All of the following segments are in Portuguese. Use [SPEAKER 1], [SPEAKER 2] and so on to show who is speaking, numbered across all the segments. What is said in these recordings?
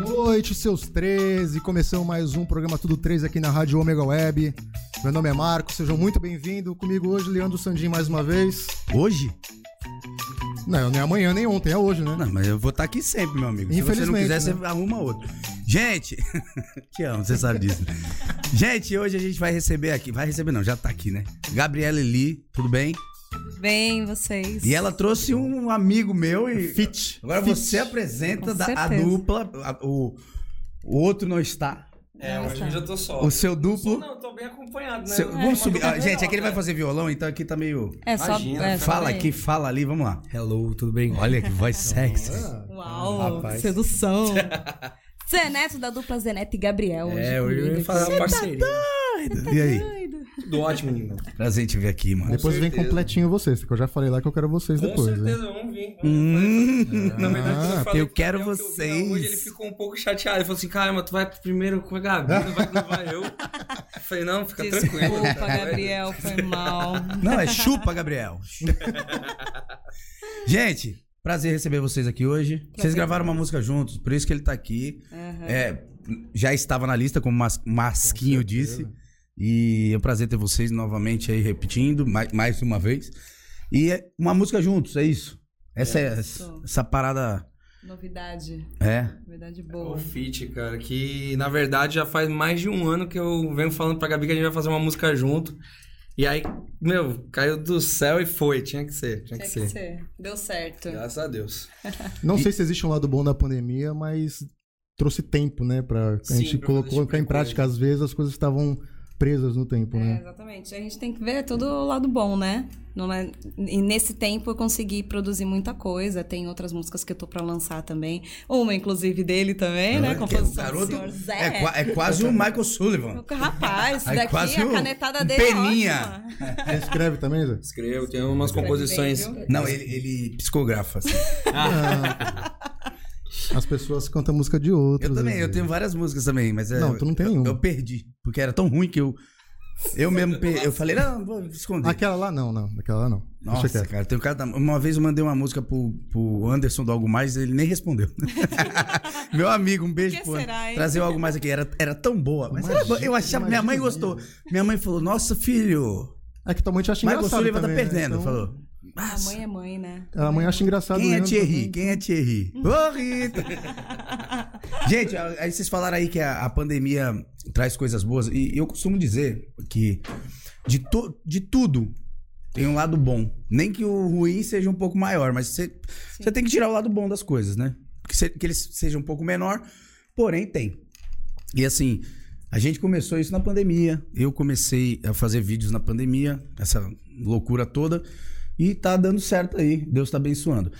[SPEAKER 1] noite, seus 13. Começamos mais um programa Tudo 13 aqui na Rádio Omega Web. Meu nome é Marco, sejam muito bem-vindos. Comigo hoje, Leandro Sandin, mais uma vez.
[SPEAKER 2] Hoje?
[SPEAKER 1] Não, nem amanhã, nem ontem, é hoje, né?
[SPEAKER 2] Não, mas eu vou estar aqui sempre, meu amigo. Se você não
[SPEAKER 1] Infelizmente,
[SPEAKER 2] quiser,
[SPEAKER 1] né?
[SPEAKER 2] você arruma outro. Gente, te amo, você sabe disso. né? gente, hoje a gente vai receber aqui. Vai receber, não, já tá aqui, né? Gabriela Eli, tudo bem?
[SPEAKER 3] Bem, vocês.
[SPEAKER 2] E ela trouxe um amigo meu e.
[SPEAKER 1] Fit.
[SPEAKER 2] Agora
[SPEAKER 1] Fit.
[SPEAKER 2] você apresenta
[SPEAKER 3] Com
[SPEAKER 2] da- a
[SPEAKER 3] certeza.
[SPEAKER 2] dupla. a- o, o outro não está.
[SPEAKER 4] É, hoje eu já tô só.
[SPEAKER 2] O seu duplo.
[SPEAKER 4] Não, eu tô bem acompanhado, né?
[SPEAKER 2] seu-
[SPEAKER 4] É,
[SPEAKER 2] vamos
[SPEAKER 4] uma
[SPEAKER 2] subir.
[SPEAKER 4] coisa
[SPEAKER 2] Ah, gente,
[SPEAKER 4] legal,
[SPEAKER 2] é que ele vai
[SPEAKER 4] né?
[SPEAKER 2] fazer violão, então aqui tá meio.
[SPEAKER 3] É só.
[SPEAKER 4] Imagina,
[SPEAKER 3] é, só
[SPEAKER 2] Fala
[SPEAKER 3] bem.
[SPEAKER 2] aqui, fala ali, vamos lá.
[SPEAKER 5] Hello, tudo bem?
[SPEAKER 2] Olha que voz sexy.
[SPEAKER 3] Uau, é
[SPEAKER 5] Rapaz.
[SPEAKER 3] sedução. Zeneto da dupla Zeneto e Gabriel. Hoje
[SPEAKER 5] É, hoje eu
[SPEAKER 3] comigo
[SPEAKER 5] ia falar
[SPEAKER 2] tá
[SPEAKER 3] aqui.
[SPEAKER 5] uma parceria.
[SPEAKER 2] E aí?
[SPEAKER 4] Tudo ótimo, menino.
[SPEAKER 2] Prazer em te ver aqui, mano.
[SPEAKER 1] Depois vem
[SPEAKER 4] certeza.
[SPEAKER 1] completinho vocês, porque eu já falei lá que eu quero vocês
[SPEAKER 4] Com
[SPEAKER 1] depois. né?
[SPEAKER 4] certeza, vamos vir.
[SPEAKER 2] Hum.
[SPEAKER 4] Na verdade, quando
[SPEAKER 1] Ah,
[SPEAKER 4] eu falei
[SPEAKER 2] eu
[SPEAKER 4] pro
[SPEAKER 2] quero
[SPEAKER 4] Gabriel que eu vinha
[SPEAKER 2] vocês.
[SPEAKER 4] Hoje ele ficou um pouco chateado. Ele falou assim: caramba, tu vai primeiro com a Gabi, não vai, não vai eu. Eu falei: não, fica tranquilo.
[SPEAKER 3] Desculpa,
[SPEAKER 4] cara.
[SPEAKER 3] Gabriel, foi mal.
[SPEAKER 2] Não, é chupa, Gabriel. Gente, prazer receber vocês aqui hoje. Vocês gravaram uma música juntos, por isso que ele tá aqui. É, já estava na lista, como Mas- Masquinho disse. E é um prazer ter vocês novamente aí repetindo, mais, mais uma vez. E é uma música juntos, é isso. Essa, é-
[SPEAKER 3] Isso.
[SPEAKER 2] essa parada.
[SPEAKER 3] Novidade,
[SPEAKER 2] É.
[SPEAKER 3] novidade
[SPEAKER 4] O
[SPEAKER 3] boa.
[SPEAKER 4] feat, cara, que na verdade já faz mais de um ano que eu venho falando pra Gabi que a gente vai fazer uma música junto. E aí, meu, caiu do céu e foi. Tinha que ser,
[SPEAKER 2] é
[SPEAKER 3] Tinha
[SPEAKER 4] tinha, que,
[SPEAKER 3] que
[SPEAKER 4] ser.
[SPEAKER 3] ser. Deu certo.
[SPEAKER 4] Graças a Deus.
[SPEAKER 1] Não sei se existe um lado bom da pandemia, mas trouxe tempo, né? Pra... A
[SPEAKER 4] Sim,
[SPEAKER 1] gente
[SPEAKER 4] pra fazer
[SPEAKER 1] colocou
[SPEAKER 4] esse tipo de
[SPEAKER 1] em prática, às vezes as coisas estavam presas no tempo,
[SPEAKER 3] É,
[SPEAKER 1] né?
[SPEAKER 3] exatamente. A gente tem que ver todo o lado bom, né? Não é- E nesse tempo eu consegui produzir muita coisa. Tem outras músicas que eu tô pra lançar também. Uma, inclusive, dele também, né?
[SPEAKER 2] Que é o
[SPEAKER 3] Composição do
[SPEAKER 2] garoto
[SPEAKER 3] senhor Zé.
[SPEAKER 2] é, qua- é quase o Michael Sullivan.
[SPEAKER 3] Rapaz,
[SPEAKER 2] É
[SPEAKER 3] daqui
[SPEAKER 2] quase
[SPEAKER 3] a
[SPEAKER 2] um-
[SPEAKER 3] canetada
[SPEAKER 2] um
[SPEAKER 3] dele é
[SPEAKER 2] peninha.
[SPEAKER 3] ótima.
[SPEAKER 1] Você escreve também, Zé?
[SPEAKER 4] Escrevo, tem umas composições.
[SPEAKER 3] Escreve bem,
[SPEAKER 2] Não, ele, ele psicografa. assim.
[SPEAKER 1] Ah. As pessoas cantam música de outros.
[SPEAKER 2] Eu também,
[SPEAKER 1] às
[SPEAKER 2] eu
[SPEAKER 1] vezes.
[SPEAKER 2] tenho várias músicas também, mas é-
[SPEAKER 1] Não, tu não tem
[SPEAKER 2] eu,
[SPEAKER 1] nenhuma.
[SPEAKER 2] Eu perdi, porque era tão ruim que eu eu mesmo per- eu falei, não, vou esconder.
[SPEAKER 1] Aquela lá não, não. Aquela lá não. Deixa
[SPEAKER 2] Nossa,
[SPEAKER 1] quieto.
[SPEAKER 2] cara, tem um cara da- uma vez eu mandei uma música pro, pro Anderson do Algo Mais, ele nem respondeu. Meu amigo, um beijo
[SPEAKER 3] Que
[SPEAKER 2] pro
[SPEAKER 3] será, hein?
[SPEAKER 2] Trazer o Algo Mais aqui, era, era tão boa. Mas era boa, eu achava, minha mãe gostou. Minha mãe falou: "Nossa, filho,
[SPEAKER 1] É que tua mãe te acha
[SPEAKER 2] Michael
[SPEAKER 1] engraçado.
[SPEAKER 2] Sullivan tá
[SPEAKER 1] também, né?
[SPEAKER 2] perdendo",
[SPEAKER 1] Então,
[SPEAKER 2] falou.
[SPEAKER 3] A mãe é mãe, né?
[SPEAKER 1] A mãe acha engraçado
[SPEAKER 2] Quem é
[SPEAKER 1] Leandro
[SPEAKER 2] Thierry?
[SPEAKER 1] também. então. Hum.
[SPEAKER 2] Quem é Thierry? Ô, Rita! Gente, aí vocês falaram aí que a, a pandemia traz coisas boas. E eu costumo dizer que de, to- de tudo tem um lado bom. Nem que o ruim seja um pouco maior, mas você, você tem que tirar o lado bom das coisas, né? Que, se- que ele seja um pouco menor, porém tem. E assim, a gente começou isso na pandemia. Eu comecei a fazer vídeos na pandemia, essa loucura toda, e tá dando certo aí. Deus tá abençoando.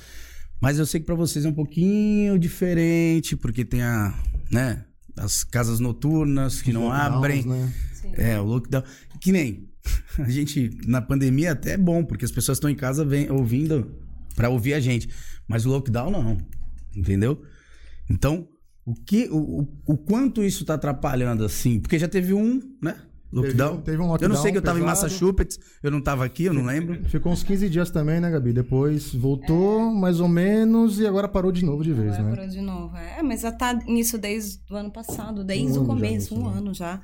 [SPEAKER 2] Mas eu sei que pra vocês é um pouquinho diferente, porque tem a, né, as casas noturnas que não
[SPEAKER 1] Lockdowns,
[SPEAKER 2] abrem.
[SPEAKER 1] né?
[SPEAKER 3] Sim.
[SPEAKER 2] É, o lockdown. Que nem a gente na pandemia até é bom, porque as pessoas estão em casa vem, ouvindo pra ouvir a gente, mas o lockdown não. Entendeu? Então, o que o, o- o quanto isso tá atrapalhando assim? Porque já teve um, né? Lockdown.
[SPEAKER 1] Teve, teve um
[SPEAKER 2] eu
[SPEAKER 1] lockdown
[SPEAKER 2] não sei que eu tava em
[SPEAKER 1] pesado.
[SPEAKER 2] Massachusetts, eu não tava aqui, eu não lembro.
[SPEAKER 1] Ficou uns 15 dias também, né, Gabi? Depois voltou mais ou menos e agora parou de novo de vez,
[SPEAKER 3] Agora
[SPEAKER 1] né?
[SPEAKER 3] parou de novo. É, mas já tá nisso desde o ano passado, desde
[SPEAKER 1] Um
[SPEAKER 3] o
[SPEAKER 1] ano já nisso,
[SPEAKER 3] começo, um
[SPEAKER 1] né?
[SPEAKER 3] ano já.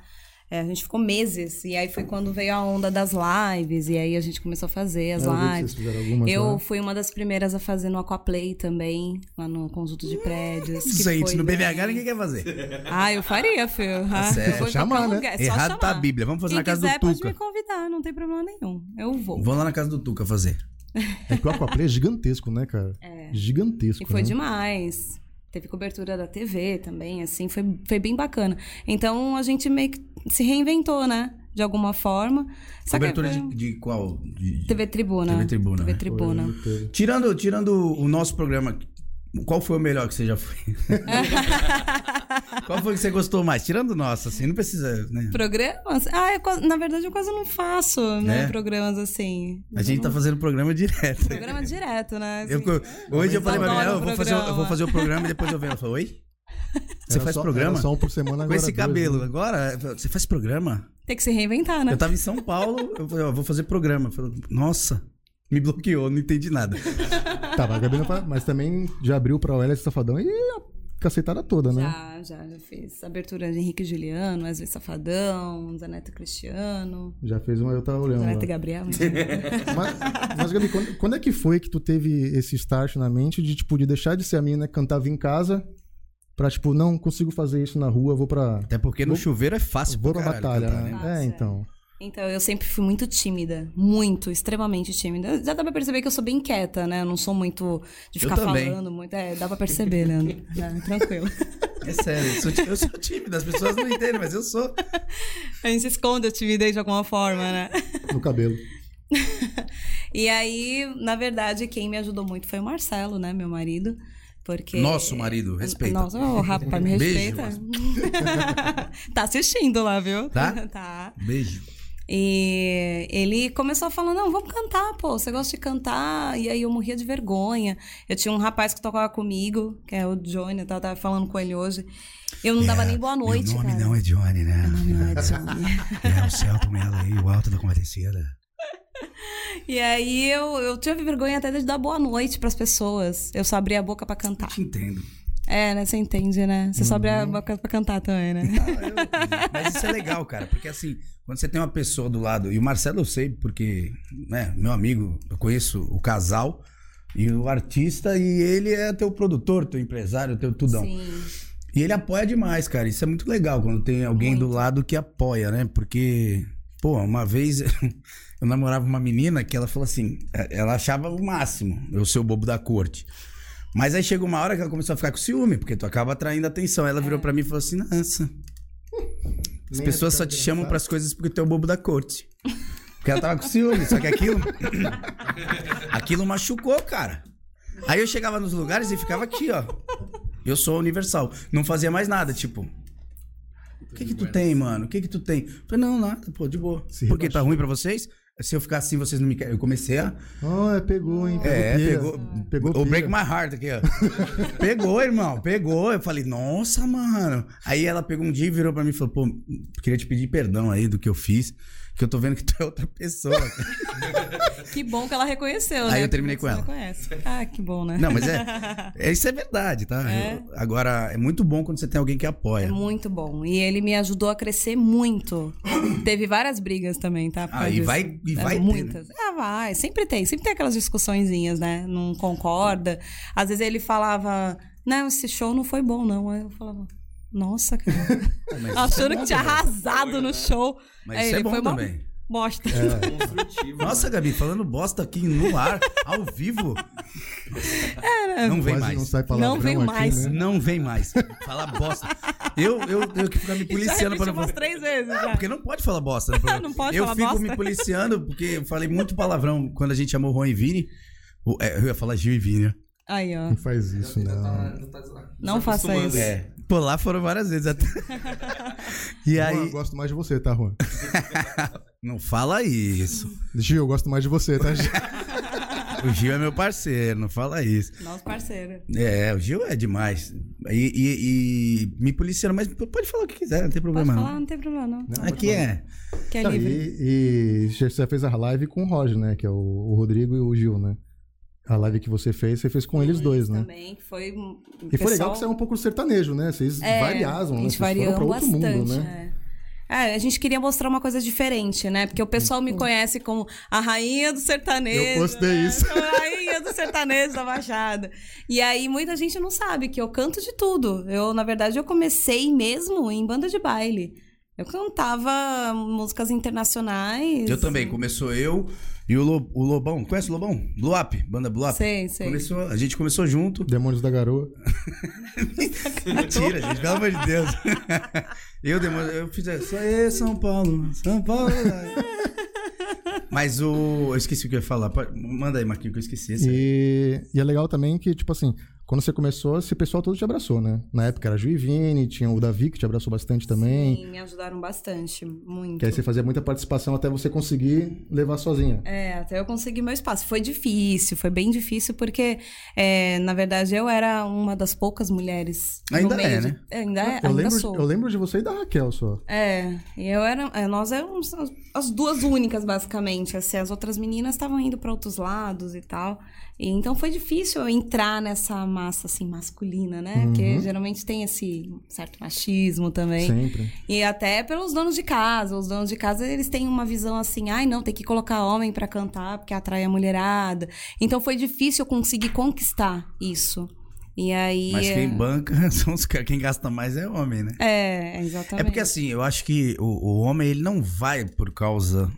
[SPEAKER 3] É, a gente ficou meses. E aí foi quando veio a onda das lives. E aí a gente começou a fazer
[SPEAKER 1] É,
[SPEAKER 3] as
[SPEAKER 1] Eu vi que
[SPEAKER 3] lives.
[SPEAKER 1] vocês fizeram algumas,
[SPEAKER 3] Eu
[SPEAKER 1] né?
[SPEAKER 3] fui uma das primeiras a fazer no Aquaplay também, lá no conjunto
[SPEAKER 1] Hum,
[SPEAKER 3] de prédios.
[SPEAKER 2] Gente,
[SPEAKER 3] que foi né?
[SPEAKER 2] no
[SPEAKER 3] bem-
[SPEAKER 2] BVH ninguém quer fazer.
[SPEAKER 3] Ah, eu faria, filho. Ah,
[SPEAKER 2] certo.
[SPEAKER 3] eu vou em
[SPEAKER 1] Chamar,
[SPEAKER 3] qualquer
[SPEAKER 1] né?
[SPEAKER 3] lugar, é só
[SPEAKER 2] Errado tá a
[SPEAKER 3] chamar.
[SPEAKER 2] Bíblia. Vamos fazer
[SPEAKER 3] Quem
[SPEAKER 2] na casa
[SPEAKER 3] quiser
[SPEAKER 2] do
[SPEAKER 3] pode me
[SPEAKER 2] Tuca.
[SPEAKER 3] convidar, não tem problema nenhum. Eu vou.
[SPEAKER 2] Vamos lá na casa do Tuca fazer.
[SPEAKER 1] É que o Aquaplay é gigantesco, né, cara?
[SPEAKER 3] É.
[SPEAKER 1] Gigantesco.
[SPEAKER 3] E foi
[SPEAKER 1] né?
[SPEAKER 3] demais. Teve cobertura da TV também, assim, foi, foi bem bacana. Então a gente meio que se reinventou, né? De alguma forma. Só
[SPEAKER 2] Cobertura
[SPEAKER 3] que foi-
[SPEAKER 2] de, de qual? De- de-
[SPEAKER 3] TV Tribuna.
[SPEAKER 2] TV Tribuna,
[SPEAKER 3] TV
[SPEAKER 2] né?
[SPEAKER 3] Tribuna.
[SPEAKER 1] Foi, teve.
[SPEAKER 2] Tirando, tirando o nosso programa, qual foi o melhor que você já foi? qual foi que você gostou mais? Tirando o nosso, assim, não precisa, né?
[SPEAKER 3] Programas? Ah, eu quase- na verdade eu quase não faço né,
[SPEAKER 2] É?
[SPEAKER 3] programas assim.
[SPEAKER 2] A gente tá fazendo programa direto.
[SPEAKER 3] Programa direto, né? assim.
[SPEAKER 2] Eu co- hoje eu falei pra minha,
[SPEAKER 3] Adoro
[SPEAKER 2] eu vou,
[SPEAKER 3] o
[SPEAKER 2] fazer, o- eu vou
[SPEAKER 3] programa.
[SPEAKER 2] fazer o programa e depois eu venho. Ela falou, oi? Você
[SPEAKER 1] Era
[SPEAKER 2] faz
[SPEAKER 1] só-
[SPEAKER 2] programa?
[SPEAKER 1] era Só um por semana
[SPEAKER 2] Com
[SPEAKER 1] agora
[SPEAKER 2] esse
[SPEAKER 1] dois,
[SPEAKER 2] cabelo
[SPEAKER 1] né?
[SPEAKER 2] agora? Você faz programa?
[SPEAKER 3] Tem que se reinventar, né?
[SPEAKER 2] Eu tava em São Paulo, eu falei, ó, vou fazer programa. Falou, nossa, me bloqueou, não entendi nada.
[SPEAKER 1] Tá, mas a Gabi não faz- Mas também já abriu pra Olha esse Safadão e cacetada toda, né?
[SPEAKER 3] Já, já, já fiz abertura de Henrique e Juliano, Wesley Safadão, Zaneto Cristiano,
[SPEAKER 1] Já fez uma, eu tava olhando.
[SPEAKER 3] Zaneto
[SPEAKER 1] lá.
[SPEAKER 3] e Gabriel.
[SPEAKER 1] Mas, mas, Gabi, quando, quando é que foi que tu teve esse start na mente de, tipo, de deixar de ser a menina que cantava em casa pra, tipo, não consigo fazer isso na rua, vou pra...
[SPEAKER 2] Até porque no
[SPEAKER 1] Vou-
[SPEAKER 2] chuveiro é fácil
[SPEAKER 1] Vou
[SPEAKER 2] pra
[SPEAKER 1] pra
[SPEAKER 2] caralho
[SPEAKER 1] batalha,
[SPEAKER 2] cantar,
[SPEAKER 1] né?
[SPEAKER 2] né?
[SPEAKER 3] Nossa,
[SPEAKER 1] é,
[SPEAKER 3] é.
[SPEAKER 1] então.
[SPEAKER 3] Então, eu sempre fui muito tímida. Muito, extremamente tímida. Já dá pra perceber que eu sou bem quieta, né? Eu não sou muito de
[SPEAKER 2] Eu
[SPEAKER 3] ficar
[SPEAKER 2] também.
[SPEAKER 3] falando muito. É, dá pra perceber, Leandro. É, tranquilo.
[SPEAKER 2] É sério, eu sou, ti- eu sou tímido, as pessoas não entendem, mas eu sou.
[SPEAKER 3] A gente esconde a timidez de alguma forma, né?
[SPEAKER 1] No cabelo.
[SPEAKER 3] E aí, na verdade, quem me ajudou muito foi o Marcelo, né? Meu marido. Porque.
[SPEAKER 2] Nosso marido, respeita.
[SPEAKER 3] Nossa, ô, rapaz, me
[SPEAKER 2] Beijo,
[SPEAKER 3] respeita. tá assistindo lá, viu?
[SPEAKER 2] Tá?
[SPEAKER 3] tá.
[SPEAKER 2] Beijo.
[SPEAKER 3] E ele começou falando: não, vamos cantar, pô, você gosta de cantar? E aí eu morria de vergonha. Eu tinha um rapaz que tocava comigo, que é o Johnny, eu tava, tava falando com ele hoje. Eu não dava nem boa noite.
[SPEAKER 2] É, Meu nome
[SPEAKER 3] cara.
[SPEAKER 2] não é Johnny, né?
[SPEAKER 3] Meu nome não é Johnny.
[SPEAKER 2] É o Celton Mello aí, o alto da combatecida.
[SPEAKER 3] E aí eu, eu tive vergonha até de dar boa noite pras pessoas. Eu só abria a boca pra cantar.
[SPEAKER 2] Te entendo.
[SPEAKER 3] É, né? Você entende, né? Você só abre
[SPEAKER 2] Uhum.
[SPEAKER 3] a boca pra cantar também, né?
[SPEAKER 2] Ah, Mas isso é legal, cara, porque assim, quando você tem uma pessoa do lado, e o Marcelo eu sei, porque, né, meu amigo, eu conheço o casal e o artista, e ele é teu produtor, teu empresário, teu tudão.
[SPEAKER 3] Sim.
[SPEAKER 2] E ele apoia demais, cara. Isso é muito legal quando tem alguém do lado que apoia, né? Porque, pô, uma vez eu namorava uma menina que ela falou assim: eh, ela achava o máximo, eu ser o bobo da corte. Mas aí chegou uma hora que ela começou a ficar com ciúme, porque tu acaba atraindo atenção. Ela virou pra mim e falou assim: nossa, as pessoas só te chamam pras coisas porque tu é o bobo da corte. Porque ela tava com ciúme, só que aquilo. aquilo machucou, cara. Aí eu chegava nos lugares e ficava aqui, ó. Eu sou universal. Não fazia mais nada, tipo. O que que tu tem, mano? O que que tu tem? Eu falei, não, nada, pô, de boa.
[SPEAKER 1] Se
[SPEAKER 2] Porque tá ruim pra vocês? Se eu ficar assim, vocês não me querem. Eu comecei a.
[SPEAKER 1] Ah, é, pegou, hein? Pegou
[SPEAKER 2] É,
[SPEAKER 1] pilha.
[SPEAKER 2] pegou.
[SPEAKER 1] Pegou
[SPEAKER 2] o
[SPEAKER 1] pilha.
[SPEAKER 2] Break My Heart aqui, ó. pegou, irmão, pegou. Eu falei, nossa, mano. Aí ela pegou um dia e virou pra mim e falou, pô, queria te pedir perdão aí do que eu fiz, que eu tô vendo que tu é outra pessoa.
[SPEAKER 3] Que bom que ela reconheceu,
[SPEAKER 2] Aí
[SPEAKER 3] né?
[SPEAKER 2] eu terminei
[SPEAKER 3] Porque
[SPEAKER 2] com
[SPEAKER 3] você reconhece. Ah, que bom, né?
[SPEAKER 2] não, mas é, é- Isso é verdade, tá?
[SPEAKER 3] É.
[SPEAKER 2] Eu- agora, é muito bom quando você tem alguém que
[SPEAKER 3] É
[SPEAKER 2] apoia.
[SPEAKER 3] muito bom. E ele me ajudou a crescer muito. Teve várias brigas também, tá? Por
[SPEAKER 2] Ah,
[SPEAKER 3] causa
[SPEAKER 2] e
[SPEAKER 3] disso.
[SPEAKER 2] vai- e
[SPEAKER 3] É,
[SPEAKER 2] vai ter, né?
[SPEAKER 3] Muitas. Ah, vai. Sempre tem. Sempre tem aquelas discussõezinhas, né? Não concorda. Às vezes ele falava, não, esse show não foi bom, não. Aí eu falava, nossa, cara. Tá
[SPEAKER 2] mas isso é
[SPEAKER 3] Achando
[SPEAKER 2] bom
[SPEAKER 3] que tinha
[SPEAKER 2] também.
[SPEAKER 3] arrasado no show.
[SPEAKER 2] Mas
[SPEAKER 3] Aí
[SPEAKER 2] isso é
[SPEAKER 3] ele
[SPEAKER 2] bom
[SPEAKER 3] foi uma
[SPEAKER 2] também.
[SPEAKER 3] Bosta.
[SPEAKER 2] É.
[SPEAKER 4] Construtivo.
[SPEAKER 2] Nossa, Gabi, falando bosta aqui no ar, ao vivo. não vem
[SPEAKER 1] Quase não
[SPEAKER 2] mais.
[SPEAKER 1] sai palavrão
[SPEAKER 3] Não vem
[SPEAKER 1] aqui,
[SPEAKER 3] mais.
[SPEAKER 1] né?
[SPEAKER 2] Não vem mais. Falar bosta. Eu, eu tenho que ficar me policiando
[SPEAKER 3] já
[SPEAKER 2] pra não
[SPEAKER 3] repetiu umas
[SPEAKER 2] falar.
[SPEAKER 3] três vezes já.
[SPEAKER 2] Porque não pode falar bosta. no programa.
[SPEAKER 3] Não pode
[SPEAKER 2] eu
[SPEAKER 3] falar
[SPEAKER 2] fico
[SPEAKER 3] bosta.
[SPEAKER 2] me policiando, porque eu falei muito palavrão quando a gente chamou Juan e Vini. O- é, eu ia falar Gil e Vini, né?
[SPEAKER 3] Aí, ó.
[SPEAKER 1] Não faz isso, não.
[SPEAKER 4] tá
[SPEAKER 3] Não faça isso.
[SPEAKER 4] É.
[SPEAKER 2] Pô, lá foram várias vezes até. e
[SPEAKER 1] Juan, eu
[SPEAKER 2] aí.
[SPEAKER 1] gosto mais de você, tá, Juan?
[SPEAKER 2] Não fala isso.
[SPEAKER 1] Gil, eu gosto mais de você, tá, Gil?
[SPEAKER 2] O Gil é meu parceiro, não fala isso.
[SPEAKER 3] Nosso parceiro.
[SPEAKER 2] É, o Gil é demais. E, e- e me policiando, mas pode falar o que quiser, não tem
[SPEAKER 3] Pode
[SPEAKER 2] problema
[SPEAKER 3] falar,
[SPEAKER 2] não.
[SPEAKER 3] não tem problema, não.
[SPEAKER 1] Não, pode
[SPEAKER 2] Aqui
[SPEAKER 1] falar.
[SPEAKER 2] é.
[SPEAKER 3] Que é
[SPEAKER 1] Não,
[SPEAKER 3] livre.
[SPEAKER 1] e, e você já fez a live com o Roger, né? Que é o, o Rodrigo e o Gil, né? A live que você fez, você fez com eles dois, né?
[SPEAKER 3] Também, que foi. um-
[SPEAKER 1] E foi legal
[SPEAKER 3] pessoal-
[SPEAKER 1] que saiu um pouco do sertanejo, né? Vocês
[SPEAKER 3] É,
[SPEAKER 1] variavam,
[SPEAKER 3] a
[SPEAKER 1] né? Vocês
[SPEAKER 3] gente
[SPEAKER 1] foram pra
[SPEAKER 3] variou
[SPEAKER 1] outro
[SPEAKER 3] bastante,
[SPEAKER 1] mundo, né?
[SPEAKER 3] é. É, a gente queria mostrar uma coisa diferente, né? Porque o pessoal me conhece como a rainha do sertanejo.
[SPEAKER 1] Eu postei
[SPEAKER 3] né?
[SPEAKER 1] isso.
[SPEAKER 3] A rainha do sertanejo da Baixada. E aí muita gente não sabe que eu canto de tudo. Eu, na verdade, eu comecei mesmo em banda de baile. Eu cantava músicas internacionais.
[SPEAKER 2] Eu também, começou eu e o, Lo- o Lobão. Conhece o Lobão? Blue Up, banda Blue Up.
[SPEAKER 3] Sei, sei.
[SPEAKER 2] Começou, a gente começou
[SPEAKER 3] é.
[SPEAKER 2] junto.
[SPEAKER 1] Demônios da Garoa.
[SPEAKER 2] Mentira, gente, pelo amor de Deus. eu, demo- eu fiz só eu, São Paulo, São Paulo. é Mas o. Eu esqueci o que eu ia falar. Pode- Manda aí, Marquinhos, que eu esqueci. essa-
[SPEAKER 1] E, e é legal também que, tipo assim, quando você começou, esse pessoal todo te abraçou, né? Na época era Gil e Vini, tinha o Davi que te abraçou bastante também.
[SPEAKER 3] Sim, me ajudaram bastante, muito.
[SPEAKER 1] Que aí você fazia muita participação até você conseguir levar sozinha.
[SPEAKER 3] É, até eu conseguir meu espaço. Foi difícil, foi bem difícil, porque, é, na verdade, eu era uma das poucas mulheres.
[SPEAKER 2] Ainda
[SPEAKER 3] no meio
[SPEAKER 2] é,
[SPEAKER 3] de-
[SPEAKER 2] né?
[SPEAKER 3] Ainda, é,
[SPEAKER 1] eu,
[SPEAKER 3] ainda
[SPEAKER 1] lembro,
[SPEAKER 3] sou.
[SPEAKER 1] eu lembro de você e da Raquel só.
[SPEAKER 3] É, e eu era, é, nós éramos as- as duas únicas, basicamente. Assim, as outras meninas estavam indo para outros lados e tal. E, então foi difícil eu entrar nessa massa, assim, masculina, né?
[SPEAKER 1] Uhum.
[SPEAKER 3] Porque geralmente tem esse certo machismo também.
[SPEAKER 1] Sempre.
[SPEAKER 3] E até pelos donos de casa. Os donos de casa, eles têm uma visão assim, ai, não, tem que colocar homem pra cantar, porque atrai a mulherada. Então foi difícil eu conseguir conquistar isso. E aí.
[SPEAKER 2] Mas
[SPEAKER 3] é-
[SPEAKER 2] quem banca são os caras. Quem gasta mais é homem, né?
[SPEAKER 3] É,
[SPEAKER 2] É
[SPEAKER 3] exatamente.
[SPEAKER 2] porque assim, eu acho que o, o homem ele não vai por causa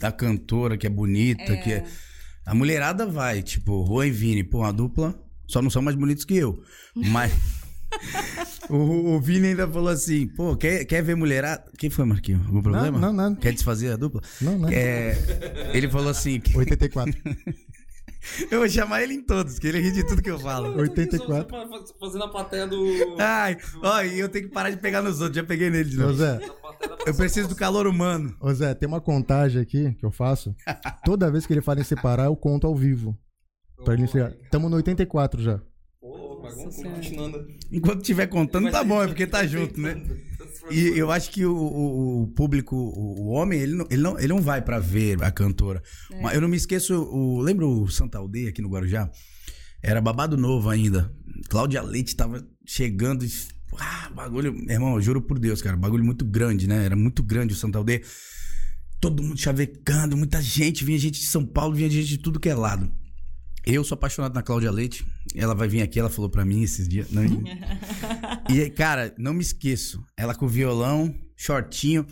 [SPEAKER 2] da cantora que é bonita, que é. A mulherada vai, tipo, Juan e Vini, pô, uma dupla, só não são mais bonitos que eu. Mas. o, o Vini ainda falou assim, pô, quer, quer ver mulherada? Quem foi, Marquinhos? Algum problema?
[SPEAKER 1] não, nada.
[SPEAKER 2] Quer desfazer a dupla?
[SPEAKER 1] Não, né?
[SPEAKER 2] É, ele falou assim. que-
[SPEAKER 1] 84.
[SPEAKER 2] Eu vou chamar ele em todos, que ele ri de tudo que eu falo.
[SPEAKER 1] 84.
[SPEAKER 4] tá Fazendo a plateia do.
[SPEAKER 2] Ai, ó, e eu tenho que parar de pegar nos outros, já peguei nele de
[SPEAKER 1] Ô
[SPEAKER 2] novo.
[SPEAKER 1] Zé,
[SPEAKER 2] Eu preciso do calor humano.
[SPEAKER 1] ô Zé, tem uma contagem aqui que eu faço. Toda vez que ele fala em separar, eu conto ao vivo. Pra ele enxergar. Tamo no 84 já.
[SPEAKER 4] Pô, mas
[SPEAKER 3] Nossa
[SPEAKER 4] vamos né?
[SPEAKER 3] Senhora.
[SPEAKER 4] continuando.
[SPEAKER 2] Enquanto estiver contando, tá bom, é porque tá junto, né? E eu acho que o, o- o público, o o homem, ele não, ele, não, ele não vai pra ver a cantora. Mas Eu não me esqueço, o, lembra o Santa Aldeia aqui no Guarujá? Era babado novo ainda. Cláudia Leite tava chegando. e, Ah, bagulho. meu Irmão, eu juro por Deus, cara. Bagulho muito grande, né? Era muito grande o Santa Aldeia. Todo mundo chavecando, muita gente. Vinha gente de São Paulo, vinha gente de tudo que é lado. Eu sou apaixonado na Cláudia Leite. Ela vai vir aqui, ela falou pra mim esses dias. Não, e, aí, cara, não me esqueço. Ela com violão, shortinho,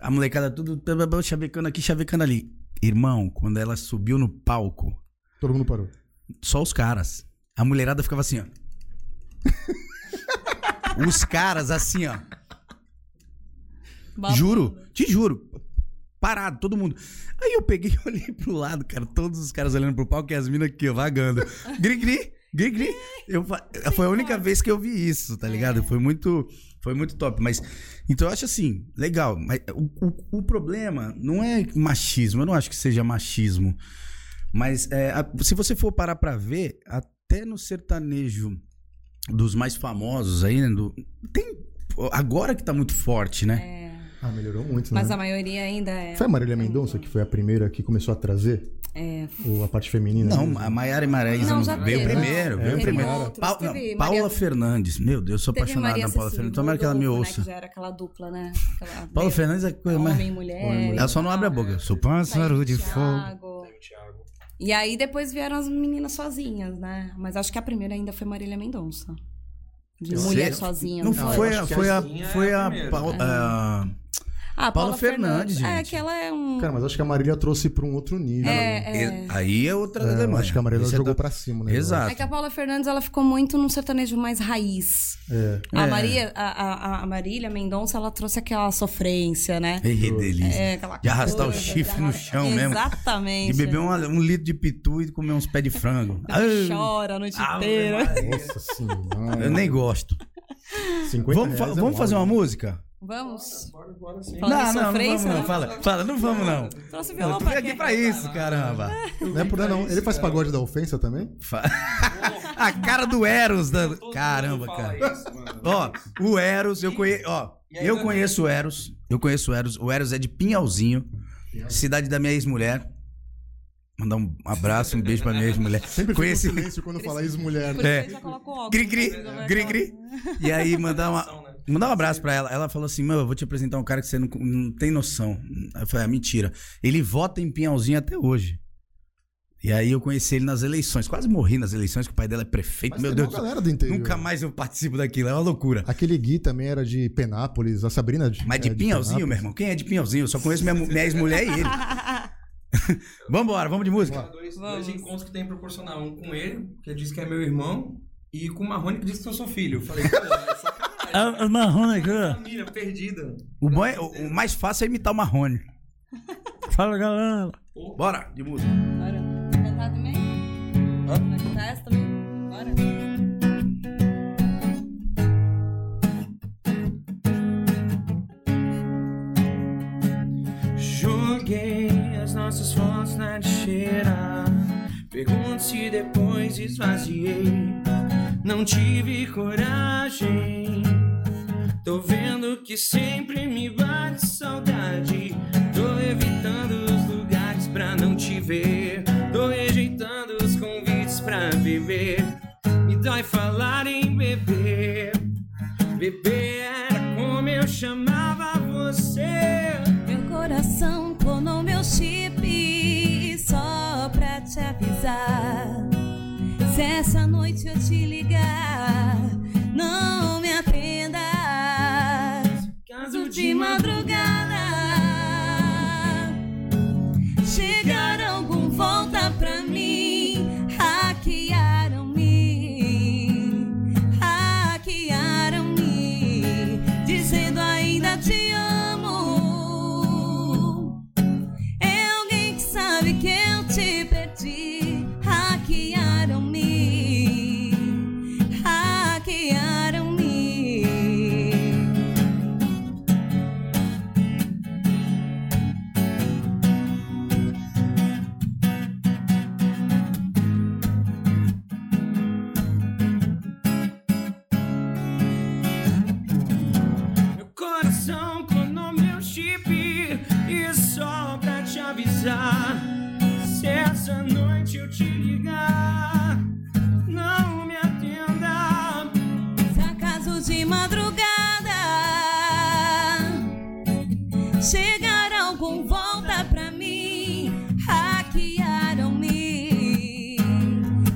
[SPEAKER 2] a molecada tudo tá, tá, tá, chavecando aqui, chavecando ali. Irmão, quando ela subiu no palco,
[SPEAKER 1] Todo mundo parou.
[SPEAKER 2] só os caras. A mulherada ficava assim, ó. os caras assim, ó.
[SPEAKER 3] Babado.
[SPEAKER 2] Juro, te juro. Parado, todo mundo. Aí eu peguei e olhei pro lado, cara. Todos os caras olhando pro palco e as minas aqui, ó, vagando. Gri, gri, gri, gri. Eu, fa- foi a única vez que eu vi isso, tá ligado? Foi muito. Foi muito top. Mas. Então eu acho assim, legal. Mas o, o- o problema não é machismo. Eu não acho que seja machismo. Mas é, a- se você for parar pra ver, até no sertanejo dos mais famosos aí, né, do- tem. Agora que tá muito forte, né?
[SPEAKER 1] Ah, melhorou muito,
[SPEAKER 3] Mas
[SPEAKER 1] né?
[SPEAKER 3] a maioria ainda é.
[SPEAKER 1] Foi a Marília Mendonça que foi a primeira que começou a trazer
[SPEAKER 3] é
[SPEAKER 1] o- a parte feminina?
[SPEAKER 2] Não,
[SPEAKER 1] mesmo?
[SPEAKER 2] a Maiara e Maraísa
[SPEAKER 3] Não,
[SPEAKER 2] não,
[SPEAKER 3] já
[SPEAKER 2] veio
[SPEAKER 3] teve,
[SPEAKER 2] primeiro,
[SPEAKER 1] não.
[SPEAKER 2] veio
[SPEAKER 1] Teve
[SPEAKER 2] primeiro.
[SPEAKER 3] outros,
[SPEAKER 2] Pau- não,
[SPEAKER 3] teve
[SPEAKER 2] Paula
[SPEAKER 3] Maria-
[SPEAKER 2] Fernandes, meu Deus, eu sou
[SPEAKER 3] Teve
[SPEAKER 2] apaixonado
[SPEAKER 3] Maria
[SPEAKER 2] na Paula
[SPEAKER 3] Cecília,
[SPEAKER 2] Fernandes, tomara que ela me
[SPEAKER 3] Rodolfo, né,
[SPEAKER 2] ouça.
[SPEAKER 3] que já era aquela dupla, né? Aquela-
[SPEAKER 2] Paula
[SPEAKER 3] veio-
[SPEAKER 2] Fernandes é a coisa mais...
[SPEAKER 3] Homem, mulher.
[SPEAKER 1] Homem, mulher.
[SPEAKER 2] Ela só não abre a boca. Sou pássaro de fogo.
[SPEAKER 4] Thiago.
[SPEAKER 3] E aí depois vieram as meninas sozinhas, né? Mas acho que a primeira ainda foi Marília Mendonça. De
[SPEAKER 2] Eu sei.
[SPEAKER 3] mulher sozinha.
[SPEAKER 2] Não,
[SPEAKER 1] eu
[SPEAKER 2] foi, a,
[SPEAKER 4] acho que
[SPEAKER 2] foi a...
[SPEAKER 4] assim é
[SPEAKER 2] Foi a...
[SPEAKER 4] primeiro.
[SPEAKER 2] Pau- a-
[SPEAKER 3] Ah,
[SPEAKER 2] Paula Fernandes,
[SPEAKER 3] É,
[SPEAKER 2] gente.
[SPEAKER 3] que ela é um...
[SPEAKER 1] Cara, mas acho que a Marília trouxe pra um outro nível. né?
[SPEAKER 3] É, é.
[SPEAKER 2] e- Aí é outra da
[SPEAKER 1] É,
[SPEAKER 2] Alemanha.
[SPEAKER 1] acho que a Marília
[SPEAKER 2] Esse é
[SPEAKER 1] jogou
[SPEAKER 2] da-
[SPEAKER 1] pra cima, né?
[SPEAKER 3] É
[SPEAKER 2] Exato.
[SPEAKER 3] que a Paula Fernandes, ela ficou muito num sertanejo mais raiz.
[SPEAKER 1] É.
[SPEAKER 3] A,
[SPEAKER 2] É.
[SPEAKER 3] Maria, a, a- a Marília Mendonça, ela trouxe aquela sofrência, né?
[SPEAKER 2] Ei, que delícia.
[SPEAKER 3] É, aquela
[SPEAKER 2] De arrastar o
[SPEAKER 3] coisa,
[SPEAKER 2] chifre
[SPEAKER 3] de
[SPEAKER 2] no
[SPEAKER 3] arrastar-
[SPEAKER 2] chão mesmo.
[SPEAKER 3] Exatamente.
[SPEAKER 2] De beber um, Ah. um litro de pitu e comer uns pés de frango. Ai,
[SPEAKER 3] Chora a noite
[SPEAKER 2] Ave
[SPEAKER 3] inteira.
[SPEAKER 2] Maria.
[SPEAKER 1] Nossa senhora.
[SPEAKER 2] Eu nem gosto.
[SPEAKER 1] 50
[SPEAKER 2] Vamos, fa-
[SPEAKER 1] reais é
[SPEAKER 2] vamos
[SPEAKER 1] mole.
[SPEAKER 2] fazer uma música?
[SPEAKER 3] Vamos.
[SPEAKER 4] Bora, bora sim.
[SPEAKER 3] Falando em sofrência,
[SPEAKER 2] vamos não.
[SPEAKER 3] né?
[SPEAKER 2] Fala, fala, não vamos não.
[SPEAKER 3] Trouxe
[SPEAKER 2] Eu
[SPEAKER 3] violão
[SPEAKER 2] tô
[SPEAKER 3] pra
[SPEAKER 2] aqui
[SPEAKER 3] quê?
[SPEAKER 2] pra isso, caramba.
[SPEAKER 1] Não é por não. Ele faz pagode da ofensa também?
[SPEAKER 2] Fa- A cara do Eros. Da... Caramba, cara. Ó, o Eros, eu conheço. Ó,
[SPEAKER 4] E aí,
[SPEAKER 2] eu
[SPEAKER 4] Daniel?
[SPEAKER 2] conheço o Eros. Eu conheço o Eros. O Eros é de Pinhalzinho, cidade da minha ex-mulher. Mandar um abraço, um beijo pra minha ex-mulher.
[SPEAKER 1] Sempre fica um
[SPEAKER 2] Conheci.
[SPEAKER 1] silêncio quando fala ex-mulher.
[SPEAKER 3] Por
[SPEAKER 1] né?
[SPEAKER 3] isso
[SPEAKER 2] É.
[SPEAKER 3] ele já colocou óculos. né?
[SPEAKER 2] Gri, gri,
[SPEAKER 3] Ele já vai
[SPEAKER 2] gri,
[SPEAKER 3] falar.
[SPEAKER 2] gri. E aí, mandar uma.
[SPEAKER 4] Então, né?
[SPEAKER 2] Mandar um abraço pra ela. Ela falou assim: Meu, eu vou te apresentar um cara que você não, não tem noção. Eu falei: ah, Mentira. Ele vota em Pinhalzinho até hoje. E aí eu conheci ele nas eleições. Quase morri nas eleições, que o pai dela é prefeito.
[SPEAKER 1] Mas
[SPEAKER 2] Meu
[SPEAKER 1] tem
[SPEAKER 2] Deus
[SPEAKER 1] uma
[SPEAKER 2] do céu.
[SPEAKER 1] galera do interior.
[SPEAKER 2] Nunca mais eu participo daquilo. É uma loucura.
[SPEAKER 1] Aquele Gui também era de Penápolis, a Sabrina de
[SPEAKER 2] Mas de
[SPEAKER 1] é,
[SPEAKER 2] Pinhalzinho, meu irmão? Quem é de Pinhalzinho? Eu só conheço minha, mu- minha ex-mulher e ele. Vambora, vamos de música.
[SPEAKER 4] Dois,
[SPEAKER 3] Vamos.
[SPEAKER 4] dois encontros que tem proporcional. Um com ele, que diz que é meu irmão, e com o Marrone, que diz que eu sou filho. Eu falei, pô, é sacanagem.
[SPEAKER 2] Ah,
[SPEAKER 4] Família perdida.
[SPEAKER 2] O, bom é- o- o mais fácil é imitar o Marrone. Fala, galera. Bora, de música.
[SPEAKER 3] Bora. Vai cantar também? Vai cantar essa também? Bora.
[SPEAKER 5] Joguei as nossas fotos na lixeira. Pergunto se depois esvaziei. Não tive coragem. Tô vendo que sempre me bate saudade. Tô evitando os lugares pra não te ver. Tô rejeitando os convites pra viver. Me dá dói falar em beber. Beber era como eu chamava você.
[SPEAKER 3] Meu coração clonou meu chip e só pra te avisar. Se essa noite eu te ligar, não me atenda. Caso de madrugada chegar algum volta pra mim, hackearam-me, hackearam-me, dizendo ainda te amo. É alguém que sabe que eu te perdi. Hackearam-me. Hackearam-me.
[SPEAKER 5] Meu coração clonou meu chip E só pra te avisar Se essa noite eu te ligar Não me atenda
[SPEAKER 3] Se acaso de madrugada chegar algum volta pra mim, hackearam-me,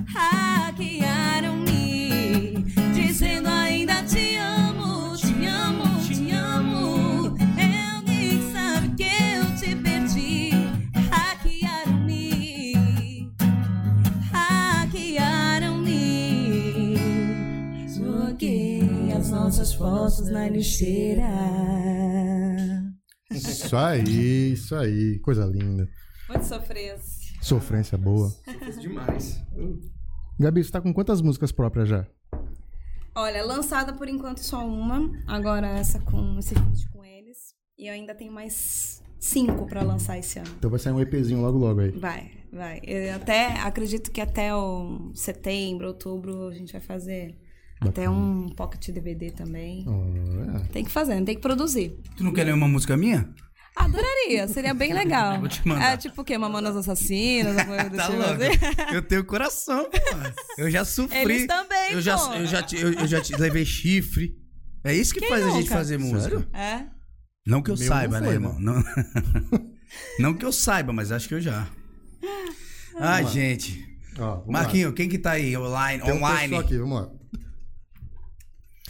[SPEAKER 3] hackearam-me, dizendo ainda te amo, te amo, te amo. É alguém que sabe que eu te perdi, hackearam-me, hackearam-me. Joguei as nossas fotos na lixeira.
[SPEAKER 1] Isso aí, isso aí. Coisa linda.
[SPEAKER 3] Muito sofrência.
[SPEAKER 1] Sofrência boa.
[SPEAKER 4] Isso é demais.
[SPEAKER 1] Gabi, você tá com quantas músicas próprias já?
[SPEAKER 3] Olha, lançada por enquanto só uma. Agora essa com esse feat com eles. E eu ainda tenho mais cinco pra lançar esse ano.
[SPEAKER 1] Então vai sair um EPzinho logo logo aí.
[SPEAKER 3] Vai, vai. Eu até acredito que até o setembro, outubro, a gente vai fazer até um pocket DVD também.
[SPEAKER 1] Ah,
[SPEAKER 3] Tem que fazer, tem que produzir.
[SPEAKER 2] Tu não quer nenhuma música minha?
[SPEAKER 3] Adoraria, seria bem legal.
[SPEAKER 2] Vou te mandar.
[SPEAKER 3] É tipo o quê? Mamonas Assassinas, alguma coisa do
[SPEAKER 2] Tá
[SPEAKER 3] tipo
[SPEAKER 2] louco.
[SPEAKER 3] assim?
[SPEAKER 2] Eu tenho coração, pô. Eu já sofri.
[SPEAKER 3] Eles também,
[SPEAKER 2] eu já,
[SPEAKER 3] pô.
[SPEAKER 2] eu já, te, eu, eu já te levei chifre. É isso que faz a gente
[SPEAKER 3] nunca?
[SPEAKER 2] fazer música.
[SPEAKER 3] É?
[SPEAKER 2] Não que eu
[SPEAKER 1] Meu
[SPEAKER 2] saiba,
[SPEAKER 1] não
[SPEAKER 2] né,
[SPEAKER 1] foi,
[SPEAKER 2] irmão? Não... não que eu saiba, mas acho que eu já. Ai, gente.
[SPEAKER 1] é. Ó, vamos lá.
[SPEAKER 2] Marquinho, quem que tá aí online?
[SPEAKER 1] Tem um
[SPEAKER 2] online?
[SPEAKER 1] pessoal aqui, vamos lá.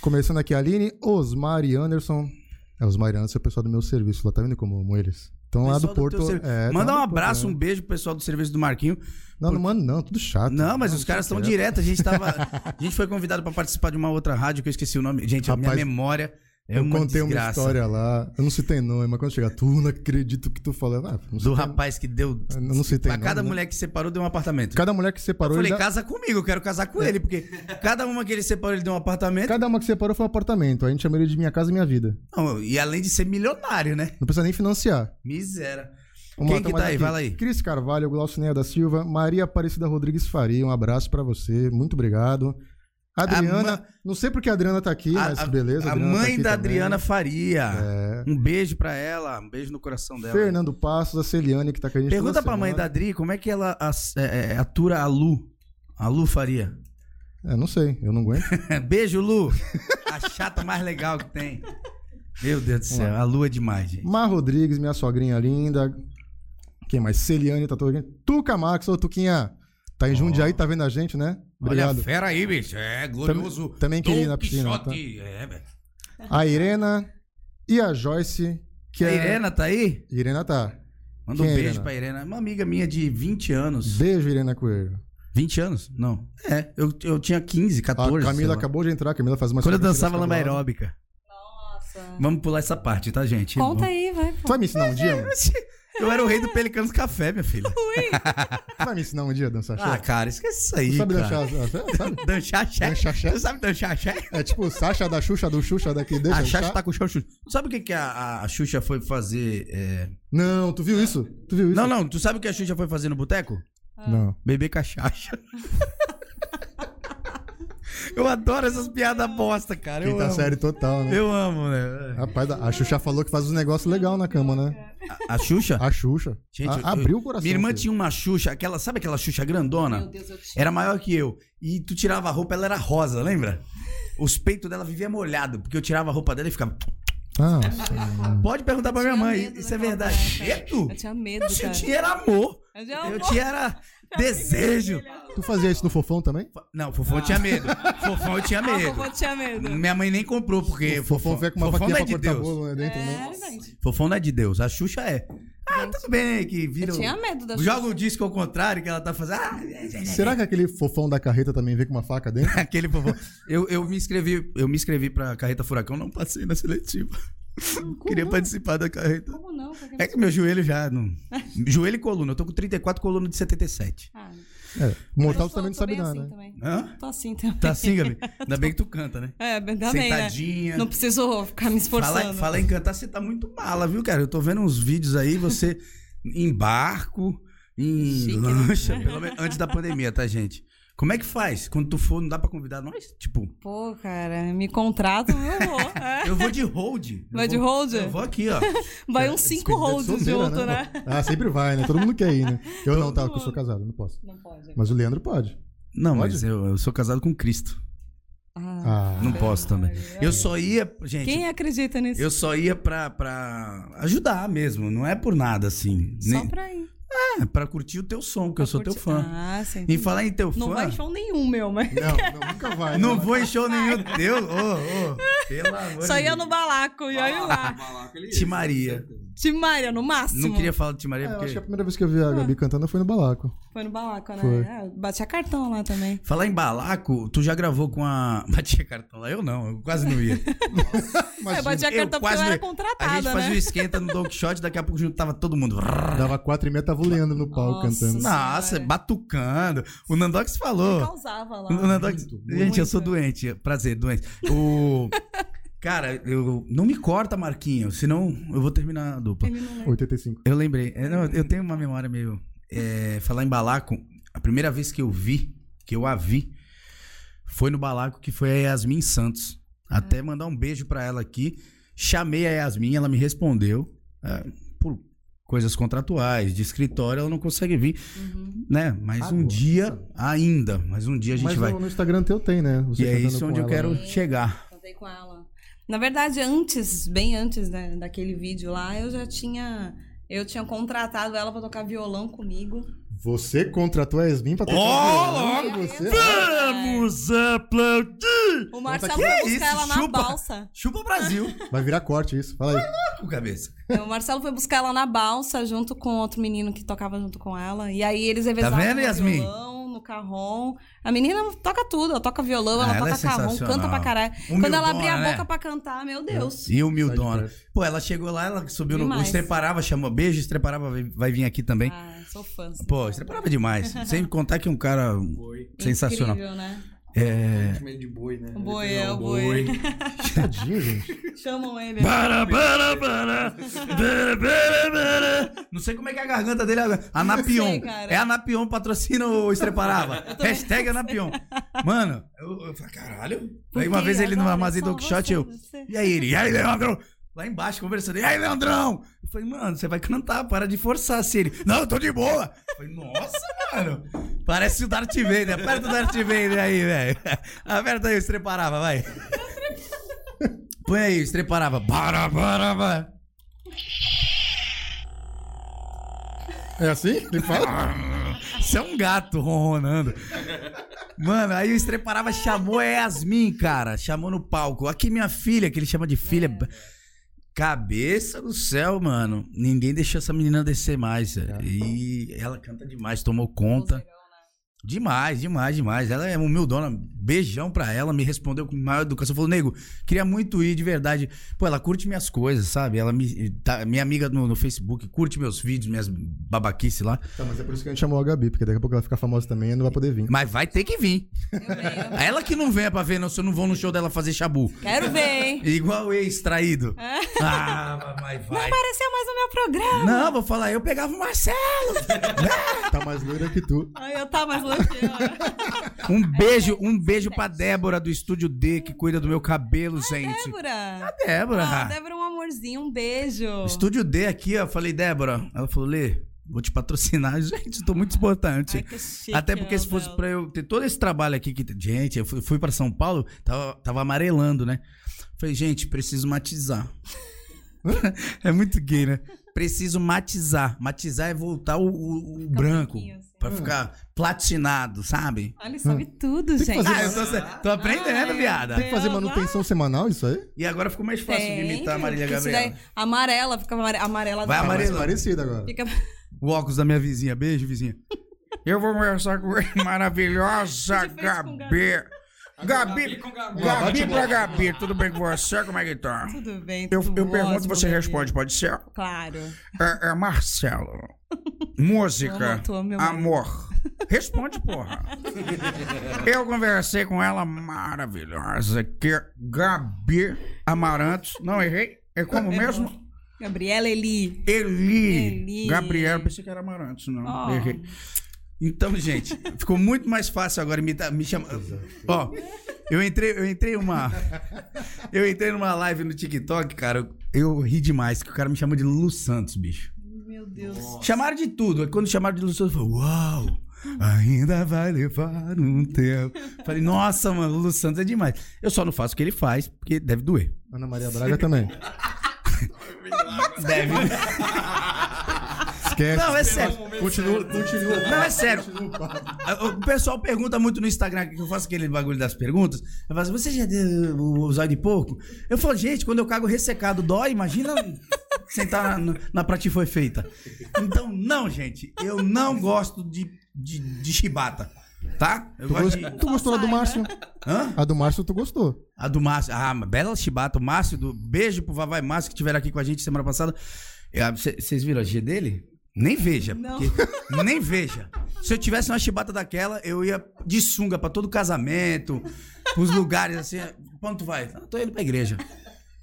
[SPEAKER 1] Começando aqui, Aline, Osmar e Anderson. É, Osmar e Anderson é o pessoal do meu serviço lá, tá vendo como amo eles? Então lá
[SPEAKER 2] Pessoal
[SPEAKER 1] do Porto.
[SPEAKER 2] teu servi-
[SPEAKER 1] é, tá
[SPEAKER 2] Manda
[SPEAKER 1] lá
[SPEAKER 2] um
[SPEAKER 1] do Porto,
[SPEAKER 2] abraço,
[SPEAKER 1] né?
[SPEAKER 2] um beijo pro pessoal do serviço do Marquinho.
[SPEAKER 1] Não, não manda tá. não, é. tudo chato.
[SPEAKER 2] Não, mas os caras estão
[SPEAKER 1] direto.
[SPEAKER 2] direto. A gente tava. A gente foi convidado pra participar de uma outra rádio que eu esqueci o nome. Gente, a minha
[SPEAKER 1] Rapaz,
[SPEAKER 2] memória é
[SPEAKER 1] Eu
[SPEAKER 2] uma
[SPEAKER 1] contei uma
[SPEAKER 2] desgraça.
[SPEAKER 1] história lá, eu não citei nome, mas quando chegar, tu não acredito que tu falou. Ah, não
[SPEAKER 2] Do
[SPEAKER 1] citei-
[SPEAKER 2] rapaz que deu.
[SPEAKER 1] Eu não citei
[SPEAKER 2] Pra cada
[SPEAKER 1] nome, né?
[SPEAKER 2] mulher que separou, deu um apartamento.
[SPEAKER 1] Cada mulher que
[SPEAKER 2] Eu
[SPEAKER 1] separou,
[SPEAKER 2] falei,
[SPEAKER 1] ele dá-
[SPEAKER 2] casa comigo, eu quero casar com ele, porque cada uma que ele separou, ele deu um apartamento.
[SPEAKER 1] cada uma que separou foi um apartamento. A gente chama ele de Minha Casa e Minha Vida.
[SPEAKER 2] Não, e além de ser milionário, né?
[SPEAKER 1] Não precisa nem financiar.
[SPEAKER 2] Miséria.
[SPEAKER 1] Vamos lá,
[SPEAKER 2] Quem
[SPEAKER 1] tem
[SPEAKER 2] que
[SPEAKER 1] mais
[SPEAKER 2] tá aí?
[SPEAKER 1] aqui.
[SPEAKER 2] Fala aí.
[SPEAKER 1] Cris Carvalho, Glaucineia da Silva, Maria Aparecida Rodrigues Faria, um abraço pra você, muito obrigado. Adriana,
[SPEAKER 2] A ma-
[SPEAKER 1] não sei porque a Adriana tá aqui,
[SPEAKER 2] A,
[SPEAKER 1] mas
[SPEAKER 2] a-
[SPEAKER 1] beleza.
[SPEAKER 2] a
[SPEAKER 1] Adriana tá
[SPEAKER 2] mãe
[SPEAKER 1] aqui
[SPEAKER 2] da
[SPEAKER 1] também.
[SPEAKER 2] Adriana Faria.
[SPEAKER 1] É.
[SPEAKER 2] Um beijo pra ela, um beijo no coração dela.
[SPEAKER 1] Fernando Passos, a Celiane que tá com a gente
[SPEAKER 2] Pergunta
[SPEAKER 1] toda
[SPEAKER 2] pra mãe da
[SPEAKER 1] semana.
[SPEAKER 2] Adri como é que ela as- é, é, atura a Lu. A Lu Faria.
[SPEAKER 1] É, não sei, eu não aguento.
[SPEAKER 2] Beijo, Lu. A chata mais legal que tem. Meu Deus do céu, a Lu é demais, gente.
[SPEAKER 1] Mar Rodrigues, minha sogrinha linda. Quem mais? Celiane, tá todo aqui. Tuca Max, ô Tuquinha. Tá em Jundiaí, tá vendo a gente, né?
[SPEAKER 2] Olha
[SPEAKER 1] Obrigado.
[SPEAKER 2] a fera aí, bicho. É glorioso.
[SPEAKER 1] também queria ir na
[SPEAKER 2] Don
[SPEAKER 1] piscina, tá?
[SPEAKER 2] Quixote. É, velho.
[SPEAKER 1] A Irena e a Joyce. Que
[SPEAKER 2] a
[SPEAKER 1] é...
[SPEAKER 2] Irena tá aí?
[SPEAKER 1] Irena tá.
[SPEAKER 2] Manda
[SPEAKER 1] Quem
[SPEAKER 2] um
[SPEAKER 1] é
[SPEAKER 2] beijo
[SPEAKER 1] Irena?
[SPEAKER 2] pra Irena. Uma amiga minha de 20 anos.
[SPEAKER 1] Beijo, Irena Coelho.
[SPEAKER 2] 20 anos? Não. É, eu, eu tinha 15,
[SPEAKER 1] A
[SPEAKER 2] 14. sei
[SPEAKER 1] Camila
[SPEAKER 2] lá.
[SPEAKER 1] acabou de entrar, a Camila faz uma
[SPEAKER 2] Quando eu
[SPEAKER 1] sobrancelha
[SPEAKER 2] dançava lamba
[SPEAKER 1] escabulosa.
[SPEAKER 2] aeróbica.
[SPEAKER 3] Nossa.
[SPEAKER 2] Vamos pular essa parte, tá, gente?
[SPEAKER 3] Conta aí, vai.
[SPEAKER 1] Tu vai me ensinar um dia? mano?
[SPEAKER 2] Eu era o rei do Pelicanos Café, minha filha.
[SPEAKER 1] Tu vai me ensinar um dia a dançar
[SPEAKER 2] é. Ah,
[SPEAKER 1] axé?
[SPEAKER 2] cara, esquece isso
[SPEAKER 1] Tu
[SPEAKER 2] aí.
[SPEAKER 1] sabe
[SPEAKER 2] cara.
[SPEAKER 1] dançar axé? Sabe?
[SPEAKER 2] Dançar axé?
[SPEAKER 1] Dançar axé?
[SPEAKER 2] Tu sabe dançar axé?
[SPEAKER 1] É tipo o Sasha da Xuxa, do Xuxa daqui. Deixa
[SPEAKER 2] A
[SPEAKER 1] eu
[SPEAKER 2] Xaxa
[SPEAKER 1] achar.
[SPEAKER 2] tá com o chão Xuxa. Tu sabe o que, que a, a Xuxa foi fazer? é-
[SPEAKER 1] Não, tu viu isso? Tu viu isso?
[SPEAKER 2] Não, não, tu sabe o que a Xuxa foi fazer no boteco?
[SPEAKER 1] Não.
[SPEAKER 2] Beber cachaça. Eu adoro essas piadas bosta, cara. Eu
[SPEAKER 1] Quinta
[SPEAKER 2] amo.
[SPEAKER 1] série tá total, né?
[SPEAKER 2] Eu amo, né?
[SPEAKER 1] Rapaz, a Xuxa falou que faz uns negócios legais na cama, né?
[SPEAKER 2] A Xuxa?
[SPEAKER 1] A Xuxa.
[SPEAKER 2] Gente,
[SPEAKER 1] A-
[SPEAKER 2] eu-
[SPEAKER 1] abriu o coração.
[SPEAKER 2] Minha irmã
[SPEAKER 1] filho.
[SPEAKER 2] tinha uma Xuxa, aquela, sabe aquela Xuxa grandona?
[SPEAKER 3] Meu Deus, eu te...
[SPEAKER 2] Era maior que eu. E tu tirava a roupa, ela era rosa, lembra? Os peitos dela viviam molhados, porque eu tirava a roupa dela e ficava. um
[SPEAKER 1] Ah,
[SPEAKER 2] Pode perguntar pra minha
[SPEAKER 3] Eu tinha
[SPEAKER 2] mãe,
[SPEAKER 3] medo
[SPEAKER 2] isso é
[SPEAKER 3] daquela
[SPEAKER 2] verdade.
[SPEAKER 3] época.
[SPEAKER 2] Cheto?
[SPEAKER 3] Eu tinha medo,
[SPEAKER 2] Eu tinha-
[SPEAKER 3] cara.
[SPEAKER 2] eu tinha era amor.
[SPEAKER 3] Eu tinha
[SPEAKER 2] Eu
[SPEAKER 3] amor.
[SPEAKER 2] tinha era desejo.
[SPEAKER 1] tu fazia isso no Fofão também?
[SPEAKER 2] Não, fofão eu tinha medo. Fofão eu tinha
[SPEAKER 3] Ah,
[SPEAKER 2] medo.
[SPEAKER 3] vovô tinha medo.
[SPEAKER 2] Minha mãe nem comprou, porque.
[SPEAKER 1] Fofão veio com uma
[SPEAKER 2] fofão
[SPEAKER 1] faquinha
[SPEAKER 2] não é
[SPEAKER 1] pra
[SPEAKER 2] de
[SPEAKER 1] cortar
[SPEAKER 2] Deus.
[SPEAKER 1] bolo né, dentro, né?
[SPEAKER 3] É, gente.
[SPEAKER 2] Fofão não é de Deus. A Xuxa é. Ah, tudo bem, que vira.
[SPEAKER 3] Eu
[SPEAKER 2] o-
[SPEAKER 3] tinha medo da
[SPEAKER 2] Joga o disco ao contrário que ela tá fazendo. Ah,
[SPEAKER 3] É.
[SPEAKER 1] Será que aquele Fofão da carreta também veio com uma faca dentro?
[SPEAKER 2] Aquele vovô. Eu, eu me inscrevi, eu me inscrevi pra carreta furacão, não passei na seletiva. Queria participar da carreta.
[SPEAKER 3] Como não? Porque-
[SPEAKER 2] É que meu joelho já não. Joelho e coluna. Eu tô com 34 coluna de 77.
[SPEAKER 3] Ah,
[SPEAKER 1] É, mortal
[SPEAKER 3] eu
[SPEAKER 1] tu
[SPEAKER 3] sou-
[SPEAKER 1] também não
[SPEAKER 3] sou
[SPEAKER 1] sabe
[SPEAKER 3] bem
[SPEAKER 1] dar,
[SPEAKER 3] assim
[SPEAKER 1] né?
[SPEAKER 3] também.
[SPEAKER 2] Hã?
[SPEAKER 3] Tô assim também.
[SPEAKER 2] Tá assim, Gabi? Ainda bem que tu canta, né?
[SPEAKER 3] É, bem também, né?
[SPEAKER 2] Sentadinha.
[SPEAKER 3] Não preciso ficar me esforçando.
[SPEAKER 2] Fala, fala em cantar, você tá muito mala, viu, cara? Eu tô vendo uns vídeos aí, você em barco, em
[SPEAKER 3] Chique, né?
[SPEAKER 2] lancha, pelo menos antes da pandemia, tá, gente? Como é que faz? Quando tu for, não dá pra convidar nós? Tipo,
[SPEAKER 3] Pô, cara, me contratam, eu vou. É.
[SPEAKER 2] eu vou de hold. Eu
[SPEAKER 3] Vai de
[SPEAKER 2] vou-
[SPEAKER 3] hold?
[SPEAKER 2] Eu vou aqui, ó.
[SPEAKER 1] É,
[SPEAKER 3] Vai uns cinco
[SPEAKER 1] Despedida
[SPEAKER 3] holds
[SPEAKER 1] de solteira,
[SPEAKER 3] junto, né?
[SPEAKER 1] Ah, sempre vai, né? Todo mundo quer ir, né? Eu não, tá? Porque eu sou casado, não posso.
[SPEAKER 3] Não pode.
[SPEAKER 1] Mas o Leandro pode.
[SPEAKER 2] Não,
[SPEAKER 1] Pode?
[SPEAKER 2] mas eu, eu sou casado com Cristo.
[SPEAKER 3] Ah,
[SPEAKER 1] Ah,
[SPEAKER 2] Não posso também. Eu só ia, gente,
[SPEAKER 3] Quem é acredita nisso?
[SPEAKER 2] eu só ia pra, pra ajudar mesmo. Não é por nada, assim.
[SPEAKER 3] Só
[SPEAKER 2] Nem-
[SPEAKER 3] pra ir.
[SPEAKER 2] É, pra curtir o teu som, porque eu sou teu
[SPEAKER 3] Curti-
[SPEAKER 2] fã.
[SPEAKER 3] Ah, sim.
[SPEAKER 2] Em falar em teu
[SPEAKER 3] Não
[SPEAKER 2] fã...
[SPEAKER 3] vai em show nenhum, meu, mas.
[SPEAKER 1] não, não, nunca vai.
[SPEAKER 2] Não
[SPEAKER 1] né?
[SPEAKER 2] vou em show nenhum teu. Ô, ô, pelo amor
[SPEAKER 3] Só
[SPEAKER 2] de
[SPEAKER 3] ia
[SPEAKER 2] Deus.
[SPEAKER 3] no balaco, e olha
[SPEAKER 2] Ah,
[SPEAKER 3] lá.
[SPEAKER 2] Ti Maria.
[SPEAKER 3] Tim Maria, no máximo.
[SPEAKER 2] Não queria falar de Ti Maria
[SPEAKER 1] É, eu acho que
[SPEAKER 2] porque.
[SPEAKER 1] a primeira vez que eu vi a Gabi cantando foi no Balaco.
[SPEAKER 3] Foi no balaco, né?
[SPEAKER 1] Foi.
[SPEAKER 3] Ah, eu batia cartão lá
[SPEAKER 1] é
[SPEAKER 3] também.
[SPEAKER 2] Falar em balaco, tu já gravou com a. Batia cartão lá? Eu não, eu quase não ia.
[SPEAKER 3] eu É, batia
[SPEAKER 2] eu
[SPEAKER 3] cartão porque
[SPEAKER 2] quase
[SPEAKER 3] eu era
[SPEAKER 2] não- A gente
[SPEAKER 3] contratada,
[SPEAKER 2] fazia o
[SPEAKER 3] né?
[SPEAKER 2] esquenta no Dog Shot, daqui a pouco juntava todo mundo.
[SPEAKER 1] Dava quatro e meia, tava o Leandro no palco
[SPEAKER 3] Nossa.
[SPEAKER 1] cantando.
[SPEAKER 2] Nossa, batucando. O Nandox
[SPEAKER 3] Eu
[SPEAKER 2] falou.
[SPEAKER 3] causava lá.
[SPEAKER 2] O Nandox... gente, eu sou
[SPEAKER 3] muito.
[SPEAKER 2] doente. Prazer, doente. O. Cara, eu não me corta, Marquinho, senão eu vou terminar a dupla.
[SPEAKER 3] Ele não lembra.
[SPEAKER 1] 85.
[SPEAKER 2] Eu lembrei. É, não, eu tenho uma memória meio. é, falar em balaco, a primeira vez que eu vi, que eu a vi, foi no balaco que foi a Yasmin Santos.
[SPEAKER 3] Ah.
[SPEAKER 2] Até mandar um beijo pra ela aqui. Chamei a Yasmin, ela me respondeu. é, por coisas contratuais, de escritório, ela não consegue vir,
[SPEAKER 3] Uhum.
[SPEAKER 2] né? Mas um
[SPEAKER 1] Agora.
[SPEAKER 2] dia ainda, mas um dia a gente
[SPEAKER 1] Mas
[SPEAKER 2] vai.
[SPEAKER 1] no Instagram teu tem, né? Você
[SPEAKER 2] E é
[SPEAKER 1] cantando
[SPEAKER 2] isso
[SPEAKER 1] com
[SPEAKER 2] onde eu
[SPEAKER 1] ela,
[SPEAKER 2] quero
[SPEAKER 1] né?
[SPEAKER 2] chegar.
[SPEAKER 3] Cantei com ela. Na verdade, antes, bem antes da- daquele vídeo lá, eu já tinha. Eu tinha contratado ela pra tocar violão comigo.
[SPEAKER 1] Você contratou a Yasmin pra tocar
[SPEAKER 2] Ó,
[SPEAKER 1] violão com você?
[SPEAKER 2] Vamos aplaudir!
[SPEAKER 3] O Marcelo
[SPEAKER 2] que
[SPEAKER 3] foi
[SPEAKER 2] é
[SPEAKER 3] buscar
[SPEAKER 2] isso?
[SPEAKER 3] ela na
[SPEAKER 2] Chupa.
[SPEAKER 3] balsa.
[SPEAKER 2] Chupa o Brasil!
[SPEAKER 1] Vai virar corte isso. Fala aí.
[SPEAKER 2] Com cabeça.
[SPEAKER 3] O Marcelo foi buscar ela na balsa junto com outro menino que tocava junto com ela. E aí eles revezavam
[SPEAKER 2] Tá vendo,
[SPEAKER 3] no
[SPEAKER 2] Yasmin?
[SPEAKER 3] violão, no carrom. A menina toca tudo, ela toca violão,
[SPEAKER 2] Ah,
[SPEAKER 3] ela,
[SPEAKER 2] ela é
[SPEAKER 3] toca carrom,
[SPEAKER 2] sensacional.
[SPEAKER 3] canta pra caralho. Quando
[SPEAKER 2] Humildona,
[SPEAKER 3] ela abria a
[SPEAKER 2] né?
[SPEAKER 3] boca pra cantar, meu Deus.
[SPEAKER 2] E
[SPEAKER 1] Sai
[SPEAKER 2] humildona.
[SPEAKER 1] de
[SPEAKER 2] Pô, ela chegou lá, ela subiu no. O
[SPEAKER 3] Demais.
[SPEAKER 2] Estreparava chamou. Beijo, Estreparava vai- vai vir aqui também.
[SPEAKER 3] Ah, sou fã. sou
[SPEAKER 2] Pô,
[SPEAKER 3] fã.
[SPEAKER 2] Estreparava é demais. Sem contar que é um cara
[SPEAKER 4] Boi.
[SPEAKER 2] sensacional.
[SPEAKER 3] Incrível, né?
[SPEAKER 2] É.
[SPEAKER 4] Chama ele de boi, né?
[SPEAKER 3] O boi,
[SPEAKER 4] Ele
[SPEAKER 3] é,
[SPEAKER 4] falou,
[SPEAKER 3] o boi.
[SPEAKER 1] Tadinho, gente.
[SPEAKER 3] Chamam ele.
[SPEAKER 2] Para, para, para, para, para, para. Não sei como é que é a garganta dele agora. Anapion.
[SPEAKER 3] cara.
[SPEAKER 2] É Anapion, patrocina o Estreparava. Hashtag Anapion. Mano, eu, eu falei, caralho. Aí uma
[SPEAKER 3] Porque
[SPEAKER 2] vez ele no
[SPEAKER 3] agora
[SPEAKER 2] armazém
[SPEAKER 3] só
[SPEAKER 2] do shot,
[SPEAKER 3] você,
[SPEAKER 2] eu.
[SPEAKER 3] você.
[SPEAKER 2] E aí ele, e aí, Leandrão? Lá embaixo, conversando, e aí, Leandrão? Eu falei, mano, você vai cantar, para de forçar, se ele. Não, eu tô de boa! Eu falei, nossa, mano! Parece o Darth Vader, né? aperta o Darth Vader aí, velho. Aperta aí, o estreparava, vai. Põe aí, o estreparava. Para, para, para.
[SPEAKER 1] É assim? Ele fala?
[SPEAKER 2] Você é um gato ronronando. Mano, aí o Estreparava chamou a Yasmin, cara. Chamou no palco. Aqui minha filha, que ele chama de filha. Cabeça do céu, mano. Ninguém deixou essa menina descer mais. velho. E ela canta demais, tomou conta. Demais, demais, demais. Ela é humildona. Beijão pra ela. Me respondeu com maior educação. Falou, nego, queria muito ir de verdade. Pô, ela curte minhas coisas, sabe? Ela me. tá- minha amiga no, no Facebook curte meus vídeos, minhas babaquice lá.
[SPEAKER 1] Tá, mas é por isso que a gente chamou a Gabi, porque daqui a pouco ela fica famosa também e não vai poder vir.
[SPEAKER 2] Mas vai ter que vir.
[SPEAKER 3] Eu venho.
[SPEAKER 2] Ela que não venha pra ver, não, se eu não vou no show dela fazer chabu.
[SPEAKER 3] Quero ver, hein?
[SPEAKER 2] Igual o ex-traído.
[SPEAKER 3] É.
[SPEAKER 2] Ah, mas vai.
[SPEAKER 3] Apareceu mais no meu programa.
[SPEAKER 2] Não, vou falar, eu pegava o Marcelo.
[SPEAKER 1] Tá mais loira que tu.
[SPEAKER 3] Ai, eu tava mais longe. ó.
[SPEAKER 2] Um beijo, um beijo pra Débora do Estúdio D, que cuida do meu cabelo, gente.
[SPEAKER 3] Ah, Débora.
[SPEAKER 2] Débora.
[SPEAKER 3] Ah, Débora é um amor amorzinho, um beijo.
[SPEAKER 2] Estúdio D aqui, ó. Falei, Débora. Ela falou, Lê, vou te patrocinar. Gente, tô muito importante.
[SPEAKER 3] Ai, que chique,
[SPEAKER 2] Até porque se
[SPEAKER 3] Abel.
[SPEAKER 2] fosse pra eu ter todo esse trabalho aqui que. Gente, eu fui, fui pra São Paulo, tava, tava amarelando, né? Falei, gente, preciso matizar. é muito gay, né? Preciso matizar. Matizar é voltar o, o- o branco.
[SPEAKER 3] branquinho, assim.
[SPEAKER 2] Pra ficar platinado, sabe?
[SPEAKER 3] Olha, ele sabe tudo,
[SPEAKER 1] Tem que
[SPEAKER 3] gente.
[SPEAKER 1] fazer-
[SPEAKER 2] Ah, eu tô, tô aprendendo,
[SPEAKER 3] Ai,
[SPEAKER 2] viada.
[SPEAKER 3] Deus.
[SPEAKER 1] Fazer manutenção semanal, isso aí?
[SPEAKER 2] E agora ficou mais fácil de imitar a Marília
[SPEAKER 3] Isso
[SPEAKER 2] Gabriela.
[SPEAKER 3] daí, amarela, fica amare- amarela.
[SPEAKER 2] Vai
[SPEAKER 3] do-
[SPEAKER 1] Parece
[SPEAKER 2] amarelando.
[SPEAKER 1] parecido agora.
[SPEAKER 3] Fica...
[SPEAKER 2] O óculos da minha vizinha. Beijo, vizinha. Eu vou conversar com a maravilhosa
[SPEAKER 3] De frente com o
[SPEAKER 2] Gabi. Gabi,
[SPEAKER 4] com Gabi.
[SPEAKER 2] Gabi pra Gabi, tudo bem com você? Como é que tá?
[SPEAKER 3] Tudo bem,
[SPEAKER 2] Eu,
[SPEAKER 3] tudo
[SPEAKER 2] eu pergunto,
[SPEAKER 3] ótimo,
[SPEAKER 2] você
[SPEAKER 3] Gabi.
[SPEAKER 2] responde, pode ser?
[SPEAKER 3] Claro.
[SPEAKER 2] É, é Marcelo. Música.
[SPEAKER 3] Amo, tu amo meu marido.
[SPEAKER 2] amor. Responde, porra. Eu conversei com ela maravilhosa, que é Gabi Amarantos. Não errei? É como mesmo?
[SPEAKER 3] Gabriela Eli.
[SPEAKER 2] Eli.
[SPEAKER 3] Eli. Oh.
[SPEAKER 2] Gabriela, pensei que era Amarantos, não.
[SPEAKER 3] Ó.
[SPEAKER 2] Errei. Então, gente, ficou muito mais fácil agora imitar, me chamar. Ó, eu entrei, eu entrei uma Eu entrei numa live no TikTok, cara, eu ri demais que o cara me chamou de Lu Santos, bicho.
[SPEAKER 3] Meu Deus.
[SPEAKER 2] Chamaram de tudo. Aí quando chamaram de Lu Santos, eu falei: "Uau! Ainda vai levar um tempo". Falei: "Nossa, mano, Lu Santos é demais". Eu só não faço o que ele faz, porque deve doer.
[SPEAKER 1] Ana Maria Braga também.
[SPEAKER 2] Deve.
[SPEAKER 1] Esquece.
[SPEAKER 2] Não, é sério.
[SPEAKER 1] Continua, continua.
[SPEAKER 2] Não, é sério. O pessoal pergunta muito no Instagram, que eu faço aquele bagulho das perguntas. Eu falo assim, você já deu o zóio de porco? Eu falo, gente, quando eu cago ressecado dói, imagina sentar na, na pratinha foi feita. Então, não, gente, eu não gosto de, de, de chibata, tá? Eu
[SPEAKER 1] Tu,
[SPEAKER 2] gosto
[SPEAKER 1] gost-
[SPEAKER 2] de...
[SPEAKER 1] tu gostou da do Márcio?
[SPEAKER 2] Hã?
[SPEAKER 1] A do Márcio tu gostou.
[SPEAKER 2] A do Márcio. Ah, uma bela chibata. O Márcio, do... beijo pro Vavai Márcio que estiveram aqui com a gente semana passada. Vocês viram a G dele? Nem veja.
[SPEAKER 3] Não.
[SPEAKER 2] porque- Nem veja. Se eu tivesse uma chibata daquela, eu ia de sunga pra todo casamento, pros lugares assim. Pra onde tu vai? "Ah, Tô indo pra igreja.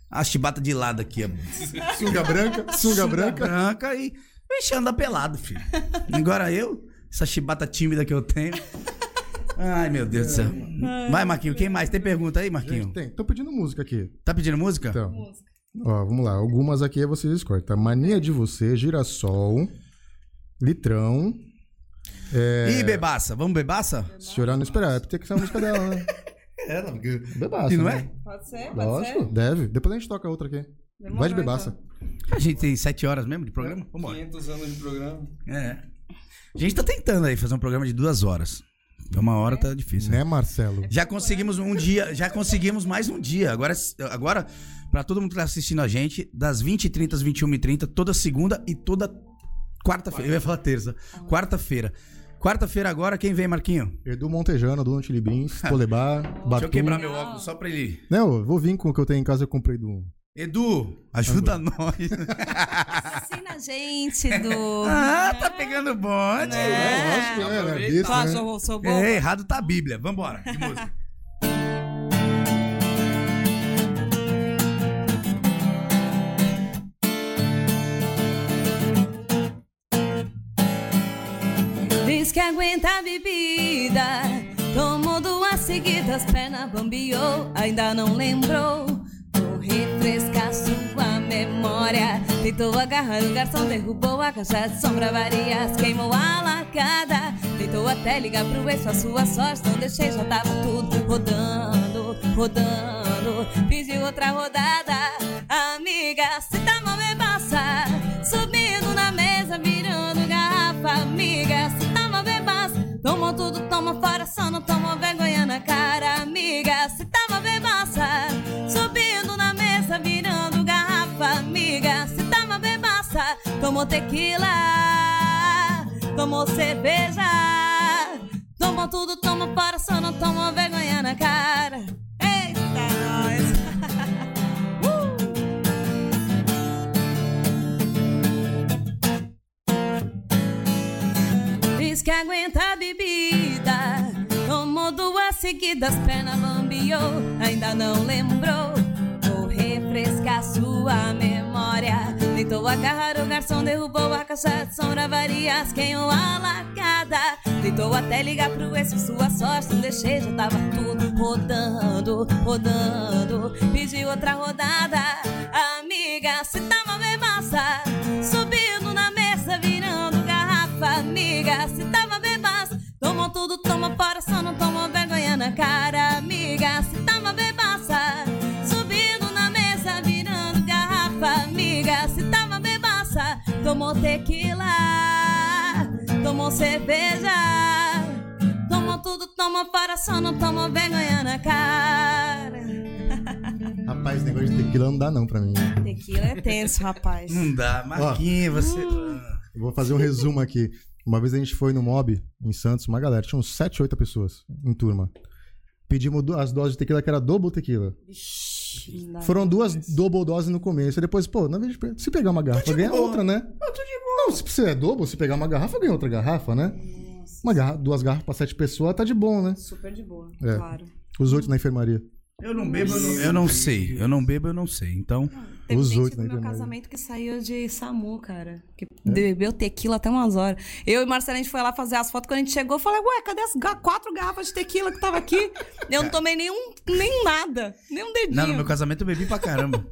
[SPEAKER 2] A chibata de lado aqui, ó.
[SPEAKER 1] Sunga branca, sunga branca.
[SPEAKER 2] Branca e. Vixe, anda pelado, filho. Agora eu, essa chibata tímida que eu tenho. Ai, meu Deus do céu. Vai, Marquinho, quem mais? Tem pergunta aí, Marquinho?
[SPEAKER 1] Tem, tô pedindo música aqui.
[SPEAKER 2] Tá pedindo música?
[SPEAKER 1] Então, ó, vamos lá. Algumas aqui aí vocês escolhem, tá? Mania de você, girassol, litrão.
[SPEAKER 2] Ih, bebaça. Vamos bebaça?
[SPEAKER 1] Se chorar não esperar, é porque tem que ser a música dela, né?
[SPEAKER 2] É, não, porque...
[SPEAKER 1] Bebaça.
[SPEAKER 2] E não é?
[SPEAKER 1] né?
[SPEAKER 3] Pode ser? Pode
[SPEAKER 1] Lógico,
[SPEAKER 3] ser?
[SPEAKER 1] deve. Depois a gente toca outra aqui.
[SPEAKER 3] Demorou, então.
[SPEAKER 1] Vai de bebaça.
[SPEAKER 2] A gente tem sete horas mesmo de programa? Vambora.
[SPEAKER 4] 500 anos de programa.
[SPEAKER 2] É. A gente tá tentando aí fazer um programa de duas horas. Então, Uma hora tá difícil.
[SPEAKER 1] Né, Marcelo?
[SPEAKER 2] Já conseguimos um dia, já conseguimos mais um dia. Agora, agora pra todo mundo que tá assistindo a gente, das 20h30 às 21h30, toda segunda e toda quarta-feira. Eu ia falar terça. Quarta-feira. Quarta-feira agora, quem vem, Marquinho?
[SPEAKER 1] Edu Montejano, Dono Tilibins, Tolebar,
[SPEAKER 2] Deixa eu
[SPEAKER 1] Batum.
[SPEAKER 2] quebrar meu óculos só pra ele...
[SPEAKER 1] Não, eu vou vir com o que eu tenho em casa, eu comprei do...
[SPEAKER 2] Edu, ajuda nós.
[SPEAKER 3] Assina a gente do...
[SPEAKER 2] ah, tá pegando bonde.
[SPEAKER 1] É, lógico, né?
[SPEAKER 4] aproveita.
[SPEAKER 1] Besta,
[SPEAKER 3] Fala,
[SPEAKER 1] né?
[SPEAKER 3] sou, sou bom.
[SPEAKER 2] É, errado tá a Bíblia. Vambora. Que música.
[SPEAKER 3] Diz que aguenta a bebida Tomou duas seguidas, perna bambiou Ainda não lembrou Vou refrescar sua memória Tentou agarrar o garçom, derrubou a caixa de sombra Varias, queimou a lacada Tentou até ligar pro ex, pra sua sorte Não deixei, já tava tudo rodando, rodando Pediu outra rodada Amiga, se tá mal bebaça Subindo na mesa, virando garrafa Amiga, se tá mal bebaça Toma tudo, toma fora, só não toma vergonha na cara Amiga, se tá mal bebaça Subindo na mesa, virando garrafa Amiga, se tá mal bebaça Tomou tequila Tomou cerveja Toma tudo, toma fora, só não toma vergonha na cara Eita, nós! Uh! Diz que aguenta a bebida Tomou duas seguidas, perna bambiou Ainda não lembrou Vou refrescar sua memória Tentou agarrar o garçom, derrubou a caixa de sombra Varias, queimou a lacada Tentou até ligar pro ex, sua sorte não deixei Já tava tudo rodando, rodando Pediu outra rodada, amiga amiga, se tava bem massa. Subindo na mesa, virando garrafa, amiga, se tava bem massa. Tomou tudo, toma para, só não toma vergonha na cara, amiga, se tava bem massa. Subindo na mesa, virando garrafa, amiga, se tava bem massa. Tomou tequila, tomou cerveja. Tomou tudo, toma para, só não toma vergonha na cara.
[SPEAKER 1] Rapaz, esse negócio de tequila não dá não pra mim.
[SPEAKER 3] Tequila é tenso, rapaz.
[SPEAKER 2] Não dá, Marquinhos, você.
[SPEAKER 1] Eu vou fazer um resumo aqui. Uma vez a gente foi no Mob, em Santos, uma galera, tinha uns 7, 8 pessoas em turma. Pedimos du- as doses de tequila, que era double tequila.
[SPEAKER 3] Ixi, não.
[SPEAKER 1] Foram duas double doses no começo. E depois, pô, na vez de pe- se pegar uma garrafa, ganha outra, né? Não, se você é double, se pegar uma garrafa, ganha outra garrafa, né? Uma garra- duas garrafas pra sete pessoas, tá de bom, né?
[SPEAKER 3] Super de boa,
[SPEAKER 1] É.
[SPEAKER 3] claro.
[SPEAKER 1] Os oito na enfermaria.
[SPEAKER 2] Eu não bebo, eu não, eu não sei. Eu não bebo, eu não sei. Então.
[SPEAKER 3] Teve
[SPEAKER 1] Os
[SPEAKER 3] gente
[SPEAKER 1] oito,
[SPEAKER 3] no
[SPEAKER 1] né,
[SPEAKER 3] um meu
[SPEAKER 1] Fernanda?
[SPEAKER 3] casamento que saiu de SAMU, cara. Que
[SPEAKER 2] É?
[SPEAKER 3] bebeu tequila até umas horas. Eu e Marcelo, a gente foi lá fazer as fotos. Quando a gente chegou, eu falei, ué, cadê as ga- quatro garrafas de tequila que tava aqui? Eu não tomei nenhum, nem nada. Nem um dedinho.
[SPEAKER 2] Não, no meu casamento eu bebi pra caramba.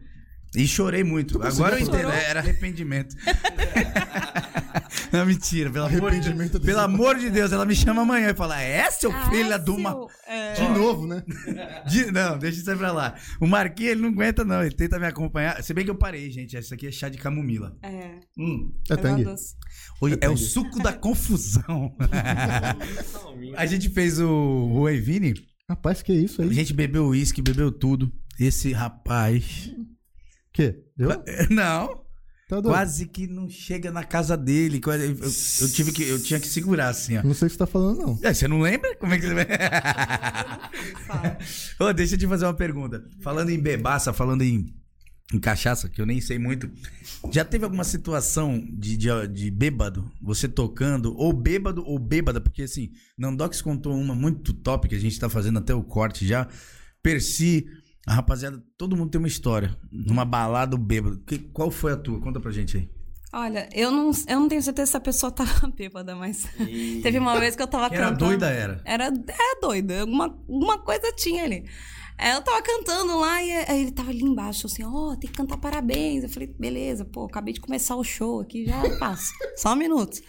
[SPEAKER 2] E chorei muito. Agora eu entendo, é,
[SPEAKER 3] Chorou?
[SPEAKER 2] era arrependimento. não, mentira, pelo amor de
[SPEAKER 1] Arrependimento
[SPEAKER 2] Deus.
[SPEAKER 1] do
[SPEAKER 2] Pelo
[SPEAKER 1] seu-
[SPEAKER 2] amor de Deus, ela me chama amanhã e fala: É, seu
[SPEAKER 3] Ah,
[SPEAKER 2] filho de
[SPEAKER 3] seu-
[SPEAKER 2] uma.
[SPEAKER 3] é.
[SPEAKER 1] De novo, né?
[SPEAKER 2] De- Não, deixa isso aí pra lá. O Marquinhos, ele não aguenta, não. Ele tenta me acompanhar. Se bem que eu parei, gente. Isso aqui é chá de camomila.
[SPEAKER 3] É,
[SPEAKER 2] Hum,
[SPEAKER 1] É
[SPEAKER 3] erva
[SPEAKER 1] tangue.
[SPEAKER 3] doce.
[SPEAKER 2] hoje é o suco da confusão. A gente fez o, o Evini.
[SPEAKER 1] Rapaz, que isso
[SPEAKER 2] A
[SPEAKER 1] aí?
[SPEAKER 2] gente bebeu uísque, bebeu tudo. Esse rapaz.
[SPEAKER 1] Que? Eu?
[SPEAKER 2] Não.
[SPEAKER 1] Tá doido.
[SPEAKER 2] Quase que não chega na casa dele. quase- Eu, eu tive que, eu tinha que segurar assim, ó.
[SPEAKER 1] Não sei o que você tá falando, não.
[SPEAKER 2] É, você não lembra? Como é que você vai?
[SPEAKER 3] Fala.
[SPEAKER 2] Ô, deixa eu te fazer uma pergunta. Falando em bebaça, falando em, em cachaça, que eu nem sei muito. Já teve alguma situação de, de, de bêbado? Você tocando, ou bêbado ou bêbada? Porque assim, Nandox contou uma muito top que a gente tá fazendo até o corte já. Percy, a rapaziada, todo mundo tem uma história. Numa balada ou bêbado. Que- qual foi a tua? Conta pra gente aí.
[SPEAKER 3] Olha, eu não, eu não tenho certeza se a pessoa tava bêbada, mas teve uma vez que eu tava
[SPEAKER 2] Quem era
[SPEAKER 3] Tá cantando.
[SPEAKER 2] doida era.
[SPEAKER 3] Era, é era doida, alguma, alguma coisa tinha ali. Aí eu tava cantando lá e aí ele tava ali embaixo, assim, ó, tem que cantar parabéns. Eu falei, beleza, pô, acabei de começar o show aqui, já passo. Só um minuto.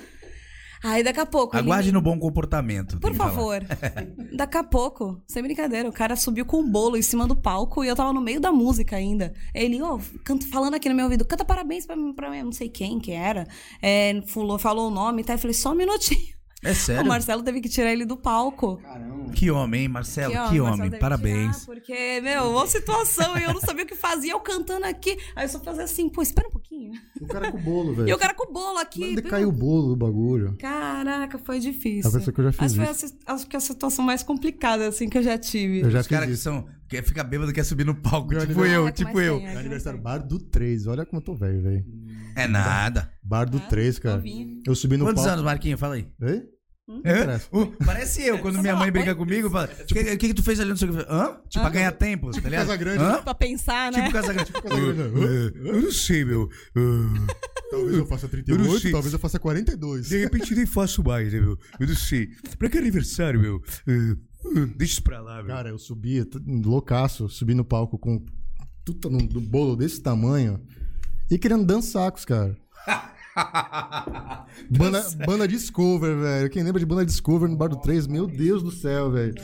[SPEAKER 3] Aí daqui a pouco. ele-
[SPEAKER 2] Aguarde no bom comportamento. tem
[SPEAKER 3] Por
[SPEAKER 2] que falar.
[SPEAKER 3] favor. Daqui a pouco, sem brincadeira, o cara subiu com um bolo em cima do palco e eu tava no meio da música ainda. Ele, ó, canto- falando aqui no meu ouvido, canta parabéns pra, pra eu não sei quem que era. É, fulou, falou o nome e tá? Eu falei, só um minutinho.
[SPEAKER 2] É sério?
[SPEAKER 3] O Marcelo teve que tirar ele do palco.
[SPEAKER 2] Que homem, hein, Marcelo?
[SPEAKER 3] ó,
[SPEAKER 2] É, que
[SPEAKER 3] Marcelo
[SPEAKER 2] homem.
[SPEAKER 3] deve
[SPEAKER 2] Parabéns.
[SPEAKER 3] tirar, porque, meu, uma situação e eu não sabia o que fazia, eu cantando aqui. Aí eu só fazia assim, pô, espera um pouquinho.
[SPEAKER 1] O cara com o bolo, velho.
[SPEAKER 3] E o cara com o bolo aqui.
[SPEAKER 1] Onde caiu o bolo do bagulho?
[SPEAKER 3] Caraca, foi
[SPEAKER 1] A
[SPEAKER 3] difícil.
[SPEAKER 1] pessoa que eu já fiz
[SPEAKER 3] Acho que foi a si- acho que é a situação mais complicada, assim, que eu já tive.
[SPEAKER 1] Eu já
[SPEAKER 2] Os
[SPEAKER 1] fiz
[SPEAKER 2] caras que
[SPEAKER 1] isso.
[SPEAKER 2] são. Quer ficar bêbado, quer subir no palco.
[SPEAKER 1] Meu
[SPEAKER 2] Tipo
[SPEAKER 3] aniversário.
[SPEAKER 2] eu,
[SPEAKER 3] Caraca,
[SPEAKER 2] tipo
[SPEAKER 3] mas
[SPEAKER 2] eu.
[SPEAKER 3] tem, é.
[SPEAKER 1] Meu aniversário, bar do 3. Olha como eu tô velho, velho.
[SPEAKER 2] É nada.
[SPEAKER 1] Bar
[SPEAKER 3] Ah,
[SPEAKER 1] do 3,
[SPEAKER 3] tá
[SPEAKER 1] cara.
[SPEAKER 3] novinho.
[SPEAKER 1] Eu subi no
[SPEAKER 2] Quantos
[SPEAKER 1] palco.
[SPEAKER 2] anos, Marquinhos? Fala aí.
[SPEAKER 1] Ei?
[SPEAKER 2] Hã?
[SPEAKER 1] interessa.
[SPEAKER 2] Uh, parece eu, quando minha mãe briga comigo, fala: O que, que, que tu fez ali no seu. Hã? Tipo, pra ganhar tempo, tá ligado?
[SPEAKER 1] Casa Grande.
[SPEAKER 2] Hã?
[SPEAKER 3] Pra pensar, né?
[SPEAKER 2] Tipo Casa Grande.
[SPEAKER 1] Grande.
[SPEAKER 2] Eu não sei, meu.
[SPEAKER 1] Talvez eu faça
[SPEAKER 2] Eu não sei.
[SPEAKER 1] 38, talvez eu faça 42.
[SPEAKER 2] repente nem faço mais, né, meu? Eu não sei. Pra que aniversário, meu? Deixa isso pra lá,
[SPEAKER 1] Cara, eu subi, t- loucaço, subi no palco com tudo num num bolo desse tamanho e querendo dançar com os caras. Banda, banda Discover, velho. Quem lembra de banda Discover no Bar do 3? Meu Deus do céu, velho.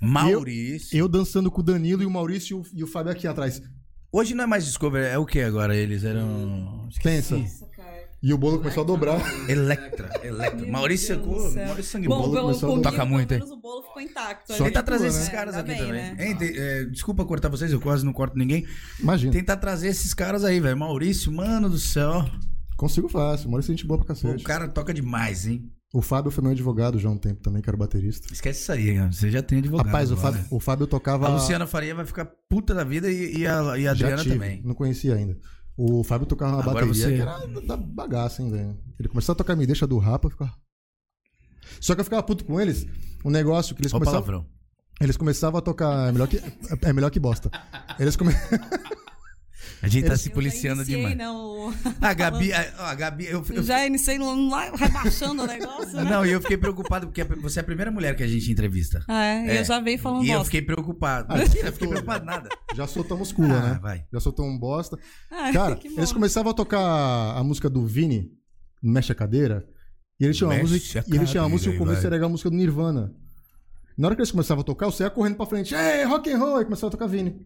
[SPEAKER 2] Maurício.
[SPEAKER 1] Eu dançando com o Danilo e o Maurício e o- e o Fábio aqui atrás.
[SPEAKER 2] Hoje não é mais Discover, é o que agora? Eles eram.
[SPEAKER 1] Pensa. E o bolo começou a dobrar.
[SPEAKER 2] Electra, Electra. Maurício
[SPEAKER 3] Deus do
[SPEAKER 2] Secou,
[SPEAKER 3] céu.
[SPEAKER 2] Maurício Sangue
[SPEAKER 3] Bom,
[SPEAKER 1] bolo
[SPEAKER 3] pelo
[SPEAKER 1] começou a
[SPEAKER 3] comigo,
[SPEAKER 2] tocar muito, hein?
[SPEAKER 3] pelo menos o bolo ficou intacto.
[SPEAKER 1] Só
[SPEAKER 3] ali.
[SPEAKER 2] Tentar trazer
[SPEAKER 1] né?
[SPEAKER 2] esses caras
[SPEAKER 3] Tá
[SPEAKER 2] aqui
[SPEAKER 3] bem,
[SPEAKER 2] também.
[SPEAKER 3] né?
[SPEAKER 2] Hein, te- é, desculpa cortar vocês, eu quase não corto ninguém.
[SPEAKER 1] Imagina.
[SPEAKER 2] Tentar trazer esses caras aí, velho. Maurício, mano do céu.
[SPEAKER 1] Consigo fácil. Maurício é gente boa pra
[SPEAKER 2] Pô, o
[SPEAKER 1] cacete.
[SPEAKER 2] cara toca demais, hein?
[SPEAKER 1] O Fábio foi meu advogado já há um tempo também, que era baterista.
[SPEAKER 2] Esquece isso aí, hein? você já tem advogado.
[SPEAKER 1] Rapaz, o
[SPEAKER 2] agora.
[SPEAKER 1] Fábio, o Fábio tocava.
[SPEAKER 2] A Luciana Faria vai ficar puta da vida e, e a, e a
[SPEAKER 1] Já
[SPEAKER 2] Adriana
[SPEAKER 1] tive,
[SPEAKER 2] também.
[SPEAKER 1] Não conhecia ainda. O Fábio tocava uma
[SPEAKER 2] Agora
[SPEAKER 1] bateria
[SPEAKER 2] você-
[SPEAKER 1] que era da bagaça, hein, velho. Ele começou a tocar Me Deixa do Rapa, eu ficava... Só que eu ficava puto com eles. Um negócio que eles
[SPEAKER 2] Olha o
[SPEAKER 1] começavam...
[SPEAKER 2] palavrão.
[SPEAKER 1] Eles começavam a tocar... É melhor que, é melhor que bosta. Eles come...
[SPEAKER 2] A gente tá
[SPEAKER 3] Eu
[SPEAKER 2] se
[SPEAKER 3] já
[SPEAKER 2] policiando
[SPEAKER 3] iniciei,
[SPEAKER 2] demais.
[SPEAKER 3] Não, o-
[SPEAKER 2] A Gabi, a, a Gabi, eu, eu-
[SPEAKER 3] eu já iniciei no- lá rebaixando o negócio, né?
[SPEAKER 2] não, e eu fiquei preocupado porque você é a primeira mulher que a gente entrevista.
[SPEAKER 3] Ah, é,
[SPEAKER 2] É.
[SPEAKER 3] eu já veio falando
[SPEAKER 2] e eu
[SPEAKER 3] bosta.
[SPEAKER 2] fiquei preocupado.
[SPEAKER 1] Ah,
[SPEAKER 2] Mentira, eu fiquei preocupado nada.
[SPEAKER 1] Já soltamos cula,
[SPEAKER 2] Ah,
[SPEAKER 1] então né?
[SPEAKER 2] vai.
[SPEAKER 1] Já soltamos um bosta.
[SPEAKER 3] Ah,
[SPEAKER 1] Cara,
[SPEAKER 3] que
[SPEAKER 1] eles
[SPEAKER 3] bom.
[SPEAKER 1] começavam a tocar a música do Vini, Mexe a Cadeira, e ele tinha uma
[SPEAKER 2] Mexe
[SPEAKER 1] música,
[SPEAKER 2] a
[SPEAKER 1] e ele tinha uma
[SPEAKER 2] cadeira,
[SPEAKER 1] música e o
[SPEAKER 2] aí
[SPEAKER 1] começo
[SPEAKER 2] vai.
[SPEAKER 1] era a música do Nirvana. Na hora que eles começavam a tocar, eu saía correndo pra frente, ei, rock and roll, aí começava a tocar Vini.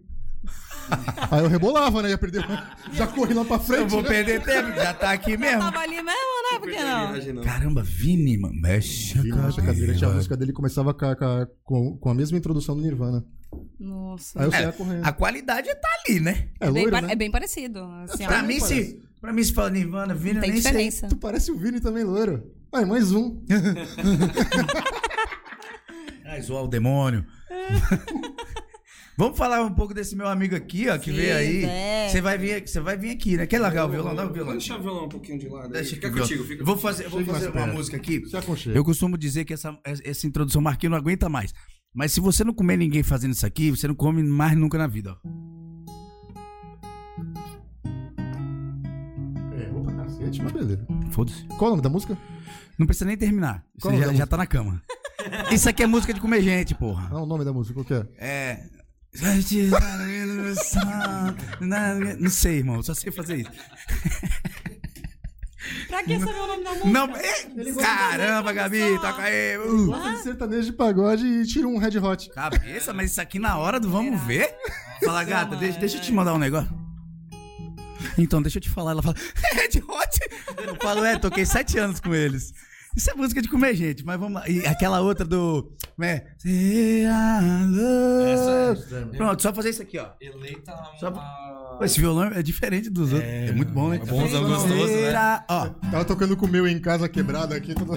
[SPEAKER 1] aí eu rebolava, né? Ia perder. Já corri lá pra
[SPEAKER 2] Eu
[SPEAKER 1] frente.
[SPEAKER 2] vou
[SPEAKER 1] né?
[SPEAKER 2] perder tempo, já tá aqui mesmo.
[SPEAKER 3] Tava ali mesmo, né? Por que
[SPEAKER 4] tá
[SPEAKER 3] não?
[SPEAKER 2] Caramba, Vini, mano. Mexe
[SPEAKER 1] Vini,
[SPEAKER 2] a
[SPEAKER 1] Mexe a Cadeira,
[SPEAKER 2] cadeira.
[SPEAKER 1] tinha a
[SPEAKER 2] mano.
[SPEAKER 1] música dele começava com a, com a- com- com a mesma introdução do Nirvana. Aí
[SPEAKER 3] Nossa.
[SPEAKER 1] eu saía
[SPEAKER 2] É,
[SPEAKER 1] correndo.
[SPEAKER 2] a qualidade tá ali, né?
[SPEAKER 1] É
[SPEAKER 3] É bem,
[SPEAKER 1] loiro,
[SPEAKER 3] par-
[SPEAKER 1] né?
[SPEAKER 3] é bem parecido. assim,
[SPEAKER 2] Pra
[SPEAKER 3] ó.
[SPEAKER 2] mim, se, pra mim, se fala Nirvana, Vini,
[SPEAKER 3] Não
[SPEAKER 2] eu
[SPEAKER 3] tem
[SPEAKER 2] nem sei.
[SPEAKER 3] diferença.
[SPEAKER 1] Tu parece o Vini também, loiro. Aí, mais um.
[SPEAKER 2] Ai, zoar o demônio.
[SPEAKER 3] É.
[SPEAKER 2] Vamos falar um pouco desse meu amigo aqui, ó, que
[SPEAKER 3] Sim,
[SPEAKER 2] veio aí.
[SPEAKER 3] é.
[SPEAKER 2] Você vai vir, você vai vir aqui, né? Quer largar o violão? Dá o violão.
[SPEAKER 4] Deixa o violão um pouquinho de lado. aí.
[SPEAKER 2] Deixa
[SPEAKER 4] fica
[SPEAKER 2] aqui o violão.
[SPEAKER 4] contigo, fica
[SPEAKER 2] Vou fazer, vou
[SPEAKER 1] Chega
[SPEAKER 2] fazer
[SPEAKER 1] mais
[SPEAKER 2] uma
[SPEAKER 1] perto.
[SPEAKER 2] música aqui.
[SPEAKER 1] Se aconchega.
[SPEAKER 2] Eu costumo dizer que essa, essa introdução Marquinhos não aguenta mais. Mas se você não comer ninguém fazendo isso aqui, você não come mais nunca na vida, ó.
[SPEAKER 1] É, vou pra cacete, mas beleza.
[SPEAKER 2] Foda-se.
[SPEAKER 1] Qual é o nome da música?
[SPEAKER 2] Não precisa nem terminar.
[SPEAKER 1] Qual
[SPEAKER 2] Você já,
[SPEAKER 1] é a
[SPEAKER 2] já tá na cama. Isso aqui é música de comer gente, porra.
[SPEAKER 1] Não, o nome da música, qual que é?
[SPEAKER 2] É. Não sei, irmão. Só sei fazer isso.
[SPEAKER 3] Pra que saber o nome da música?
[SPEAKER 2] Não. é, Caramba, Gabi, toca aí. Uh.
[SPEAKER 1] Gosta de sertanejo de pagode e tira um red hot.
[SPEAKER 2] Cabeça, mas isso aqui na hora do vamos ver. Fala, gata, deixa, deixa eu te mandar um negócio. Então, deixa eu te falar. Ela fala, Red Hot. Eu falo, é, toquei sete anos com eles. Isso é música de comer, gente, mas vamos lá. E aquela outra do. como É. Say I love- Pronto, só fazer isso aqui, ó.
[SPEAKER 4] Eleita uma...
[SPEAKER 2] Só- Pô, Esse violão é diferente dos outros. É muito bom, né?
[SPEAKER 4] É bonzão, gostoso, né?
[SPEAKER 2] Será- Ó,
[SPEAKER 1] Tava tocando com o meu em casa quebrado aqui. Tudo...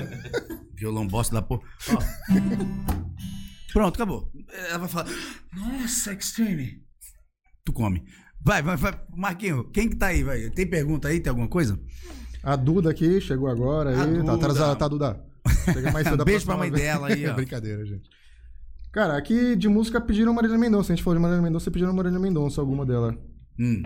[SPEAKER 2] violão bosta da porra. Ó. Pronto, acabou. Ela vai falar, nossa, Extreme. Tu come. Vai, vai, vai. Marquinho, quem que tá aí, vai? Tem pergunta aí? Tem alguma coisa?
[SPEAKER 1] A Duda aqui chegou agora.
[SPEAKER 2] A
[SPEAKER 1] Aí.
[SPEAKER 2] Duda.
[SPEAKER 1] Tá atrasada, tá, Duda? Chega mais cedo a
[SPEAKER 2] Beijo pra
[SPEAKER 1] próxima
[SPEAKER 2] mãe
[SPEAKER 1] vez.
[SPEAKER 2] dela aí, ó.
[SPEAKER 1] Brincadeira, gente. Cara, aqui de música pediram Marília Mendonça. A gente falou de Marília Mendonça, pediram Marília Mendonça, alguma dela.
[SPEAKER 2] Hum.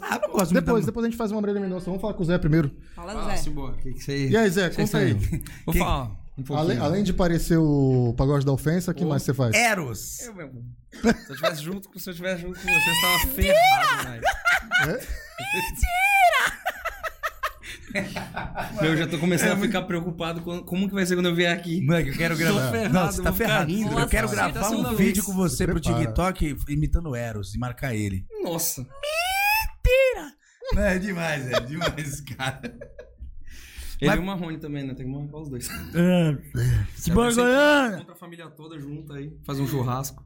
[SPEAKER 2] Ah, não gosto muito.
[SPEAKER 1] Depois,
[SPEAKER 2] da-
[SPEAKER 1] depois a gente faz uma Marília Mendonça. Vamos falar com o Zé primeiro.
[SPEAKER 2] Ah,
[SPEAKER 3] Fala, Zé.
[SPEAKER 4] O que que você...
[SPEAKER 1] E aí, Zé, conta aí.
[SPEAKER 4] Vou
[SPEAKER 2] Quem-
[SPEAKER 4] falar um pouquinho.
[SPEAKER 1] Além, além de parecer o pagode da ofensa, o que mais você faz?
[SPEAKER 2] Eros.
[SPEAKER 4] Eu mesmo. Se eu tivesse junto, com- se eu tivesse junto com você, você tava ferrado, velho. Mentira! É, Eu já tô começando a ficar preocupado com como que vai ser quando eu vier aqui.
[SPEAKER 2] Moleque, eu quero gravar.
[SPEAKER 4] ferrado,
[SPEAKER 2] não, você tá
[SPEAKER 4] vou ficar
[SPEAKER 2] ferrado.
[SPEAKER 4] rindo.
[SPEAKER 2] eu quero
[SPEAKER 4] Nossa,
[SPEAKER 2] gravar
[SPEAKER 4] aceitação da
[SPEAKER 2] um
[SPEAKER 4] luz.
[SPEAKER 2] vídeo com você pro
[SPEAKER 1] Prepara.
[SPEAKER 2] TikTok imitando Eros e marcar ele.
[SPEAKER 4] Nossa.
[SPEAKER 2] Não, É demais, é demais, cara.
[SPEAKER 4] Ele
[SPEAKER 2] Mas-
[SPEAKER 4] e o Marrone também, né? Tem que marcar os dois.
[SPEAKER 2] É. Se
[SPEAKER 4] Contra a família toda junto aí. Fazer um churrasco.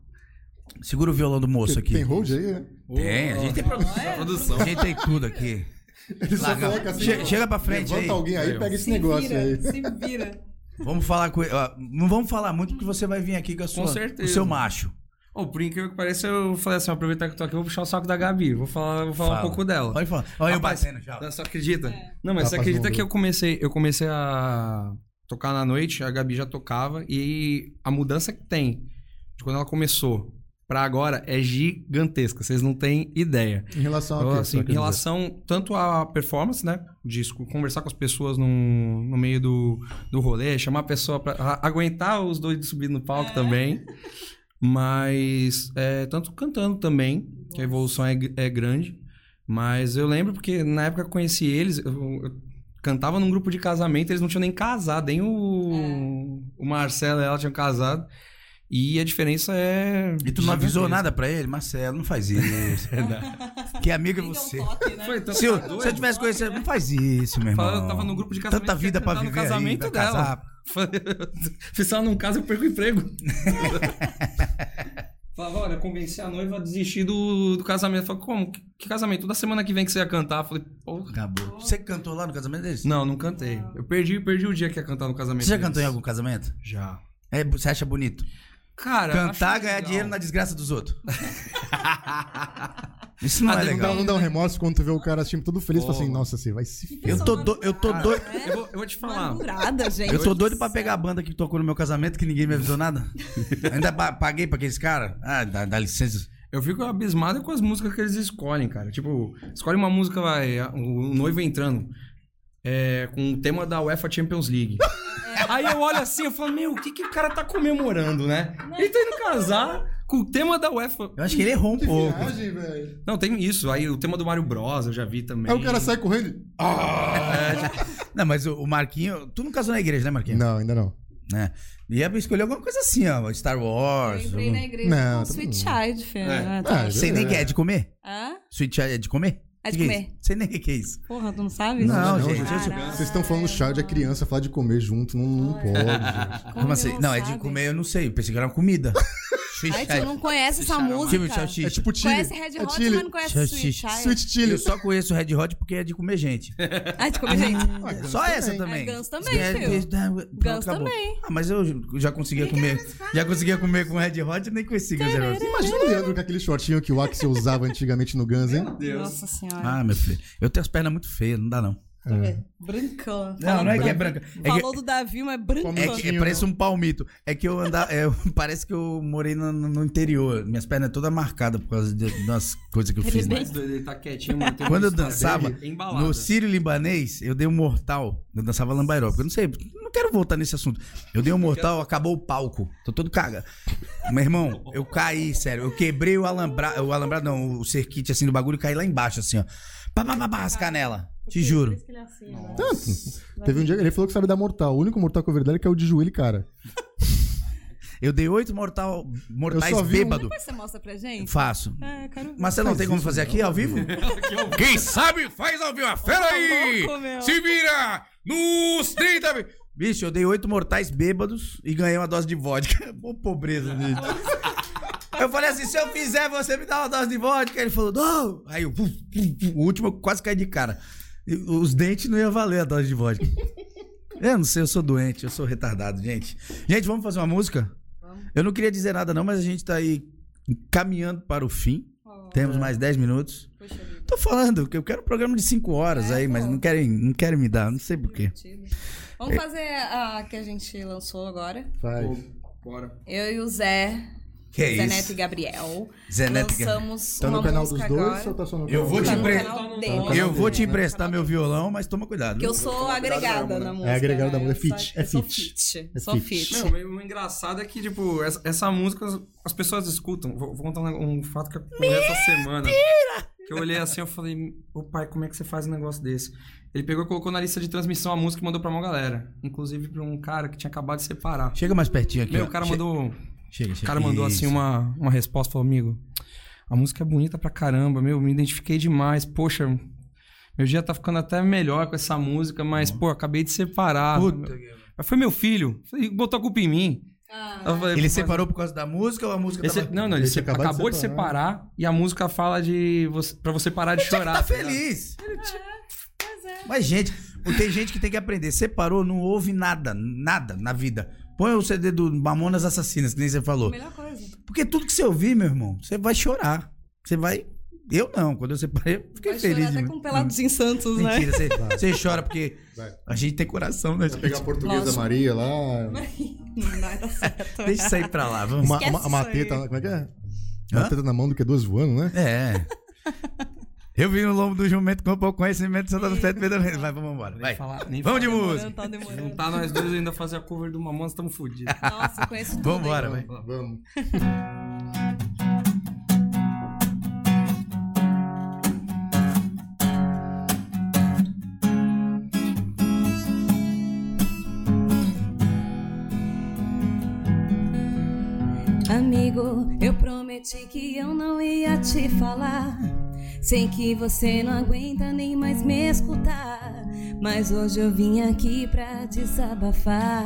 [SPEAKER 2] Segura o violão do moço aqui.
[SPEAKER 1] Tem hold aí, né?
[SPEAKER 2] Tem, a gente tem produção.
[SPEAKER 4] Produção.
[SPEAKER 2] A gente tem tudo aqui.
[SPEAKER 1] Ele só
[SPEAKER 2] Larga.
[SPEAKER 1] coloca assim,
[SPEAKER 2] Che- chega pra frente aí.
[SPEAKER 1] Levanta alguém aí,
[SPEAKER 4] Aí, ó.
[SPEAKER 1] pega esse
[SPEAKER 3] Se
[SPEAKER 1] negócio
[SPEAKER 3] vira,
[SPEAKER 1] aí.
[SPEAKER 3] se vira.
[SPEAKER 2] Vamos falar com ele. ó, Não vamos falar muito porque você vai vir aqui com, a sua,
[SPEAKER 4] certeza.
[SPEAKER 2] o seu macho.
[SPEAKER 4] Ô, por incrível que pareça, eu falei assim: ó, aproveitar que eu tô aqui, eu vou puxar o saco da Gabi. Vou falar, vou falar
[SPEAKER 2] Fala.
[SPEAKER 4] um pouco dela.
[SPEAKER 2] Pode falar. Olha eu
[SPEAKER 4] Rapaz,
[SPEAKER 2] batendo já.
[SPEAKER 4] Não, Você acredita? Não, mas você
[SPEAKER 1] Rapaz,
[SPEAKER 4] acredita
[SPEAKER 1] vamos
[SPEAKER 4] que
[SPEAKER 1] ver.
[SPEAKER 4] eu comecei, eu comecei a tocar na noite, a Gabi já tocava, e a mudança que tem de quando ela começou pra agora é gigantesca, vocês não têm ideia.
[SPEAKER 1] Em relação a
[SPEAKER 4] Então,
[SPEAKER 1] quê?
[SPEAKER 4] assim,
[SPEAKER 1] Só
[SPEAKER 4] em
[SPEAKER 1] quer dizer.
[SPEAKER 4] relação tanto à performance, né? Disco, conversar com as pessoas no, no meio do, do rolê, chamar a pessoa pra a- aguentar os dois de subir no palco também. Mas é, tanto cantando também, que a evolução é, gr- é grande. Mas eu lembro porque na época que eu conheci eles, eu, eu cantava num grupo de casamento, eles não tinham nem casado, nem o, o Marcelo e ela tinham casado. E a diferença é.
[SPEAKER 2] E tu não avisou
[SPEAKER 4] gigantesca.
[SPEAKER 2] nada pra ele? Marcelo, não faz isso. que amigo é
[SPEAKER 3] Liga um
[SPEAKER 2] você.
[SPEAKER 3] toque, né?
[SPEAKER 4] Foi, então,
[SPEAKER 2] Se eu,
[SPEAKER 4] tá
[SPEAKER 2] se eu
[SPEAKER 4] doido?
[SPEAKER 2] tivesse conhecido, não faz isso, meu irmão.
[SPEAKER 4] Fala, eu tava no grupo de casamento.
[SPEAKER 2] Tanta
[SPEAKER 4] que ia
[SPEAKER 2] vida pra
[SPEAKER 4] cantar
[SPEAKER 2] viver
[SPEAKER 4] no casamento
[SPEAKER 2] aí, vai
[SPEAKER 4] dela.
[SPEAKER 2] casar.
[SPEAKER 4] Falei, Se ela não casa, eu perco o emprego. Falava, olha, convenci a noiva a desistir do, do casamento. Falei, como? Que, que casamento? Toda semana que vem que você ia cantar. Falei, porra.
[SPEAKER 2] Acabou. Você cantou lá no casamento deles?
[SPEAKER 4] Não, não cantei. Eu perdi, perdi o dia que ia cantar no casamento.
[SPEAKER 2] Você já
[SPEAKER 4] deles.
[SPEAKER 2] cantou em algum casamento?
[SPEAKER 4] Já.
[SPEAKER 2] É, você acha bonito?
[SPEAKER 4] Cara,
[SPEAKER 2] Cantar,
[SPEAKER 4] acho
[SPEAKER 2] ganhar
[SPEAKER 4] legal.
[SPEAKER 2] dinheiro na desgraça dos outros. Isso não
[SPEAKER 4] Ah,
[SPEAKER 2] é
[SPEAKER 4] não dá
[SPEAKER 2] legal.
[SPEAKER 1] Não, não dá um remorso quando tu vê o cara assim, todo feliz, e fala assim, nossa, você vai se
[SPEAKER 2] Eu tô, do- eu tô doido.
[SPEAKER 4] Eu
[SPEAKER 3] é
[SPEAKER 4] vou, eu vou te falar.
[SPEAKER 3] Amargurada, gente.
[SPEAKER 2] Eu tô doido pra pegar a banda que tocou no meu casamento que ninguém me avisou nada. Ainda pa- paguei pra aqueles caras. Ah, dá, dá licença.
[SPEAKER 4] Eu fico abismado com as músicas que eles escolhem, cara. Tipo, escolhe uma música, vai, o noivo entrando. é, com o tema da UEFA Champions League. Aí eu olho assim, eu falo, meu, o que, que o cara tá comemorando, né? Ele tá indo casar com o tema da UEFA.
[SPEAKER 2] Eu acho que ele errou um
[SPEAKER 1] Que
[SPEAKER 2] pouco.
[SPEAKER 1] viagem, velho.
[SPEAKER 4] Não, tem isso. Aí o tema do Mario Bros, eu já vi também.
[SPEAKER 1] Aí o cara sai correndo. Ah,
[SPEAKER 2] Não, mas o o Marquinho. Tu não casou na igreja, né, Marquinho?
[SPEAKER 1] Não, ainda não.
[SPEAKER 2] Né? Ia escolher alguma coisa assim, ó. Star
[SPEAKER 3] Eu
[SPEAKER 2] Wars.
[SPEAKER 3] entrei
[SPEAKER 2] um-
[SPEAKER 3] na igreja
[SPEAKER 1] Não,
[SPEAKER 3] com
[SPEAKER 1] tá
[SPEAKER 3] Sweet
[SPEAKER 1] bom.
[SPEAKER 3] Child, filho.
[SPEAKER 4] É.
[SPEAKER 3] Ah, tá.
[SPEAKER 1] Ah,
[SPEAKER 2] Sei nem que é de comer?
[SPEAKER 3] Hã?
[SPEAKER 2] Sweet Child é de comer?
[SPEAKER 3] É de
[SPEAKER 2] Que que
[SPEAKER 3] comer.
[SPEAKER 2] isso? Sei nem o que que é isso.
[SPEAKER 3] Porra, tu não sabe?
[SPEAKER 2] Não,
[SPEAKER 1] não,
[SPEAKER 2] gente.
[SPEAKER 1] gente,
[SPEAKER 2] eu-
[SPEAKER 3] Caralho.
[SPEAKER 1] Vocês estão falando chá de a criança falar de comer junto. Não, não pode, gente.
[SPEAKER 3] Como
[SPEAKER 2] Como assim?
[SPEAKER 3] eu
[SPEAKER 2] Não, é de
[SPEAKER 3] sabe?
[SPEAKER 2] comer, eu não sei. Eu pensei que era uma comida. Sweet
[SPEAKER 3] Ai, tu não conhece essa
[SPEAKER 2] Tipo,
[SPEAKER 3] música?
[SPEAKER 2] salsicha.
[SPEAKER 1] É tipo chile.
[SPEAKER 3] Conhece Red
[SPEAKER 1] é
[SPEAKER 3] Hot,
[SPEAKER 1] chile.
[SPEAKER 3] mas não conhece Sweet
[SPEAKER 2] Salsicha.
[SPEAKER 3] Child.
[SPEAKER 1] Sweet
[SPEAKER 2] Eu
[SPEAKER 1] chile.
[SPEAKER 2] só conheço o Red Hot porque é de comer gente.
[SPEAKER 3] Ah, desculpa, gente.
[SPEAKER 1] Ah, Guns
[SPEAKER 2] só
[SPEAKER 1] também.
[SPEAKER 2] essa também.
[SPEAKER 3] É, Guns também,
[SPEAKER 2] Get
[SPEAKER 3] filho.
[SPEAKER 2] this down with- Pronto,
[SPEAKER 3] Guns
[SPEAKER 2] acabou.
[SPEAKER 3] também.
[SPEAKER 2] Ah, mas eu já conseguia comer. Já conseguia comer com Red Hot e nem conheci Guns N' Roses.
[SPEAKER 1] Imagina o Leandro com aquele shortinho que o Axel usava antigamente no Guns, hein?
[SPEAKER 3] Nossa senhora.
[SPEAKER 2] Ah, meu filho. Eu tenho as pernas muito feias, não dá não.
[SPEAKER 1] É.
[SPEAKER 3] Brancão.
[SPEAKER 2] Não, não é que é branca. É que,
[SPEAKER 3] Falou É. do Davi, mas brancão.
[SPEAKER 2] É que- é, parece um palmito. É que eu andava. parece que eu morei no, no- no interior. Minhas pernas todas marcadas por causa de- das coisas que eu
[SPEAKER 3] Ele
[SPEAKER 2] fiz. né?
[SPEAKER 3] bem-
[SPEAKER 4] Ele tá quietinho, mano. tem uma
[SPEAKER 2] Quando eu
[SPEAKER 4] história
[SPEAKER 2] dançava
[SPEAKER 4] dele embalada.
[SPEAKER 2] no Sírio Libanês, eu dei um mortal. Eu dançava lambairó. Porque eu não sei, não quero voltar nesse assunto. Eu dei um mortal, acabou o palco. Tô todo caga. Meu irmão, eu caí, sério. Eu quebrei o alambrado. O alambrado não, o cerquite assim do bagulho e caí lá embaixo, assim, ó. Pá, pá, pá, pá, as canelas. Te juro.
[SPEAKER 3] é
[SPEAKER 1] Tanto. Teve um dia que ele falou que sabe dar mortal. O único mortal que eu vi dele é que é o de joelho, cara.
[SPEAKER 2] Eu dei oito mortal, mortais
[SPEAKER 1] só vi um-
[SPEAKER 2] bêbado.
[SPEAKER 3] Depois é você mostra pra gente?
[SPEAKER 2] Faço.
[SPEAKER 3] É, eu quero ver.
[SPEAKER 2] Marcelo, não tem como
[SPEAKER 1] né?
[SPEAKER 2] fazer aqui ao vivo?
[SPEAKER 6] Quem sabe faz ao vivo. Fera aí!
[SPEAKER 3] tá louco, meu.
[SPEAKER 6] Se vira nos 30 mil.
[SPEAKER 2] Bicho, eu dei oito mortais bêbados e ganhei uma dose de vodka. Ô, pobreza, gente. Eu falei assim, se eu fizer, você me dá uma dose de vodka. Ele falou, não. Aí, eu, puf, puf, puf, o último, eu quase caí de cara. E Os dentes não iam valer a dose de vodka. Eu não sei, eu sou doente, eu sou retardado, gente. Gente, vamos fazer uma música? Eu não queria dizer nada não, mas a gente tá aí caminhando para o fim.
[SPEAKER 3] É.
[SPEAKER 2] Temos mais 10 minutos.
[SPEAKER 3] Poxa vida.
[SPEAKER 2] Tô falando que eu quero um programa de 5 horas
[SPEAKER 3] É,
[SPEAKER 2] aí, mas não querem, não querem me dar, não sei por quê. É.
[SPEAKER 3] Vamos fazer a que a gente lançou agora.
[SPEAKER 1] Faz.
[SPEAKER 4] Pô, Bora.
[SPEAKER 3] Eu e o Zé,
[SPEAKER 2] Que é
[SPEAKER 3] Zé
[SPEAKER 2] isso?
[SPEAKER 3] Neto e Gabriel,
[SPEAKER 2] Zé Neto e Gabriel.
[SPEAKER 3] lançamos
[SPEAKER 1] Tá
[SPEAKER 3] uma
[SPEAKER 1] no canal dos
[SPEAKER 3] música
[SPEAKER 1] dois
[SPEAKER 3] agora.
[SPEAKER 1] ou tá só no
[SPEAKER 2] Eu
[SPEAKER 1] canal
[SPEAKER 2] vou
[SPEAKER 1] do
[SPEAKER 2] te
[SPEAKER 3] Tá
[SPEAKER 1] Zé?
[SPEAKER 3] no
[SPEAKER 2] empre-
[SPEAKER 3] canal dele.
[SPEAKER 2] Eu vou te emprestar meu violão, mas toma cuidado.
[SPEAKER 3] Que eu sou agregada na música.
[SPEAKER 1] agregada da
[SPEAKER 3] né?
[SPEAKER 1] música, é
[SPEAKER 3] Eu
[SPEAKER 1] fit,
[SPEAKER 3] sou-
[SPEAKER 1] é
[SPEAKER 3] eu sou
[SPEAKER 1] fit.
[SPEAKER 3] fit.
[SPEAKER 1] É
[SPEAKER 3] Sou
[SPEAKER 1] fit.
[SPEAKER 3] fit.
[SPEAKER 4] Não, o engraçado é que, tipo, essa, essa música as- as pessoas escutam. Vou, vou contar um, um fato que aconteceu essa semana. Que eu olhei assim, eu falei, ô pai, como é que você faz um negócio desse? Ele pegou e colocou na lista de transmissão a música e mandou pra uma galera. Inclusive pra um cara que tinha acabado de separar.
[SPEAKER 2] Chega mais pertinho aqui.
[SPEAKER 4] Meu,
[SPEAKER 2] ó.
[SPEAKER 4] o cara
[SPEAKER 2] Che-
[SPEAKER 4] mandou.
[SPEAKER 2] Chega,
[SPEAKER 4] O
[SPEAKER 2] chega.
[SPEAKER 4] cara mandou
[SPEAKER 2] Isso.
[SPEAKER 4] assim uma, uma resposta, falou, amigo, a música é bonita pra caramba, meu, me identifiquei demais, poxa, meu dia tá ficando até melhor com essa música, mas, pô, acabei de separar.
[SPEAKER 2] Uhum. Puta.
[SPEAKER 4] Mas foi meu filho, ele botou a culpa em mim.
[SPEAKER 3] Ah,
[SPEAKER 4] Eu falei,
[SPEAKER 2] Ele
[SPEAKER 4] "Mas-
[SPEAKER 2] separou por causa da música ou a música
[SPEAKER 4] esse-
[SPEAKER 2] tava...
[SPEAKER 4] não, não, ele
[SPEAKER 1] Ele
[SPEAKER 4] se-
[SPEAKER 1] tinha acabado de
[SPEAKER 4] acabou de separar.
[SPEAKER 1] separar.
[SPEAKER 4] e a música fala de você, pra você parar de chorar.
[SPEAKER 2] Tá
[SPEAKER 4] tá ligado?
[SPEAKER 2] feliz.
[SPEAKER 3] tá- é.
[SPEAKER 2] Mas, gente, tem gente que tem que aprender. Separou, não ouve nada, nada na vida. Põe o CD do Mamonas Assassinas, que nem você falou.
[SPEAKER 3] Melhor coisa.
[SPEAKER 2] Porque tudo que você ouvir, meu irmão, você vai chorar. Você vai. Eu não, quando eu separei, eu fiquei
[SPEAKER 3] Vai
[SPEAKER 2] feliz. né?
[SPEAKER 3] chorar até
[SPEAKER 2] de-
[SPEAKER 3] com pelados em Santos, né?
[SPEAKER 2] Mentira, você, você chora porque
[SPEAKER 1] Vai.
[SPEAKER 2] a gente tem coração, né?
[SPEAKER 1] Vai pegar a portuguesa
[SPEAKER 3] Lógico.
[SPEAKER 1] Maria lá.
[SPEAKER 3] Não dá tá certo.
[SPEAKER 2] Deixa isso aí pra lá, vamos.
[SPEAKER 1] Uma,
[SPEAKER 3] Esquece
[SPEAKER 1] uma, uma
[SPEAKER 3] isso aí.
[SPEAKER 1] teta. Como é que é?
[SPEAKER 2] Hã?
[SPEAKER 1] Uma teta na mão do que duas voando, né?
[SPEAKER 2] É. Eu vim no lombo do jumento tá com o conhecimento de Santa Fé de Pedro Mendes. Vai, vamos embora. Vai.
[SPEAKER 4] Nem falar- nem
[SPEAKER 2] Vamos de
[SPEAKER 3] Demorando,
[SPEAKER 2] música.
[SPEAKER 3] tá demorando.
[SPEAKER 4] Juntar nós dois ainda fazer a cover do Mamonas, tamo fudido.
[SPEAKER 3] Nossa, eu conheço tudo.
[SPEAKER 2] Vambora, vai.
[SPEAKER 1] Vamos.
[SPEAKER 3] Amigo, eu prometi que eu não ia te falar. Sei que você não aguenta nem mais me escutar. Mas hoje eu vim aqui pra desabafar.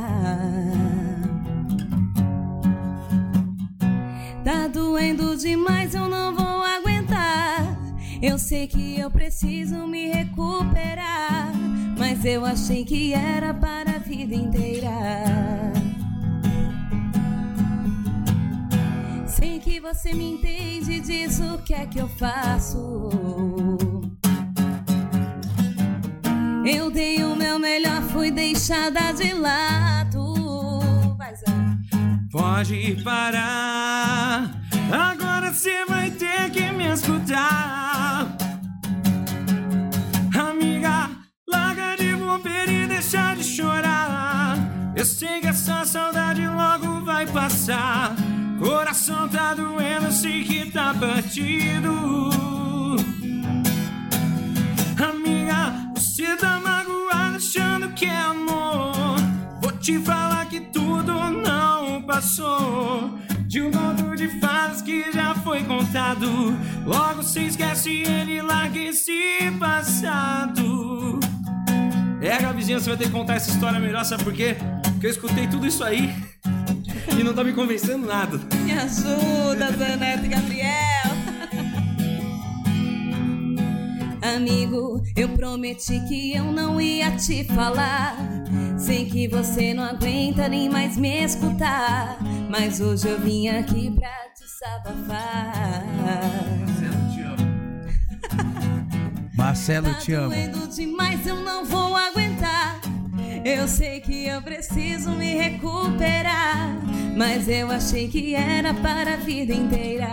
[SPEAKER 3] Tá doendo demais, eu não vou aguentar. Eu sei que eu preciso me recuperar. Mas eu achei que era para a vida inteira. Sei que você me entende, diz o que é que eu faço. Eu dei o meu melhor, fui deixada de lado. Vai, Zé.
[SPEAKER 4] Pode parar, agora
[SPEAKER 5] você vai ter que me escutar. Amiga, larga de bobeira e deixa de chorar. Eu sei que essa saudade logo vai passar. Coração tá doendo, eu sei que tá batido. Amiga, você tá magoada achando que é amor. Vou te falar que tudo não passou. De um conto de fadas que já foi contado. Logo se esquece ele e larga esse passado. É, Gabizinha, você vai ter que contar essa história melhor, sabe por quê? Porque eu escutei tudo isso aí e não tá me convencendo nada.
[SPEAKER 3] Me ajuda, Zaneto e Gabriel. Amigo, eu prometi que eu não ia te falar. Sei que você não aguenta nem mais me escutar. Mas hoje eu vim aqui pra te desabafar.
[SPEAKER 2] Marcelo, eu
[SPEAKER 3] Tá
[SPEAKER 2] te amo.
[SPEAKER 3] doendo demais, eu não vou aguentar. Eu sei que eu preciso me recuperar. Mas eu achei que era para a vida inteira.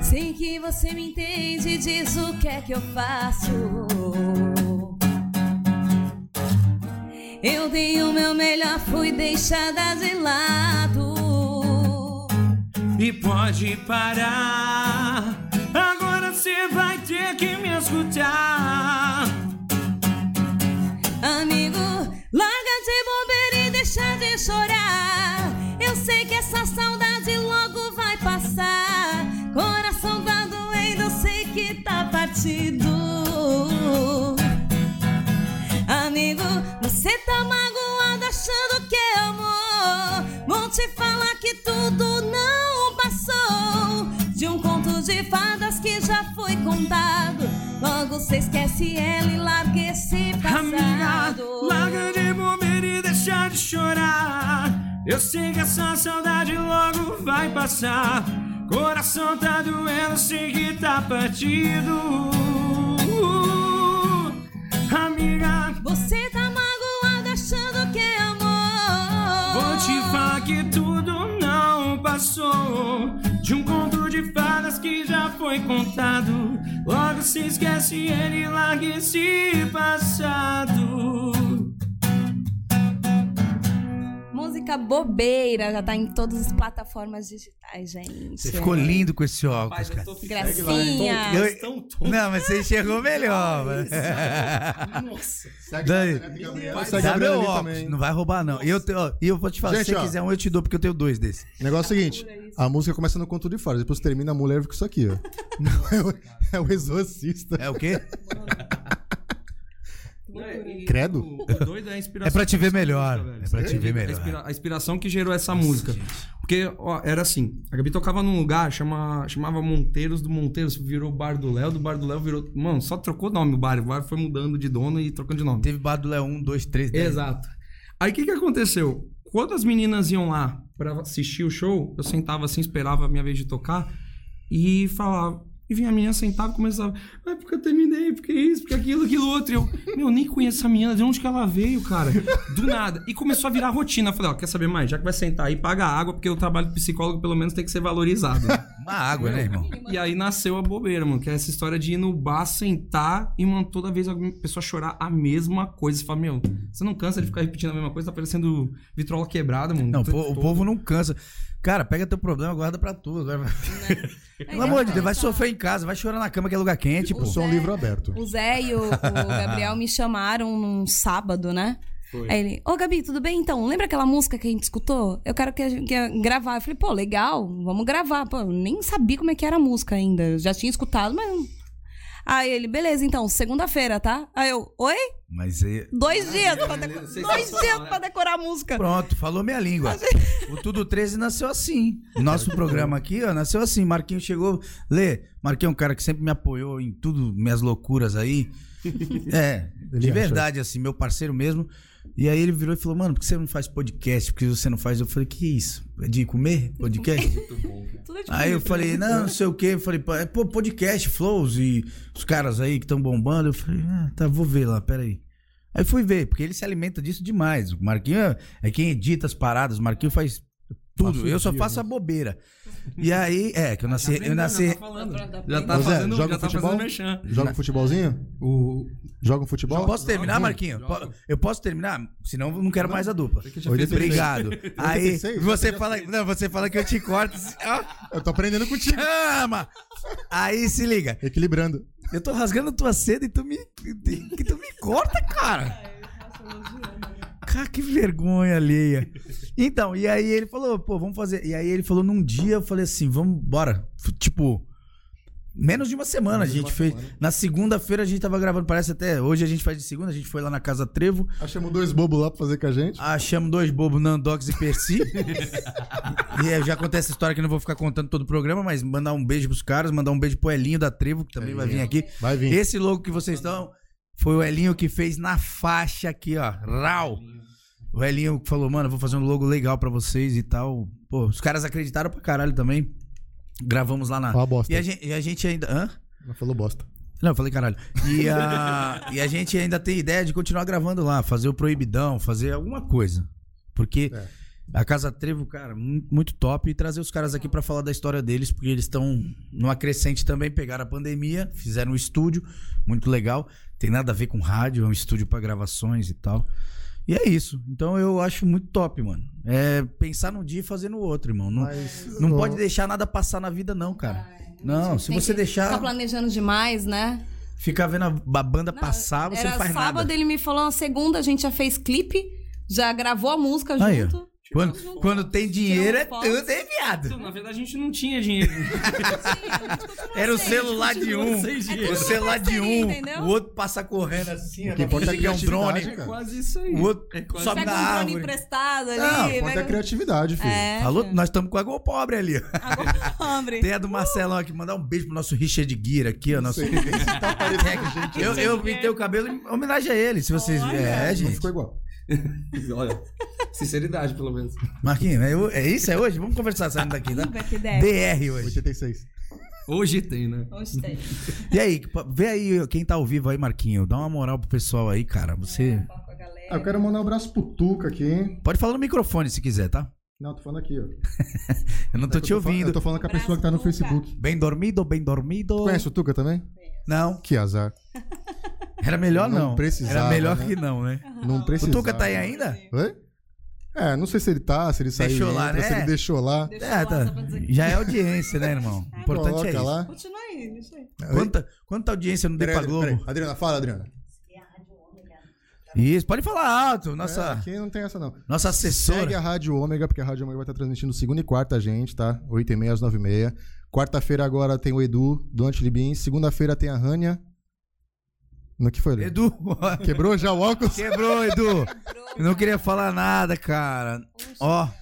[SPEAKER 3] Sei que você me entende, diz o que é que eu faço. Eu dei o meu melhor, fui deixada de lado.
[SPEAKER 5] e pode parar. Agora você vai ter que me escutar.
[SPEAKER 3] Amigo, larga de bobeira e deixa de chorar. Eu sei que essa saudade logo vai passar. Coração tá doendo, eu sei que tá partido. Amigo, você tá magoado achando que é amor. Vou te falar que tudo não passou. De um conto de fadas que já foi contado. Logo você esquece ela e larga esse
[SPEAKER 5] Amiga,
[SPEAKER 3] passado.
[SPEAKER 5] larga de bobeira e deixa de chorar. Eu sei que essa saudade logo vai passar. Coração tá doendo, sei que tá partido. Amiga,
[SPEAKER 3] Você tá magoado achando que é amor.
[SPEAKER 5] Vou te falar que tudo não passou De um conto de fadas que já foi contado Logo se esquece ele e larga esse passado
[SPEAKER 3] Música bobeira já tá em todas as plataformas digitais, gente.
[SPEAKER 2] Você ficou lindo com esse óculos, cara.
[SPEAKER 3] Gracinha.
[SPEAKER 2] Eu- Não, mas você enxergou melhor. mano.
[SPEAKER 1] Segue
[SPEAKER 2] Daí.
[SPEAKER 1] Zanetti e Gabriel. Segue
[SPEAKER 2] Dá meu
[SPEAKER 1] Gabriel ali
[SPEAKER 2] óculos.
[SPEAKER 1] também.
[SPEAKER 2] Não vai roubar, não. E eu, te- ó, e eu vou te falar,
[SPEAKER 1] Gente,
[SPEAKER 2] se você
[SPEAKER 1] ó.
[SPEAKER 2] quiser um, eu te dou, porque eu tenho dois desses.
[SPEAKER 1] O negócio é o seguinte: a música começa no conto de fora, depois termina a mulher fica isso aqui, ó. Não, é, o, é o exorcista.
[SPEAKER 2] É o quê?
[SPEAKER 1] Credo.
[SPEAKER 4] O, o doido é a inspiração.
[SPEAKER 2] É pra te ver
[SPEAKER 4] dessa
[SPEAKER 2] melhor.
[SPEAKER 4] música, velho.
[SPEAKER 2] É pra te ver
[SPEAKER 4] A,
[SPEAKER 2] melhor.
[SPEAKER 4] inspira- a inspiração que gerou essa música. Porque, ó, era assim, a Gabi tocava num lugar, chama, chamava Monteiros do Monteiros, virou Bar do Léo, do Bar do Léo virou... Mano, só trocou o nome o bar, o bar foi mudando de dono e trocando de nome.
[SPEAKER 2] Teve bar do Léo 1, 2, 3, 10.
[SPEAKER 4] Exato. Aí o que, que aconteceu? Quando as meninas iam lá pra assistir o show, eu sentava assim, esperava a minha vez de tocar e falava. E vinha a menina, sentava e começava. Ah, porque eu terminei, porque isso, porque aquilo, aquilo outro. E eu, meu, nem conheço essa menina, de onde que ela veio, cara? Do nada. E começou a virar rotina. Eu falei, ó, quer saber mais? Já que vai sentar aí, paga a água, porque o trabalho de psicólogo pelo menos tem que ser valorizado. né?
[SPEAKER 2] Uma água, né, irmão?
[SPEAKER 4] E aí nasceu a bobeira, mano. Que é essa história de ir no bar, sentar e, mano, toda vez alguma pessoa chorar a mesma coisa. Você fala, meu, você não cansa de ficar repetindo a mesma coisa, tá parecendo vitrola quebrada, mano.
[SPEAKER 2] Não, o
[SPEAKER 4] Tô-
[SPEAKER 2] po- o
[SPEAKER 4] tô-
[SPEAKER 2] povo não cansa. Cara, pega teu problema, guarda pra tu. agora- Pelo amor de Deus, vai sofrer em casa, vai chorar na cama que é lugar quente, pô.
[SPEAKER 1] Só um livro aberto.
[SPEAKER 3] O Zé e o, o Gabriel me chamaram num sábado, né? Aí ele, ô Gabi, tudo bem então? Lembra aquela música que a gente escutou? Eu quero que a gente que a- gravar. Eu falei, pô, legal, vamos gravar. Pô, eu nem sabia como é que era a música ainda. Eu já tinha escutado, mas. Aí ele, beleza, então, segunda-feira, tá? Aí eu, oi?
[SPEAKER 2] Mas é- aí.
[SPEAKER 3] Dois dias pra, deco- dois dias pra decorar a música.
[SPEAKER 2] Pronto, falou minha língua. O Tudo 13 nasceu assim. O nosso programa aqui, ó, nasceu assim. Marquinho chegou. Lê, Marquinho é um cara que sempre me apoiou em tudo, minhas loucuras aí. É, de
[SPEAKER 1] acha.
[SPEAKER 2] verdade, assim, meu parceiro mesmo. E aí ele virou e falou, mano, por que você não faz podcast? Por que você não faz? Eu falei, que isso? É de comer podcast?
[SPEAKER 3] Tudo é de
[SPEAKER 2] Aí eu falei, não, não sei o quê. Eu falei, pô, podcast, Flows e os caras aí que estão bombando. Eu falei, ah, tá, vou ver lá, peraí. Aí fui ver, porque ele se alimenta disso demais. O Marquinho é- é quem edita as paradas. O Marquinho faz Tudo.
[SPEAKER 1] Passa o
[SPEAKER 2] Eu só
[SPEAKER 1] dia,
[SPEAKER 2] faço
[SPEAKER 1] né?
[SPEAKER 2] a bobeira. E aí, é, que eu
[SPEAKER 4] Tá
[SPEAKER 2] nasci. Eu nasci.
[SPEAKER 4] Já né? tá
[SPEAKER 1] Ô, Zé,
[SPEAKER 4] fazendo,
[SPEAKER 1] joga
[SPEAKER 4] já tá
[SPEAKER 1] futebol?
[SPEAKER 4] fazendo merchan.
[SPEAKER 1] Joga um futebolzinho?
[SPEAKER 4] O,
[SPEAKER 1] Joga um futebol?
[SPEAKER 2] Posso terminar, Marquinho?
[SPEAKER 4] Tá Joga. é
[SPEAKER 2] Po- Eu posso terminar? Senão eu não quero mais a dupla.
[SPEAKER 4] já
[SPEAKER 1] Oi, fez-
[SPEAKER 2] Obrigado. Aí,
[SPEAKER 1] 86?
[SPEAKER 2] você fala. Não, você fala que eu te corto. Ah,
[SPEAKER 1] Eu tô aprendendo contigo.
[SPEAKER 2] Chama! Aí se liga.
[SPEAKER 1] Equilibrando.
[SPEAKER 2] Eu tô rasgando tua seda e tu me. Que tu me corta, cara! Cara, que vergonha alheia. Então, e aí ele falou, pô, vamos fazer. E aí ele falou num dia, eu falei assim, vamos, bora. F- Tipo, menos de uma semana a gente fez. Na segunda-feira a gente tava gravando, parece até. Hoje a gente faz de segunda, a gente foi lá na Casa Trevo.
[SPEAKER 1] Achamos dois bobos lá pra fazer com a gente.
[SPEAKER 2] Achamos dois bobos, Nandox e Percy. e eu já contei essa história que eu não vou ficar contando todo o programa, mas mandar um beijo pros caras, mandar um beijo pro Elinho da Trevo, que também vai vir aqui.
[SPEAKER 1] Vai vir.
[SPEAKER 2] Esse logo que vocês estão foi o Elinho que fez na faixa aqui, ó. Rau. O Elinho que falou, mano, eu vou fazer um logo legal pra vocês e tal. Pô, os caras acreditaram pra caralho também. Gravamos lá na.
[SPEAKER 1] Fala bosta.
[SPEAKER 2] E a gente, e a gente ainda. Hã?
[SPEAKER 1] Ela Falou bosta.
[SPEAKER 2] Não, eu falei caralho. E a, e a gente ainda tem ideia de continuar gravando lá, fazer o Proibidão, fazer alguma coisa. Porque
[SPEAKER 1] É.
[SPEAKER 2] a Casa Trevo, cara, mu- muito top. E trazer os caras aqui pra falar da história deles, porque eles estão numa crescente também. Pegaram a pandemia, fizeram um estúdio, muito legal. Tem nada a ver com rádio, é um estúdio pra gravações e tal. E é isso. Então eu acho muito top, mano. É pensar num dia e fazer no outro, irmão. Não,
[SPEAKER 1] Mas-
[SPEAKER 2] não pode deixar nada passar na vida, não, cara. Não, se você
[SPEAKER 3] Tá
[SPEAKER 2] deixar.
[SPEAKER 3] planejando demais, né?
[SPEAKER 2] Ficar vendo a ba- banda passar, você
[SPEAKER 3] Era
[SPEAKER 2] não faz
[SPEAKER 3] sábado,
[SPEAKER 2] nada.
[SPEAKER 3] ele me falou, na segunda a gente já fez clipe, já gravou a música
[SPEAKER 2] Aí, ó.
[SPEAKER 3] junto.
[SPEAKER 2] Quando, quando tem dinheiro é
[SPEAKER 3] Tirou
[SPEAKER 2] tudo, hein, viado?
[SPEAKER 5] Na verdade, a gente não tinha dinheiro.
[SPEAKER 2] Era o celular de um, o celular de
[SPEAKER 3] parceria,
[SPEAKER 2] um,
[SPEAKER 3] entendeu?
[SPEAKER 2] o outro passa correndo assim, ó,
[SPEAKER 1] que importa
[SPEAKER 2] finge
[SPEAKER 1] é
[SPEAKER 2] que é um
[SPEAKER 1] criatividade,
[SPEAKER 2] drone,
[SPEAKER 1] cara.
[SPEAKER 4] quase isso aí. É
[SPEAKER 2] o outro sobe
[SPEAKER 3] Pega
[SPEAKER 2] da
[SPEAKER 3] um drone
[SPEAKER 2] árvore.
[SPEAKER 3] emprestado ali.
[SPEAKER 2] Não,
[SPEAKER 1] Pode
[SPEAKER 3] pega- um
[SPEAKER 1] ter criatividade, filho.
[SPEAKER 3] É,
[SPEAKER 2] Falou, nós estamos com a Gol Pobre ali. ó.
[SPEAKER 3] agora pobre.
[SPEAKER 2] Tem a do Marcelão aqui, mandar um beijo pro nosso Richard Guira aqui, ó, nosso
[SPEAKER 1] Sei. Esse tá aparecendo, gente.
[SPEAKER 2] É, Eu, eu pintei o cabelo em homenagem a ele, se vocês... É,
[SPEAKER 1] Não
[SPEAKER 2] gente.
[SPEAKER 1] ficou igual.
[SPEAKER 4] Olha, sinceridade, pelo menos.
[SPEAKER 2] Marquinhos, é, o- é isso? É hoje? Vamos conversar saindo daqui, né?
[SPEAKER 3] Vai é que desce.
[SPEAKER 2] DR hoje.
[SPEAKER 1] 86.
[SPEAKER 4] Hoje tem, né?
[SPEAKER 3] Gostei.
[SPEAKER 2] E aí, vê aí quem tá ao vivo aí, Marquinho. Dá uma moral pro pessoal aí, cara. Você.
[SPEAKER 3] Fala com a galera.
[SPEAKER 1] Ah, eu quero mandar um abraço pro Tuca aqui.
[SPEAKER 2] Pode falar no microfone se quiser, tá?
[SPEAKER 1] Não, tô falando aqui, ó.
[SPEAKER 2] Eu não tô te ouvindo.
[SPEAKER 1] É Eu tô falando com a
[SPEAKER 3] Abraço,
[SPEAKER 1] pessoa que tá no
[SPEAKER 3] Tuca.
[SPEAKER 1] Facebook.
[SPEAKER 2] Bem dormido, bem dormido.
[SPEAKER 1] Conhece o Tuca também?
[SPEAKER 2] Não,
[SPEAKER 1] Que azar.
[SPEAKER 2] era melhor
[SPEAKER 1] Não
[SPEAKER 2] não.
[SPEAKER 1] precisava,
[SPEAKER 2] Era melhor
[SPEAKER 1] né?
[SPEAKER 2] que não, né?
[SPEAKER 3] Ah.
[SPEAKER 1] Não
[SPEAKER 2] O
[SPEAKER 1] precisa.
[SPEAKER 2] Tuca tá aí ainda?
[SPEAKER 3] né?
[SPEAKER 1] Oi? É, não sei se ele tá, se ele saiu.
[SPEAKER 2] Deixou lá,
[SPEAKER 1] entra,
[SPEAKER 2] né?
[SPEAKER 1] Se ele deixou lá.
[SPEAKER 3] Deixa eu
[SPEAKER 2] É,
[SPEAKER 3] lá
[SPEAKER 2] tá.
[SPEAKER 3] só pra dizer que-
[SPEAKER 2] Já é audiência, né, irmão? O importante
[SPEAKER 1] Coloca
[SPEAKER 2] é isso.
[SPEAKER 1] lá.
[SPEAKER 3] Continua aí, deixa aí.
[SPEAKER 2] Quanta, quanta audiência no
[SPEAKER 1] Peraí,
[SPEAKER 2] Depa
[SPEAKER 1] peraí, peraí.
[SPEAKER 2] Globo?
[SPEAKER 1] Adriana, fala, Adriana.
[SPEAKER 2] Isso, pode falar alto.
[SPEAKER 1] É,
[SPEAKER 2] Nossa,
[SPEAKER 1] aqui não tem essa, não.
[SPEAKER 2] nossa
[SPEAKER 1] Segue
[SPEAKER 2] assessora.
[SPEAKER 1] a Rádio Ômega, porque a Rádio Ômega vai estar transmitindo segunda e quarta, gente, tá? 8h30 às 9h30. Quarta-feira agora tem o Edu, do Antilibim. Segunda-feira tem a Rania. No que foi, Lê?
[SPEAKER 2] Edu.
[SPEAKER 1] Quebrou já o óculos?
[SPEAKER 2] Quebrou, Edu. Eu não queria falar nada, cara. Ó,
[SPEAKER 3] Olha.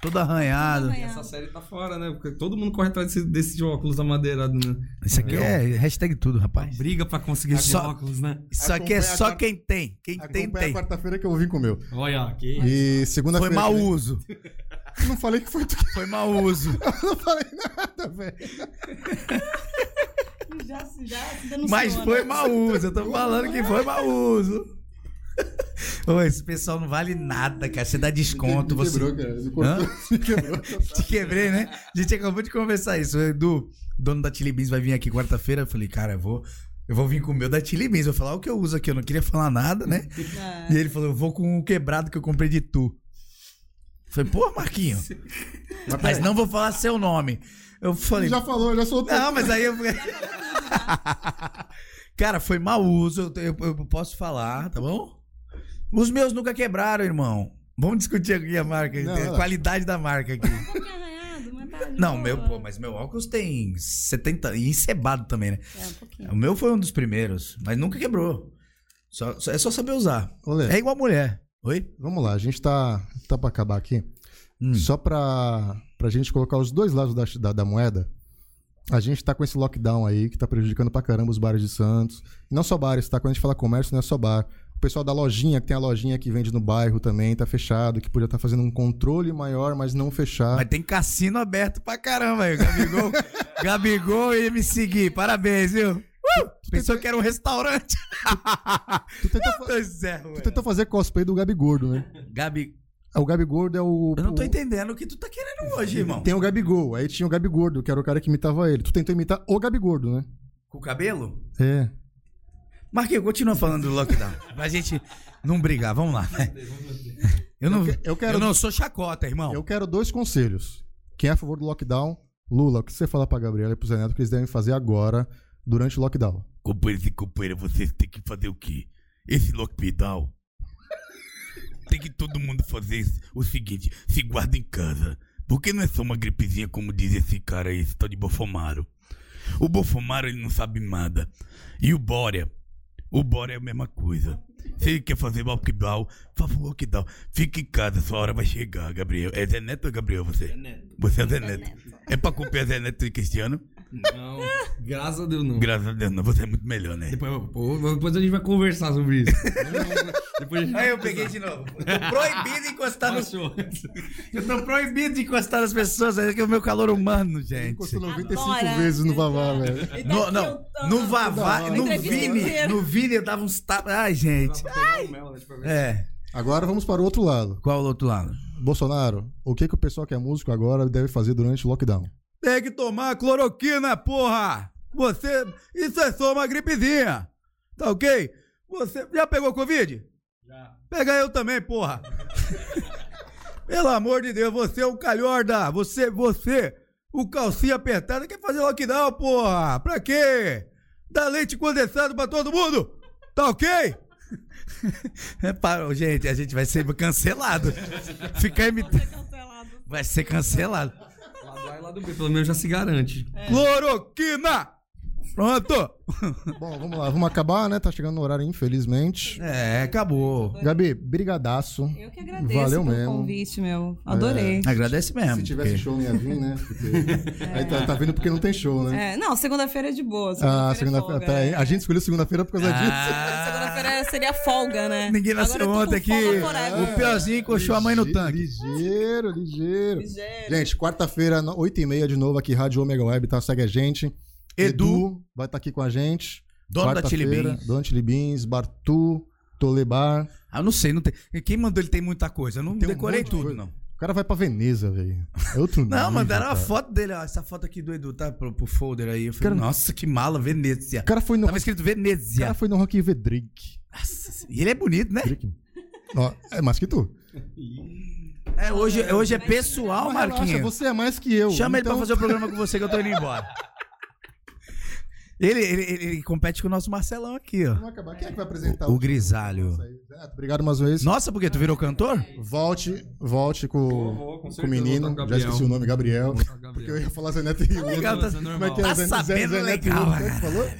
[SPEAKER 2] todo arranhado.
[SPEAKER 3] É.
[SPEAKER 4] Essa série tá fora, né? Porque todo mundo corre atrás desse, desse óculos da madeira. Né?
[SPEAKER 2] Isso aqui é hashtag tudo, rapaz.
[SPEAKER 4] Briga pra conseguir esse
[SPEAKER 2] É, Só-
[SPEAKER 4] óculos, né?
[SPEAKER 2] Isso aqui
[SPEAKER 1] Acompanha
[SPEAKER 2] é
[SPEAKER 1] a
[SPEAKER 2] só
[SPEAKER 1] quarta-
[SPEAKER 2] quem tem. Quem tem,
[SPEAKER 1] Acompanha a
[SPEAKER 2] tem.
[SPEAKER 1] quarta-feira que eu vim com o meu.
[SPEAKER 4] Olha, aqui.
[SPEAKER 1] E
[SPEAKER 2] Foi
[SPEAKER 1] segunda-feira.
[SPEAKER 2] mau uso.
[SPEAKER 1] Não falei que foi tu.
[SPEAKER 2] Foi mau uso.
[SPEAKER 1] Não falei nada, velho.
[SPEAKER 3] Já, se- já se denunciou,
[SPEAKER 2] Mas
[SPEAKER 3] né?
[SPEAKER 2] foi mau uso. Eu tô falando que foi mau uso. Ô, esse pessoal não vale nada, cara. Você dá desconto.
[SPEAKER 1] Me
[SPEAKER 2] Você...
[SPEAKER 1] quebrou, cara. Me cortou. Me quebrou.
[SPEAKER 2] Te quebrei, né? A gente acabou de conversar isso. O Edu, dono da Chili Beans, vai vir aqui quarta-feira. Eu falei, cara, eu vou. Eu vou vir com o meu da Chili Beans. Eu vou falar o que eu uso aqui. Eu não queria falar nada, né?
[SPEAKER 3] Ah,
[SPEAKER 2] E ele falou, eu vou com o quebrado que eu comprei de tu. Eu falei, pô, Marquinho. Mas não vou falar seu nome. Eu falei,
[SPEAKER 1] Já falou, já soltou.
[SPEAKER 2] não, mas aí eu. Cara, foi mau uso, eu, eu- eu posso falar, tá bom? Os meus nunca quebraram, irmão. Vamos discutir aqui a marca,
[SPEAKER 1] Não,
[SPEAKER 2] a
[SPEAKER 1] não.
[SPEAKER 2] qualidade da marca aqui.
[SPEAKER 3] um pouquinho arranhado, mas tá de
[SPEAKER 2] Não,
[SPEAKER 3] boa.
[SPEAKER 2] meu, pô, mas meu óculos tem 70 anos. E encebado também, né?
[SPEAKER 3] É, um pouquinho.
[SPEAKER 2] O meu foi um dos primeiros, mas nunca quebrou. Só- só- é só saber usar.
[SPEAKER 1] Ô, Lê,
[SPEAKER 2] É igual mulher. Oi?
[SPEAKER 1] Vamos lá, a gente tá, tá pra acabar aqui.
[SPEAKER 2] Hum.
[SPEAKER 1] Só pra, pra gente colocar os dois lados da, da, da moeda, a gente tá com esse lockdown aí que tá prejudicando pra caramba os bares de Santos. E não só bares, tá? Quando a gente fala comércio, não é só bar. O pessoal da lojinha, que tem a lojinha que vende no bairro também, tá fechado, que podia estar fazendo um controle maior, mas não fechar.
[SPEAKER 2] Mas tem cassino aberto pra caramba aí. Gabigol, Gabigol ia me seguir. Parabéns, viu? Uh! Pensou que era um restaurante.
[SPEAKER 1] Tu tentou, fa-
[SPEAKER 2] Pois é,
[SPEAKER 1] tu tentou fazer cosplay do Gabi Gordo, né?
[SPEAKER 2] Gabi.
[SPEAKER 1] O Gabi Gordo é o.
[SPEAKER 2] Eu não tô
[SPEAKER 1] o-
[SPEAKER 2] entendendo o que tu tá querendo hoje, irmão.
[SPEAKER 1] Tem o Gabigol, aí tinha o Gabi Gordo, que era o cara que imitava ele. Tu tentou imitar o Gabi Gordo, né?
[SPEAKER 2] Com o cabelo?
[SPEAKER 1] É.
[SPEAKER 2] Marquinhos, continua falando do lockdown. pra gente não brigar, vamos lá. né? Eu não,
[SPEAKER 1] Eu que- eu
[SPEAKER 2] eu
[SPEAKER 1] quero-
[SPEAKER 2] não sou chacota, irmão.
[SPEAKER 1] Eu quero dois conselhos. Quem é a favor do lockdown, Lula, o que você fala pra Gabriela e pro Zé Neto que eles devem fazer agora, durante o lockdown?
[SPEAKER 7] Companheiros e companheiras, vocês têm que fazer o quê? Esse lockdown. Tem que todo mundo fazer isso. o seguinte: se guarda em casa. Porque não é só uma gripezinha, como diz esse cara aí, esse tal de Bolsonaro. O Bolsonaro, ele não sabe nada. E o Bória? O Bória é a mesma coisa. Se ele quer fazer lockdown, faça o lockdown. Fique em casa, sua hora vai chegar, Gabriel. É Zé Neto ou Gabriel você? Zé Neto. Você é Zé Neto. É pra copiar Zé Neto e Cristiano?
[SPEAKER 4] Não, graças a Deus não.
[SPEAKER 7] Graças a Deus, não. Você é muito melhor, né?
[SPEAKER 4] Hum. Depois, pô, depois a gente vai conversar sobre isso. depois a gente vai
[SPEAKER 2] Aí eu peguei de novo. Tô proibido de encostar nos.
[SPEAKER 4] Achou.
[SPEAKER 2] Eu tô proibido de encostar nas pessoas, é que é o meu calor humano, gente.
[SPEAKER 1] Encostou 95
[SPEAKER 3] Adora.
[SPEAKER 1] vezes no Vavá, velho.
[SPEAKER 2] No, não, no Vavá, no
[SPEAKER 3] Entrevista
[SPEAKER 2] Vini,
[SPEAKER 3] inteira.
[SPEAKER 2] no Vini eu dava uns tapas. Ai, gente. É.
[SPEAKER 1] Agora vamos para o outro lado.
[SPEAKER 2] Qual o outro lado?
[SPEAKER 1] Bolsonaro, o que, que o pessoal que é músico agora deve fazer durante o lockdown?
[SPEAKER 2] Tem que tomar cloroquina, porra! Você. Isso é só uma gripezinha. Tá ok? Você. Já pegou Covid? Já. Pega eu também, porra! Pelo amor de Deus, você é um calhorda! Você, você, o calcinha apertada, quer fazer lockdown, porra! Pra quê? Dá leite condensado pra todo mundo! Tá ok? É, Parou, gente, a gente vai ser cancelado. Ficar imitando.
[SPEAKER 3] Cancelado.
[SPEAKER 2] Vai ser cancelado.
[SPEAKER 4] Lado A e lado B, pelo menos já se garante.
[SPEAKER 2] Cloroquina! Pronto!
[SPEAKER 1] Bom, vamos lá, vamos acabar, né? Tá chegando no horário, infelizmente.
[SPEAKER 2] É, acabou.
[SPEAKER 1] Gabi, brigadaço.
[SPEAKER 3] Eu que agradeço
[SPEAKER 1] Valeu
[SPEAKER 3] pelo
[SPEAKER 1] mesmo. É.
[SPEAKER 3] convite, meu. Adorei.
[SPEAKER 2] Agradece mesmo.
[SPEAKER 1] Se tivesse show, não ia vir, né? Porque- Aí tá, tá vindo porque não tem show, né?
[SPEAKER 3] É, não, segunda-feira é de boa.
[SPEAKER 1] Ah,
[SPEAKER 3] é
[SPEAKER 1] segunda-feira.
[SPEAKER 3] folga,
[SPEAKER 1] Pera aí,
[SPEAKER 3] né?
[SPEAKER 1] a gente escolheu segunda-feira por causa disso.
[SPEAKER 3] Ah, Segunda-feira seria folga, né?
[SPEAKER 2] Ninguém
[SPEAKER 3] Agora eu
[SPEAKER 2] nasceu
[SPEAKER 3] tô com
[SPEAKER 2] ontem aqui.
[SPEAKER 3] folga forever.
[SPEAKER 2] O piorzinho encoxou a mãe no
[SPEAKER 1] Lige-
[SPEAKER 2] tanque.
[SPEAKER 1] Ligeiro, ligeiro.
[SPEAKER 3] Ligeiro.
[SPEAKER 1] Gente, quarta-feira, no- 8h30 de novo aqui, Rádio Omega Web, tá? Segue a gente.
[SPEAKER 2] Edu.
[SPEAKER 1] vai estar aqui com a gente.
[SPEAKER 2] Dono da Chili
[SPEAKER 1] Quarta-feira,
[SPEAKER 2] Beans.
[SPEAKER 1] Dono da Chili Beans, Bartu, Tolebar.
[SPEAKER 2] Ah, eu não sei, não tem. Quem mandou ele tem muita coisa. Eu não
[SPEAKER 1] Tem um
[SPEAKER 2] decorei
[SPEAKER 1] monte de
[SPEAKER 2] tudo,
[SPEAKER 1] coisa.
[SPEAKER 2] não.
[SPEAKER 1] O cara vai pra Veneza, velho. É outro nome.
[SPEAKER 2] Não, mandaram
[SPEAKER 1] cara.
[SPEAKER 2] uma foto dele, ó. Essa foto aqui do Edu, tá? Pro, pro folder aí. Eu falei, nossa, que mala, Venezia.
[SPEAKER 1] O cara foi no,
[SPEAKER 2] Tava escrito
[SPEAKER 1] o cara
[SPEAKER 2] Venezia.
[SPEAKER 1] foi no Rock in Rio ver Drake.
[SPEAKER 2] Nossa, e ele é bonito, né?
[SPEAKER 1] Drake. Ó, é mais que tu.
[SPEAKER 2] É, hoje, hoje é pessoal,
[SPEAKER 1] Mas relaxa,
[SPEAKER 2] Marquinhos.
[SPEAKER 1] você é mais que eu.
[SPEAKER 2] Chama ele
[SPEAKER 1] então-
[SPEAKER 2] pra fazer o programa com você que eu tô indo embora. Ele, ele, ele- ele compete com o nosso Marcelão aqui, ó.
[SPEAKER 1] Vamos acabar. Quem é que vai apresentar
[SPEAKER 2] O Grisalho.
[SPEAKER 1] Isso aí. Neto, Obrigado mais uma vez.
[SPEAKER 2] Nossa, porque tu virou cantor?
[SPEAKER 1] Volte, volte com,
[SPEAKER 4] Vou, vou, com
[SPEAKER 1] com o
[SPEAKER 4] certeza,
[SPEAKER 1] menino.
[SPEAKER 4] vou com o
[SPEAKER 1] Já
[SPEAKER 4] Gabriel.
[SPEAKER 1] esqueci o nome, Gabriel.
[SPEAKER 4] Vou com o Gabriel.
[SPEAKER 1] Porque eu ia falar Zé Neto e o outro.
[SPEAKER 2] legal, tá-
[SPEAKER 1] Como é que é?
[SPEAKER 2] Tá
[SPEAKER 1] Zé- Zé-
[SPEAKER 2] sabendo
[SPEAKER 1] Zé Neto e o
[SPEAKER 2] legal,
[SPEAKER 1] outro,
[SPEAKER 2] cara.
[SPEAKER 1] falou?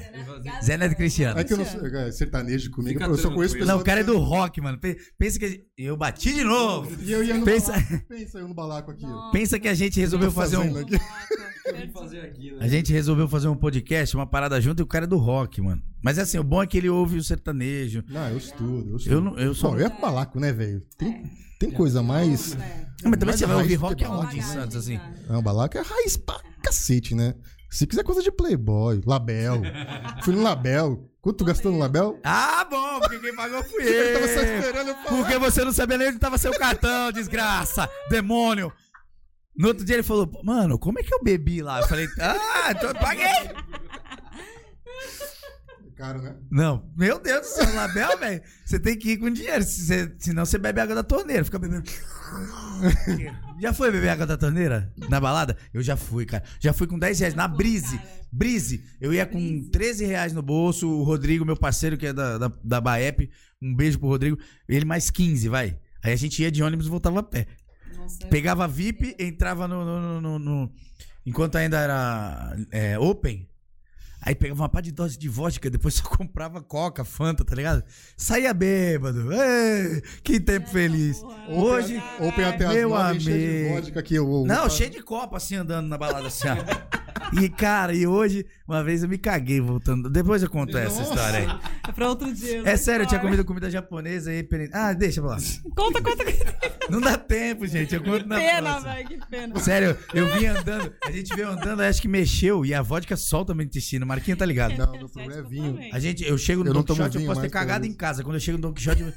[SPEAKER 2] Zé Neto e Cristiano.
[SPEAKER 1] É que eu não sou é sertanejo comigo,
[SPEAKER 4] Fica
[SPEAKER 1] eu só conheço
[SPEAKER 4] tranquilo.
[SPEAKER 1] pessoas.
[SPEAKER 2] Não, o cara é do rock, mano. Pe- Pensa que. a gente- Eu bati de novo.
[SPEAKER 1] E eu ia no
[SPEAKER 2] Pensa-
[SPEAKER 1] balaco. Pensa eu no um balaco aqui. ó.
[SPEAKER 2] Pensa que a gente resolveu fazer
[SPEAKER 1] fazendo
[SPEAKER 2] um.
[SPEAKER 1] aqui?
[SPEAKER 4] né?
[SPEAKER 2] A gente resolveu fazer um podcast, uma parada junto, e o cara é do rock, mano. Mas assim, o bom é que ele ouve o sertanejo.
[SPEAKER 1] Não, eu estudo, eu estudo.
[SPEAKER 2] Eu não. Eu só.
[SPEAKER 1] Bom, eu ia pro balaco, né, velho? Tem,
[SPEAKER 4] É.
[SPEAKER 1] tem coisa mais...
[SPEAKER 4] né?
[SPEAKER 2] Não, mas também
[SPEAKER 1] é mais
[SPEAKER 2] você vai
[SPEAKER 1] raiz
[SPEAKER 2] ouvir
[SPEAKER 1] do
[SPEAKER 2] rock
[SPEAKER 1] que
[SPEAKER 2] aonde em
[SPEAKER 1] balaco.
[SPEAKER 2] Santos, assim?
[SPEAKER 1] Não, balaco é raiz pra cacete, né? Se quiser coisa de playboy, label. Fui no label. Quanto tu gastou no label?
[SPEAKER 2] Ah, bom, porque quem pagou fui
[SPEAKER 1] Eu tava só
[SPEAKER 2] eu.
[SPEAKER 1] esperando eu falar.
[SPEAKER 2] Porque você não sabia nem onde tava seu cartão, desgraça, demônio. No outro dia ele falou, "Pô, mano, como é que eu bebi lá? Eu falei, ah, então eu paguei.
[SPEAKER 1] Cara, né?
[SPEAKER 2] Não, meu Deus do céu, Label, velho. Você tem que ir com dinheiro, se você- senão você bebe água da torneira, fica bebendo. Já foi beber água da torneira na balada? Eu já fui, cara. Já fui com 10 reais na Brise. Brise. Eu ia com 13 reais no bolso. O Rodrigo, meu parceiro, que é da, da, da Baep, um beijo pro Rodrigo. Ele mais 15, vai. Aí a gente ia de ônibus e voltava a pé.
[SPEAKER 3] Nossa,
[SPEAKER 2] Pegava VIP, entrava no. no- no- no- no- enquanto ainda era é, open. Aí pegava uma pá de dose de vodka, depois só comprava coca, fanta, tá ligado? Saía bêbado. Ê, que tempo feliz. Hoje.
[SPEAKER 1] Open até as
[SPEAKER 2] Meu
[SPEAKER 1] nove, cheio de
[SPEAKER 2] amigo.
[SPEAKER 1] vodka aqui. Eu,
[SPEAKER 2] Não, cheio de copo assim andando na balada assim, ó. E, cara, e hoje, uma vez eu me caguei voltando. Depois eu conto essa história aí.
[SPEAKER 3] é pra outro dia.
[SPEAKER 2] É
[SPEAKER 3] né?
[SPEAKER 2] sério, eu tinha
[SPEAKER 3] Claro.
[SPEAKER 2] comido comida japonesa aí. peri- Ah, deixa pra lá.
[SPEAKER 3] Conta, conta. Que
[SPEAKER 2] Não dá tempo, gente. Eu conto na
[SPEAKER 3] pena,
[SPEAKER 2] próxima.
[SPEAKER 3] velho, que pena.
[SPEAKER 2] Sério, eu vim andando, a gente veio andando, aí acho que mexeu e a vodka solta meu intestino. Marquinhos tá ligado?
[SPEAKER 1] Não, meu problema é vinho.
[SPEAKER 2] A gente, eu chego no
[SPEAKER 1] Eu não
[SPEAKER 2] Don
[SPEAKER 1] tomo
[SPEAKER 2] Quixote, eu
[SPEAKER 1] vinho
[SPEAKER 2] posso ter
[SPEAKER 1] mais, pelo
[SPEAKER 2] cagado em
[SPEAKER 1] menos.
[SPEAKER 2] casa. Quando eu chego no Don Quixote, eu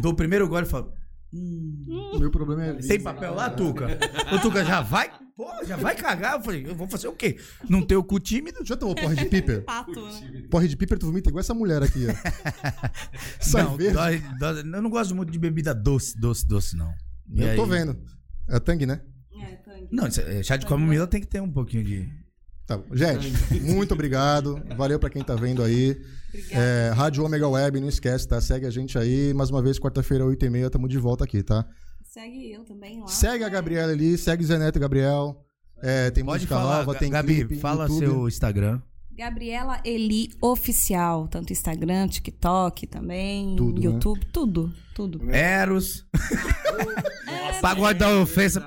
[SPEAKER 2] dou o primeiro gole e falo:
[SPEAKER 1] O meu problema é.
[SPEAKER 2] Tem papel lá, Tuca? O Tuca já vai. Pô, já vai cagar. Eu falei, eu vou fazer o quê? Não ter o cu tímido?
[SPEAKER 1] Já tomou porra um de piper?
[SPEAKER 3] Pato, né?
[SPEAKER 1] Porra de piper, tu vomita igual essa mulher aqui, ó. Sai
[SPEAKER 2] não,
[SPEAKER 1] verde.
[SPEAKER 2] dó- dó- eu não gosto muito de bebida doce, doce, doce, não. E
[SPEAKER 1] Eu tô
[SPEAKER 2] aí-
[SPEAKER 1] vendo. É tangue, né?
[SPEAKER 3] É, tangue.
[SPEAKER 2] Não, isso é- chá de camomila tem que ter um pouquinho de.
[SPEAKER 1] Tá bom. Gente, muito obrigado. Valeu pra quem tá vendo aí. É, Rádio Omega Web, não esquece, tá? Segue a gente aí. Mais uma vez, quarta-feira, 8h30, tamo de volta aqui, tá?
[SPEAKER 3] Segue eu também lá.
[SPEAKER 1] Segue a Gabriela ali, segue Zé Neto e Gabriel. É, tem
[SPEAKER 2] Pode
[SPEAKER 1] música
[SPEAKER 2] falar,
[SPEAKER 1] nova,
[SPEAKER 2] Ga-
[SPEAKER 1] tem
[SPEAKER 2] Gabi,
[SPEAKER 1] clipe,
[SPEAKER 2] fala
[SPEAKER 1] YouTube.
[SPEAKER 2] seu Instagram.
[SPEAKER 3] Gabriela Eli Oficial, tanto Instagram, TikTok também,
[SPEAKER 1] Tudo, né?
[SPEAKER 3] YouTube, tudo, tudo. Tudo,
[SPEAKER 2] Eros. Pagode da ofensa.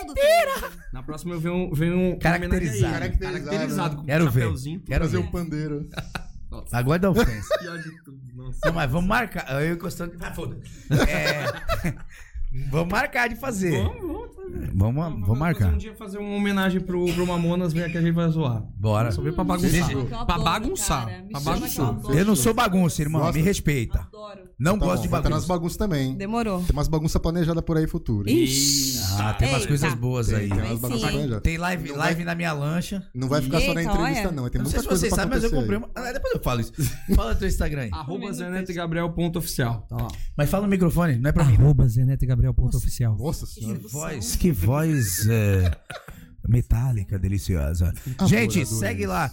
[SPEAKER 3] tudo.
[SPEAKER 4] É Na próxima eu venho, venho um
[SPEAKER 2] Caracterizado.
[SPEAKER 4] Caracterizado. Caracterizado com
[SPEAKER 2] Quero ver.
[SPEAKER 4] chapéuzinho.
[SPEAKER 2] Quero
[SPEAKER 1] Fazer
[SPEAKER 2] ver.
[SPEAKER 1] o pandeiro.
[SPEAKER 2] Pagode da ofensa.
[SPEAKER 4] Pior de tudo. Nossa.
[SPEAKER 2] Não, mas vamos marcar. Eu encostando. Ah, foda. É. vamos marcar de fazer.
[SPEAKER 4] Vamos, vamos, vamos.
[SPEAKER 2] Vamos, vamos
[SPEAKER 4] fazer
[SPEAKER 2] marcar.
[SPEAKER 4] Um dia fazer uma homenagem pro, pro Mamonas, vem aqui a gente vai zoar.
[SPEAKER 2] Bora.
[SPEAKER 4] Só veio pra
[SPEAKER 2] Deixa-
[SPEAKER 4] bagunçar.
[SPEAKER 3] Eu adoro,
[SPEAKER 4] Pra bagunçar.
[SPEAKER 3] cara. Me
[SPEAKER 4] Pra
[SPEAKER 3] chama que eu
[SPEAKER 4] bagunçar.
[SPEAKER 3] adoro.
[SPEAKER 2] Eu não sou bagunça, irmão.
[SPEAKER 1] Gosta?
[SPEAKER 2] Me respeita.
[SPEAKER 3] Adoro.
[SPEAKER 2] Não
[SPEAKER 1] Tá
[SPEAKER 2] gosto de
[SPEAKER 1] bom, vai tá nas
[SPEAKER 2] bagunça.
[SPEAKER 1] bagunças também. hein?
[SPEAKER 3] Demorou.
[SPEAKER 1] Tem umas bagunças planejadas por aí futuro.
[SPEAKER 3] Ixi.
[SPEAKER 2] Ah, tem umas
[SPEAKER 3] Eita.
[SPEAKER 2] coisas boas aí.
[SPEAKER 1] Tem
[SPEAKER 3] Aí
[SPEAKER 1] umas bagunças
[SPEAKER 3] sim.
[SPEAKER 1] planejadas.
[SPEAKER 2] Tem live, live na minha lancha.
[SPEAKER 1] Não vai ficar só na
[SPEAKER 3] Eita,
[SPEAKER 1] entrevista,
[SPEAKER 3] olha.
[SPEAKER 1] não. É, Tem
[SPEAKER 2] não sei
[SPEAKER 1] muita
[SPEAKER 2] se
[SPEAKER 1] coisa
[SPEAKER 2] vocês
[SPEAKER 1] pra
[SPEAKER 2] sabem, mas eu
[SPEAKER 1] acontecer
[SPEAKER 2] comprei
[SPEAKER 1] aí.
[SPEAKER 2] uma. Ah, depois eu falo isso. Fala teu Instagram aí.
[SPEAKER 4] Arroba Zeneto e Gabriel ponto oficial. Tá lá.
[SPEAKER 2] Mas fala no microfone, não é pra
[SPEAKER 4] Ah.
[SPEAKER 2] mim.
[SPEAKER 5] Arroba Zeneto e Gabriel ponto oficial.
[SPEAKER 1] Nossa senhora.
[SPEAKER 2] Que voz, que voz é, metálica, deliciosa. Gente, segue lá.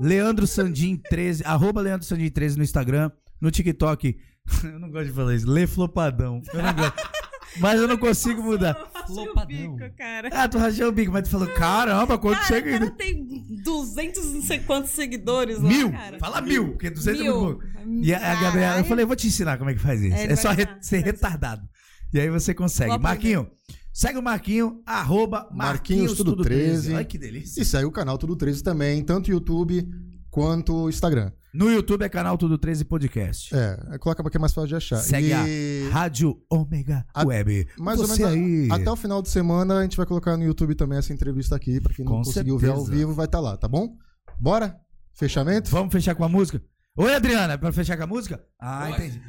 [SPEAKER 2] Leandro Sandim 13, arroba Leandro Sandim 13 no Instagram, no TikTok. Eu não gosto de falar isso, Lê Flopadão. Eu não gosto. Mas eu não consigo mudar.
[SPEAKER 5] Flopadão.
[SPEAKER 3] cara.
[SPEAKER 2] Ah, tu rachou o bico, mas tu falou, caramba, quanto
[SPEAKER 3] Cara, tá o
[SPEAKER 2] chega né?"
[SPEAKER 3] cara tem 200 e não sei quantos seguidores lá,
[SPEAKER 2] Mil!
[SPEAKER 3] cara.
[SPEAKER 2] Fala mil, porque 200 é muito pouco.
[SPEAKER 3] Mil.
[SPEAKER 2] E a, a Gabriela, eu
[SPEAKER 3] Caralho.
[SPEAKER 2] falei, eu vou te ensinar como é que faz isso.
[SPEAKER 3] É, ele
[SPEAKER 2] É,
[SPEAKER 3] vai
[SPEAKER 2] só re-
[SPEAKER 3] ensinar.
[SPEAKER 2] ser
[SPEAKER 3] Vai ensinar.
[SPEAKER 2] retardado. E aí você consegue.
[SPEAKER 3] Vou aprender.
[SPEAKER 2] Marquinho, segue o Marquinho, arroba Marquinhos,
[SPEAKER 1] Marquinhos Tudo
[SPEAKER 2] Tudo 13.
[SPEAKER 1] 13.
[SPEAKER 2] Olha que delícia.
[SPEAKER 1] E saiu o canal Tudo 13 também, tanto YouTube quanto Instagram.
[SPEAKER 2] No YouTube é canal Tudo 13 Podcast.
[SPEAKER 1] É, coloca porque é mais fácil de achar.
[SPEAKER 2] Segue
[SPEAKER 1] e...
[SPEAKER 2] a Rádio Ômega
[SPEAKER 1] É. A-
[SPEAKER 2] Web.
[SPEAKER 1] Mais
[SPEAKER 2] você
[SPEAKER 1] ou menos a-
[SPEAKER 2] aí.
[SPEAKER 1] até o final de semana a gente vai colocar no YouTube também essa entrevista aqui, pra quem não
[SPEAKER 2] Com
[SPEAKER 1] conseguiu ver ao
[SPEAKER 2] certeza.
[SPEAKER 1] vivo, vai estar lá, tá bom? Bora? Fechamento?
[SPEAKER 2] Vamos fechar com a música? Oi, Adriana, é pra fechar com a música? Ah, entendi.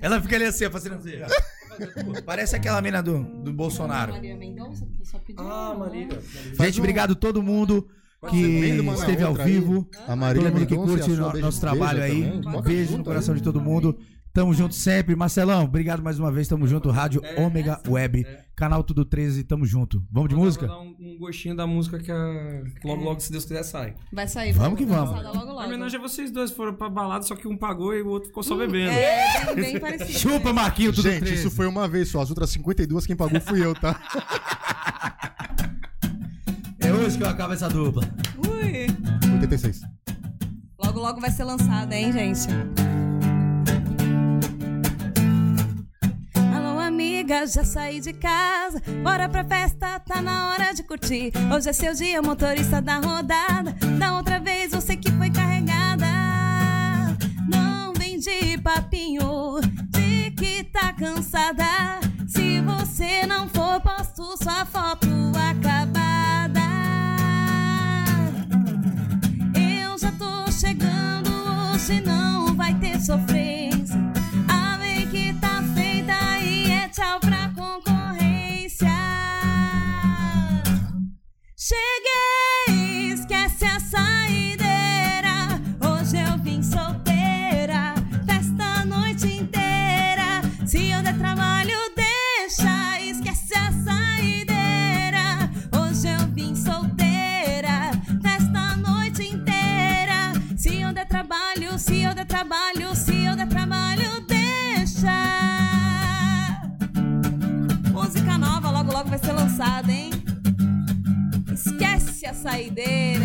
[SPEAKER 2] Ela fica ali assim, ó, fazendo assim. ó. Parece aquela mina do, do Bolsonaro.
[SPEAKER 3] Maria Mendonça, o pessoal pediu. né?
[SPEAKER 4] Ah, Maria.
[SPEAKER 1] um-
[SPEAKER 2] Gente, obrigado a todo mundo que
[SPEAKER 1] Manda uma
[SPEAKER 2] esteve ao
[SPEAKER 1] outra aí.
[SPEAKER 2] vivo.
[SPEAKER 1] A Marília um,
[SPEAKER 2] todo mundo que
[SPEAKER 1] Mendonça
[SPEAKER 2] curte
[SPEAKER 1] e a sua
[SPEAKER 2] no-
[SPEAKER 1] beijo-
[SPEAKER 2] nosso trabalho
[SPEAKER 1] beija
[SPEAKER 2] aí.
[SPEAKER 1] também. Toca
[SPEAKER 2] Beijo no
[SPEAKER 1] junto
[SPEAKER 2] coração de todo mundo. Tamo junto sempre. Marcelão, obrigado mais uma vez. Tamo junto. Rádio Ômega Web. Canal Tudo 13. Tamo junto. Vamos de
[SPEAKER 4] Vou
[SPEAKER 2] música?
[SPEAKER 4] dar um, um gostinho da música que a... logo, logo, se Deus quiser, sai.
[SPEAKER 3] Vai sair.
[SPEAKER 2] Vamos que
[SPEAKER 3] vai
[SPEAKER 2] vamos.
[SPEAKER 3] lançar Logo,
[SPEAKER 4] Na
[SPEAKER 3] logo.
[SPEAKER 4] homenagem a vocês dois, foram pra balada, só que um pagou e o outro ficou só bebendo.
[SPEAKER 3] É, bem, bem parecido.
[SPEAKER 2] Chupa,
[SPEAKER 3] né?
[SPEAKER 2] Marquinho, Tudo
[SPEAKER 1] Gente,
[SPEAKER 2] 13.
[SPEAKER 1] isso foi uma vez só. As outras 52 quem pagou fui eu, tá?
[SPEAKER 2] É hoje que eu acabo essa dupla.
[SPEAKER 3] Ui.
[SPEAKER 1] 86.
[SPEAKER 3] Logo, logo vai ser lançada, hein, gente? Alô, amiga, já saí de casa. Bora pra festa, tá na hora de curtir. Hoje é seu dia, motorista da rodada. Da outra vez você que foi carregada. Não vem de papinho, de que tá cansada. Se você não for, posto sua foto acabada. Eu já tô chegando, hoje não vai ter sofrência. A lei que tá feita e é tchau pra concorrência. Cheguei, esquece a saideira. Hoje eu vim solteira, festa a noite inteira. Se eu der trabalho, deixa, esquece a saideira. Hoje eu vim solteira, festa a noite inteira. Se eu der trabalho, se eu der trabalho, se eu der trabalho, deixa. Música nova, logo logo vai ser lançada, hein? Esquece a saideira.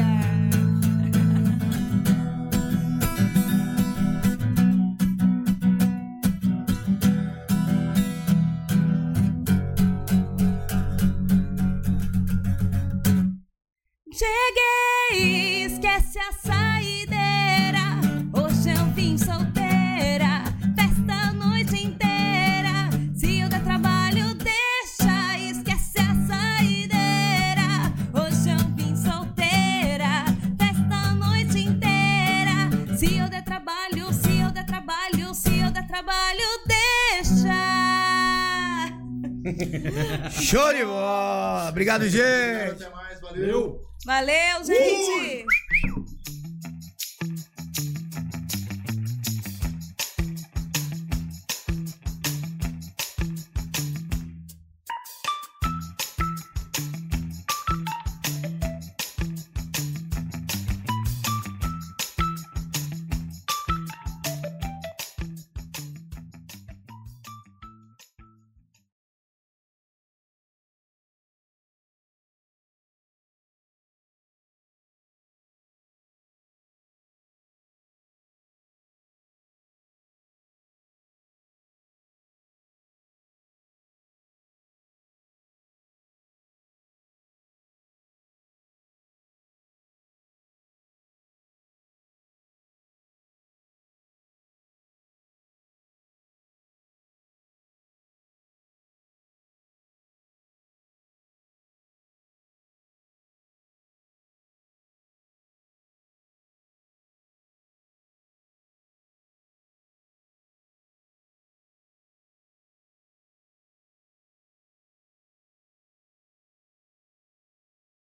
[SPEAKER 3] Cheguei, esquece a saideira. Hoje eu vim solteira, festa a noite inteira. Se eu der trabalho, deixa, esquece a saideira. Hoje eu vim solteira, festa a noite inteira. Se eu der trabalho, se eu der trabalho, se eu der trabalho, deixa.
[SPEAKER 8] Show de bola! Obrigado, gente!
[SPEAKER 2] Até mais,
[SPEAKER 3] Valeu, gente!